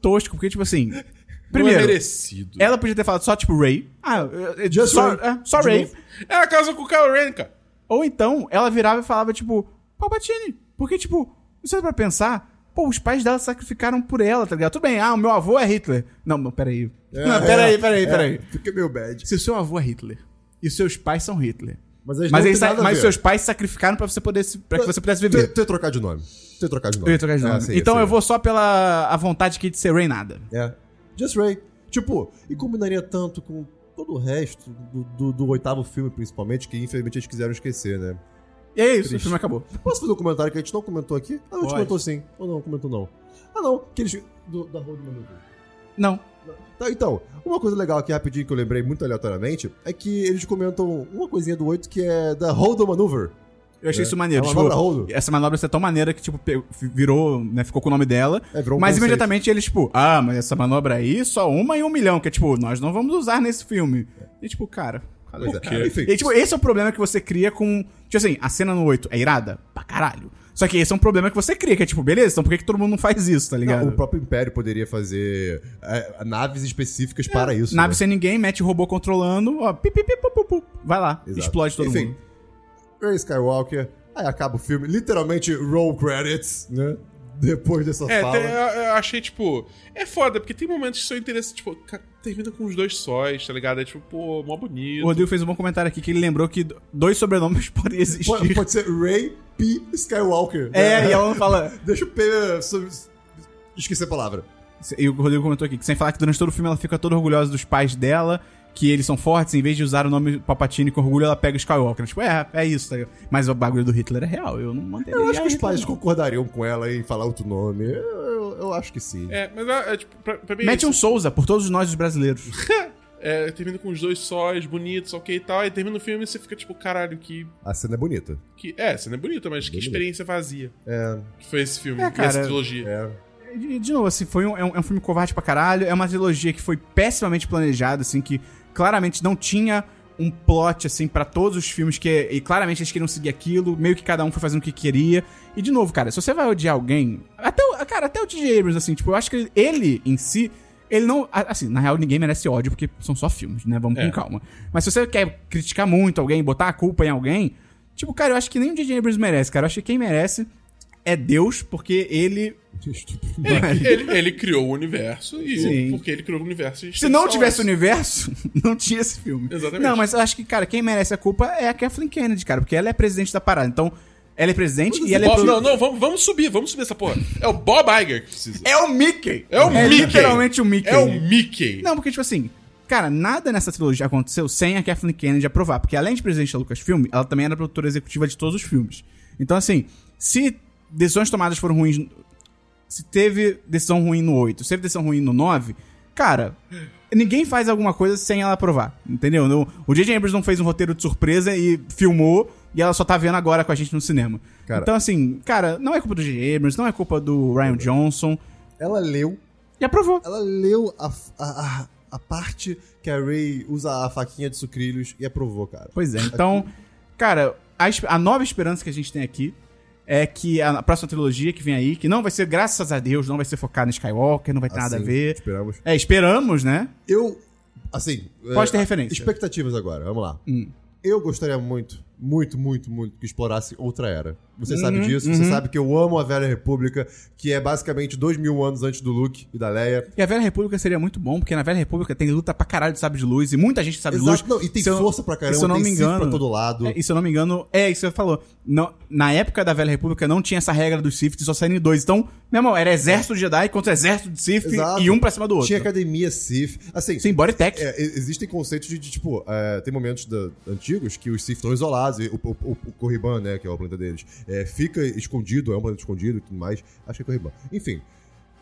A: tosco, porque, tipo assim.
C: não é
A: Primeiro,
C: merecido.
A: ela podia ter falado só, tipo, Ray. Ah, eu- eu-
B: Just
A: só,
B: Ray.
A: é, só
B: De
A: Ray.
B: novo.
C: Ela casou com o Kylo Ren, cara.
A: Ou então, ela virava e falava, tipo, Palpatine. Porque, tipo, isso é pra pensar. Pô, os pais dela sacrificaram por ela, tá ligado? Tudo bem, ah, o meu avô é Hitler. Não, não, peraí. não, é, peraí, peraí, peraí.
B: É, Fica meio bad.
A: Se o seu avô é Hitler e os seus pais são Hitler.
B: Mas eles
A: Mas,
B: não
A: eles
B: têm
A: sa-
B: nada a
A: mas
B: ver.
A: seus pais sacrificaram pra você poder se- pra que você pudesse
B: Tu,
A: viver.
B: tu ia trocar de nome. Tu ia trocar de nome.
A: Eu ia trocar de nome.
B: É, sim,
A: então
B: sim.
A: eu vou só pela a vontade aqui de ser Ray nada.
B: É. Just Ray. Tipo, e combinaria tanto com todo o resto do, do- do oitavo filme, principalmente, que infelizmente eles quiseram esquecer, né?
A: E é isso, o
B: Triste.
A: filme acabou.
B: Posso fazer um comentário que a gente não comentou aqui? Ah, não, a
A: Pode.
B: gente comentou sim. Ou não, comentou não. Ah, não. Aqueles. Do, da Road Maneuver.
A: Não.
B: Tá, então, uma coisa legal aqui rapidinho que eu lembrei muito aleatoriamente é que eles comentam uma coisinha do 8 que é da Hold Maneuver.
A: Eu achei
B: É.
A: isso maneiro.
B: É uma
A: tipo,
B: manobra rolo.
A: essa manobra é tão maneira que, tipo, pe- virou, né, ficou com o nome dela.
B: É, virou um
A: mas
B: conceito.
A: imediatamente eles, tipo, ah, mas essa manobra aí, só uma em um milhão, que é tipo, nós não vamos usar nesse filme. E tipo, cara.
B: Pois
C: quê?
B: é. Enfim,
A: E tipo, esse é o problema que você cria com. Tipo assim, a cena no 8 é irada? Pra caralho. Só que esse é um problema que você cria, que é tipo, beleza, então por que, que todo mundo não faz isso, tá ligado?
B: não, o é próprio Império poderia fazer é, naves específicas
A: É,
B: para isso.
A: Nave
B: né?
A: sem ninguém, mete o robô controlando, ó, pi, pi, pi, pu, pu, pu. vai lá,
B: Exato.
A: explode todo
B: Enfim,
A: mundo.
B: Ray Skywalker, aí acaba o filme, literalmente roll credits, né? Depois dessa
C: É,
B: fala.
C: tem- eu, eu achei, tipo. É foda, porque tem momentos que são interessantes, tipo, ca- termina com os dois sóis, tá ligado? É tipo, pô, mó bonito.
A: O Rodrigo fez um bom comentário aqui que ele lembrou que dois sobrenomes (laughs) podem existir.
B: Pode, pode ser Ray P. Skywalker.
A: É,
B: né?
A: e ela não fala.
B: (laughs) Deixa o P. sobre- Esqueci a palavra.
A: E o Rodrigo comentou aqui que, sem falar que durante todo o filme ela fica toda orgulhosa dos pais dela, que eles são fortes, em vez de usar o nome Papatini com orgulho, ela pega Skywalker. Tipo, é, é isso, tá ligado? Mas o bagulho do Hitler é real, eu não manteria.
B: Eu acho que os
A: Hitler,
B: pais
A: não.
B: concordariam com ela em falar outro nome. Eu, eu- eu acho que sim.
C: É, mas é, é, tipo, pra, pra mim. é
A: Mete
C: isso.
A: um Souza por todos nós os brasileiros.
C: É, termina com os dois sóis, bonitos, ok e tal. Aí termina o filme e você fica, tipo, caralho, que.
B: A cena é bonita.
C: que... É, a cena é bonita, mas que
B: Bonito.
C: experiência vazia.
B: É,
C: Que foi esse filme,
A: É,
C: essa
A: cara,
C: trilogia.
B: é.
A: De, de novo, assim, foi um, é, um, é um filme covarde pra caralho. É uma trilogia que foi pessimamente planejada, assim, que claramente não tinha um plot, assim, pra todos os filmes que. E claramente eles queriam seguir aquilo, meio que cada um foi fazendo o que queria. E de novo, cara, se você vai odiar alguém. Até o, cara, até o T.J. Abrams, assim, tipo, eu acho que ele em si. Ele não. a- Assim, na real, ninguém merece ódio, porque são só filmes, né? Vamos
C: É.
A: com calma. Mas se você quer criticar muito alguém, botar a culpa em alguém, tipo, cara, eu acho que nem o J.J. Abrams merece, cara. Eu acho que quem merece é Deus, porque ele
C: Ele, ele- ele criou o universo e
A: Sim.
C: porque ele criou o universo. a gente
A: Se
C: tem
A: não
C: sóis.
A: tivesse o universo, (laughs) não tinha esse filme.
C: Exatamente.
A: Não, mas eu acho que, cara, quem merece a culpa é a Kathleen Kennedy, cara, porque ela é presidente da parada. Então, ela é presidente e ela é.
C: Bob-
A: pro-
C: Não, não, vamos, vamos subir, vamos subir essa porra. É o Bob Iger que precisa.
A: É o Mickey!
C: É o Mickey!
A: literalmente o Mickey.
C: É o Mickey.
A: Não, porque, tipo assim, cara, nada nessa trilogia aconteceu sem a Kathleen Kennedy aprovar. Porque, além de presidente da Lucasfilm, ela também era produtora executiva de todos os filmes. Então, assim, se decisões tomadas foram ruins. Se teve decisão ruim no 8, se teve decisão ruim no 9, cara, ninguém faz alguma coisa sem ela aprovar. Entendeu? Não- o J.J. Abrams não fez um roteiro de surpresa e filmou. E ela só tá vendo agora com a gente no cinema.
B: Cara.
A: então, assim, cara, não é culpa do J.J. Abrams, não é culpa do Ryan Johnson.
B: Ela leu
A: E aprovou.
B: Ela leu a, a, a, a parte que a Ray usa a faquinha de sucrilhos e aprovou, cara.
A: Pois é, então, cara, a, esp- a nova esperança que a gente tem aqui é que a, a próxima trilogia que vem aí, que não vai ser, graças a Deus, não vai ser focada em Skywalker, não vai ter nada a
B: Assim,
A: ver.
B: Esperamos.
A: É, esperamos, né?
B: Eu, assim...
A: Pode
B: é,
A: ter referência.
B: Expectativas agora, vamos lá.
A: Hum.
B: Eu gostaria muito, muito, muito, muito que explorasse outra era. Você sabe
A: Uhum,
B: disso, você sabe que eu amo a Velha República, que é basicamente dois mil anos antes do Luke e da Leia.
A: E a Velha República seria muito bom, porque na Velha República tem luta pra caralho de sabre de luz, e muita gente sabe de luz.
B: Exato, não, e tem
A: se eu-
B: força pra caramba,
A: se eu não
B: tem
A: me
B: Sith
A: engano-
B: pra todo lado.
A: É, e se eu não me engano, é isso que você falou. Não- na época da Velha República não tinha essa regra dos Sith de só saírem dois. Então, meu irmão, era exército de Jedi contra exército de Sith
B: Exato.
A: e um pra cima do outro.
B: Tinha academia Sith. Assim,
A: Sim, body tech.
B: É, e- existem conceitos de, de, tipo, é, tem momentos da- antigos que os Sith estão isolados, e o, o, o, o Corriban, né, que é o planeta deles, é, fica escondido, é um planeta escondido e tudo mais. Acho que é Corriban. Enfim.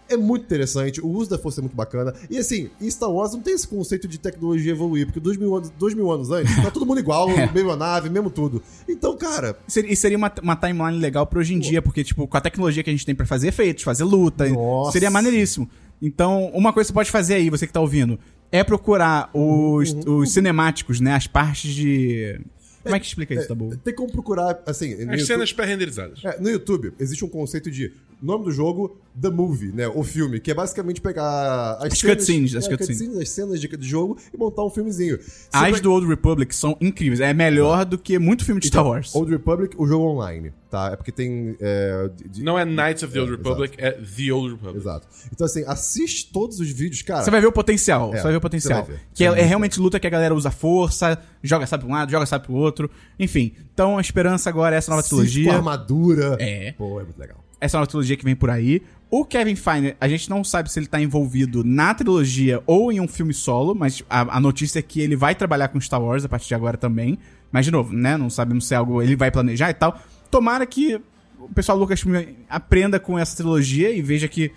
B: É muito interessante, o uso da força é muito bacana. E assim, em Star Wars não tem esse conceito de tecnologia evoluir, porque dois mil anos, dois mil anos antes, tá todo mundo igual, mesma nave, mesmo tudo. Então, cara,
A: Seria- E seria uma, uma timeline legal pra hoje em dia, porque, tipo, com a tecnologia que a gente tem pra fazer efeitos, fazer luta,
B: Nossa.
A: seria maneiríssimo. Então, uma coisa que você pode fazer aí, você que tá ouvindo, é procurar os,
B: Uhum.
A: os cinemáticos, né? As partes de. Como é que explica isso, Tabu?
B: tem como procurar, assim.
A: é
B: no
C: As
B: YouTube-
C: cenas pré-renderizadas.
B: É, no YouTube, existe um conceito de nome do jogo, The Movie, né? O filme, que é basicamente pegar as,
A: As cutscenes, as
B: é,
A: cutscenes.
B: as cenas de, de jogo e montar um filmezinho. Se
A: As
B: pe-
A: do Old Republic são incríveis. É melhor do que muito filme de Star Wars.
B: Old Republic, o jogo online, tá? É porque tem. é, de- de-
C: Não é Knights of the Old
B: É,
C: Republic, é The Old Republic.
B: Exato. Então, assim, assiste todos os vídeos, cara.
A: Você vai ver o potencial.
B: É,
A: você vai ver o
B: você
A: potencial.
B: vai ver.
A: Que é,
B: É muito
A: é realmente luta que a galera usa força, joga sabe pra um lado, joga sabe pro outro. Enfim, então a esperança agora é essa nova
B: Assiste
A: trilogia.
B: com armadura.
A: É.
B: Pô, é muito legal.
A: essa nova trilogia que vem por aí. O Kevin Feige, a gente não sabe se ele tá envolvido na trilogia ou em um filme solo, mas a, a notícia é que ele vai trabalhar com Star Wars a partir de agora também. Mas, de novo, né? Não sabemos se é algo ele vai planejar e tal. Tomara que o pessoal do Lucasfilm aprenda com essa trilogia e veja que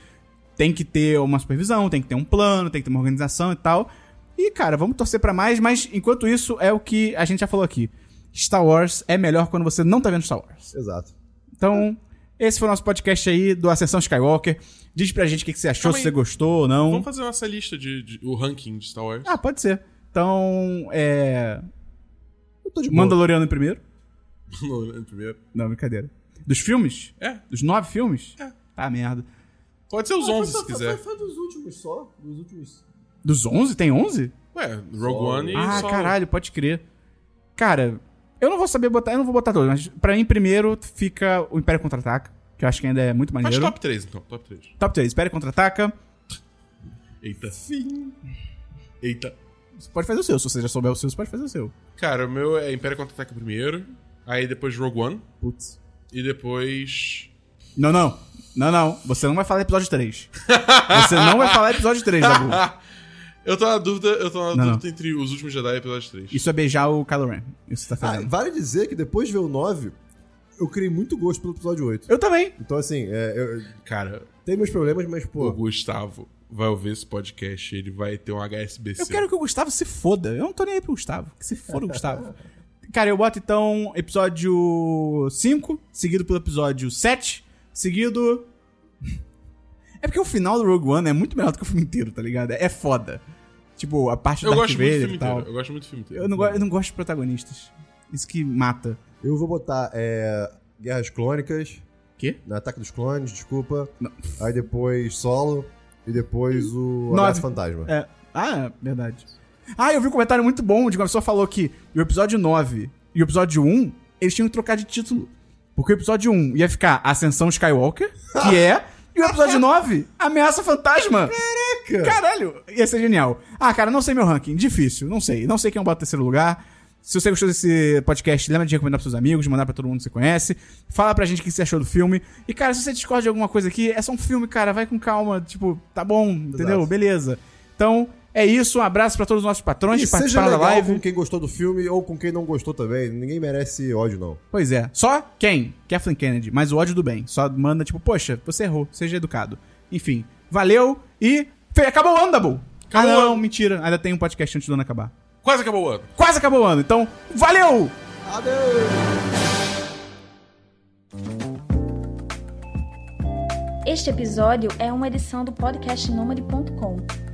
A: tem que ter uma supervisão, tem que ter um plano, tem que ter uma organização e tal. E, cara, vamos torcer pra mais, mas enquanto isso, é o que a gente já falou aqui. Star Wars é melhor quando você não tá vendo Star Wars.
B: Exato.
A: Então, esse foi o nosso podcast aí do Ascensão Skywalker. Diz pra gente o que que você achou,
C: Calma
A: se
C: aí.
A: você gostou ou não.
C: Vamos fazer nossa lista de, de- o ranking de
A: (laughs)
C: Star Wars.
A: Ah, pode ser. Então, é.
B: Eu tô de boa.
A: Mandaloriano em primeiro.
C: No primeiro.
A: Não, brincadeira. Dos filmes?
C: É.
A: Dos nove filmes?
C: É.
A: Tá, merda.
C: Pode ser os 11 se
B: Foi- foi-
C: quiser.
B: Foi, foi dos últimos só. Dos últimos.
A: Dos onze? Tem onze?
C: Ué, Rogue One e
A: ah,
C: só-
A: caralho, pode crer. Cara, eu não vou saber botar, eu não vou botar todos, mas pra mim primeiro fica o Império Contra-Ataca, que eu acho que ainda é muito
C: Faz
A: maneiro.
C: top 3, então. Top 3.
A: Top 3, Império Contra-Ataca.
C: Eita. Sim. Eita.
A: Você pode fazer o seu, se você já souber o seu, você pode fazer o seu.
C: Cara, o meu é Império Contra-Ataca primeiro. Aí depois Rogue One.
A: Putz.
C: E depois...
A: Não, não. Não, não. Você não vai falar episódio 3. Você não vai falar episódio 3, Dabu.
C: eu tô na dúvida, eu tô na
A: Não,
C: dúvida entre Os Últimos Jedi e Episódio 3.
A: Isso é beijar o Kylo Ren. Isso tá
B: Ah,
A: fazendo.
B: vale dizer que depois de ver o 9, eu criei muito gosto pelo episódio 8.
A: Eu também.
B: Então, assim, é, eu-
C: Cara,
B: tem meus problemas, mas, pô.
C: o Gustavo vai ouvir esse podcast, ele vai ter um HSBC.
A: Eu quero que o Gustavo se foda. Eu não tô nem aí pro Gustavo. Que se foda o Gustavo. Cara, eu boto então episódio 5, seguido pelo episódio 7, seguido. (laughs) É porque o final do Rogue One é muito melhor do que o filme inteiro, tá ligado? É foda. Tipo, a parte
C: Eu
A: do Darth
C: gosto muito do
A: Vader
C: filme
A: e tal.
C: inteiro. Eu gosto muito do filme inteiro.
A: Eu não, go- eu não gosto de protagonistas. Isso que mata.
B: Eu vou botar é, Guerras Clônicas.
A: Quê?
B: Na Ataque dos Clones, desculpa. Aí depois Solo. E depois o
A: Nove.
B: Abraço Fantasma.
A: É. Ah, é verdade. Ah, eu vi um comentário muito bom de uma pessoa falou que o episódio 9 e o episódio 1, eles tinham que trocar de título. Porque o episódio 1 ia ficar Ascensão Skywalker, que é, e o episódio 9, Ameaça Fantasma.
B: Caraca!
A: Caralho, ia ser genial. Ah, cara, não sei meu ranking, difícil, não sei. Não sei quem eu boto em terceiro lugar. Se você gostou desse podcast, lembra de recomendar pros seus amigos, mandar pra todo mundo que você conhece. Fala pra gente o que você achou do filme. E, cara, se você discorda de alguma coisa aqui, é só um filme, cara. Vai com calma. Tipo, tá bom, entendeu?
B: Exato.
A: Beleza. Então, é isso. Um abraço pra todos os nossos patrões
B: E
A: que
B: seja
A: participaram da
B: legal
A: live.
B: com quem gostou do filme ou com quem não gostou também. Ninguém merece ódio, não.
A: Pois é. Só quem? Kathleen Kennedy. Mas o ódio do bem. Só manda, tipo, poxa, você errou. Seja educado. Enfim, valeu e... Fe- Acabou o ano, Dabu! Ah,
C: Acabou o
A: não,
C: ano.
A: mentira. Ainda tem um podcast antes do ano acabar.
C: Quase acabou o ano.
A: quase acabou o ano. Então, valeu!
E: Este episódio é uma edição do podcast Nômade.com.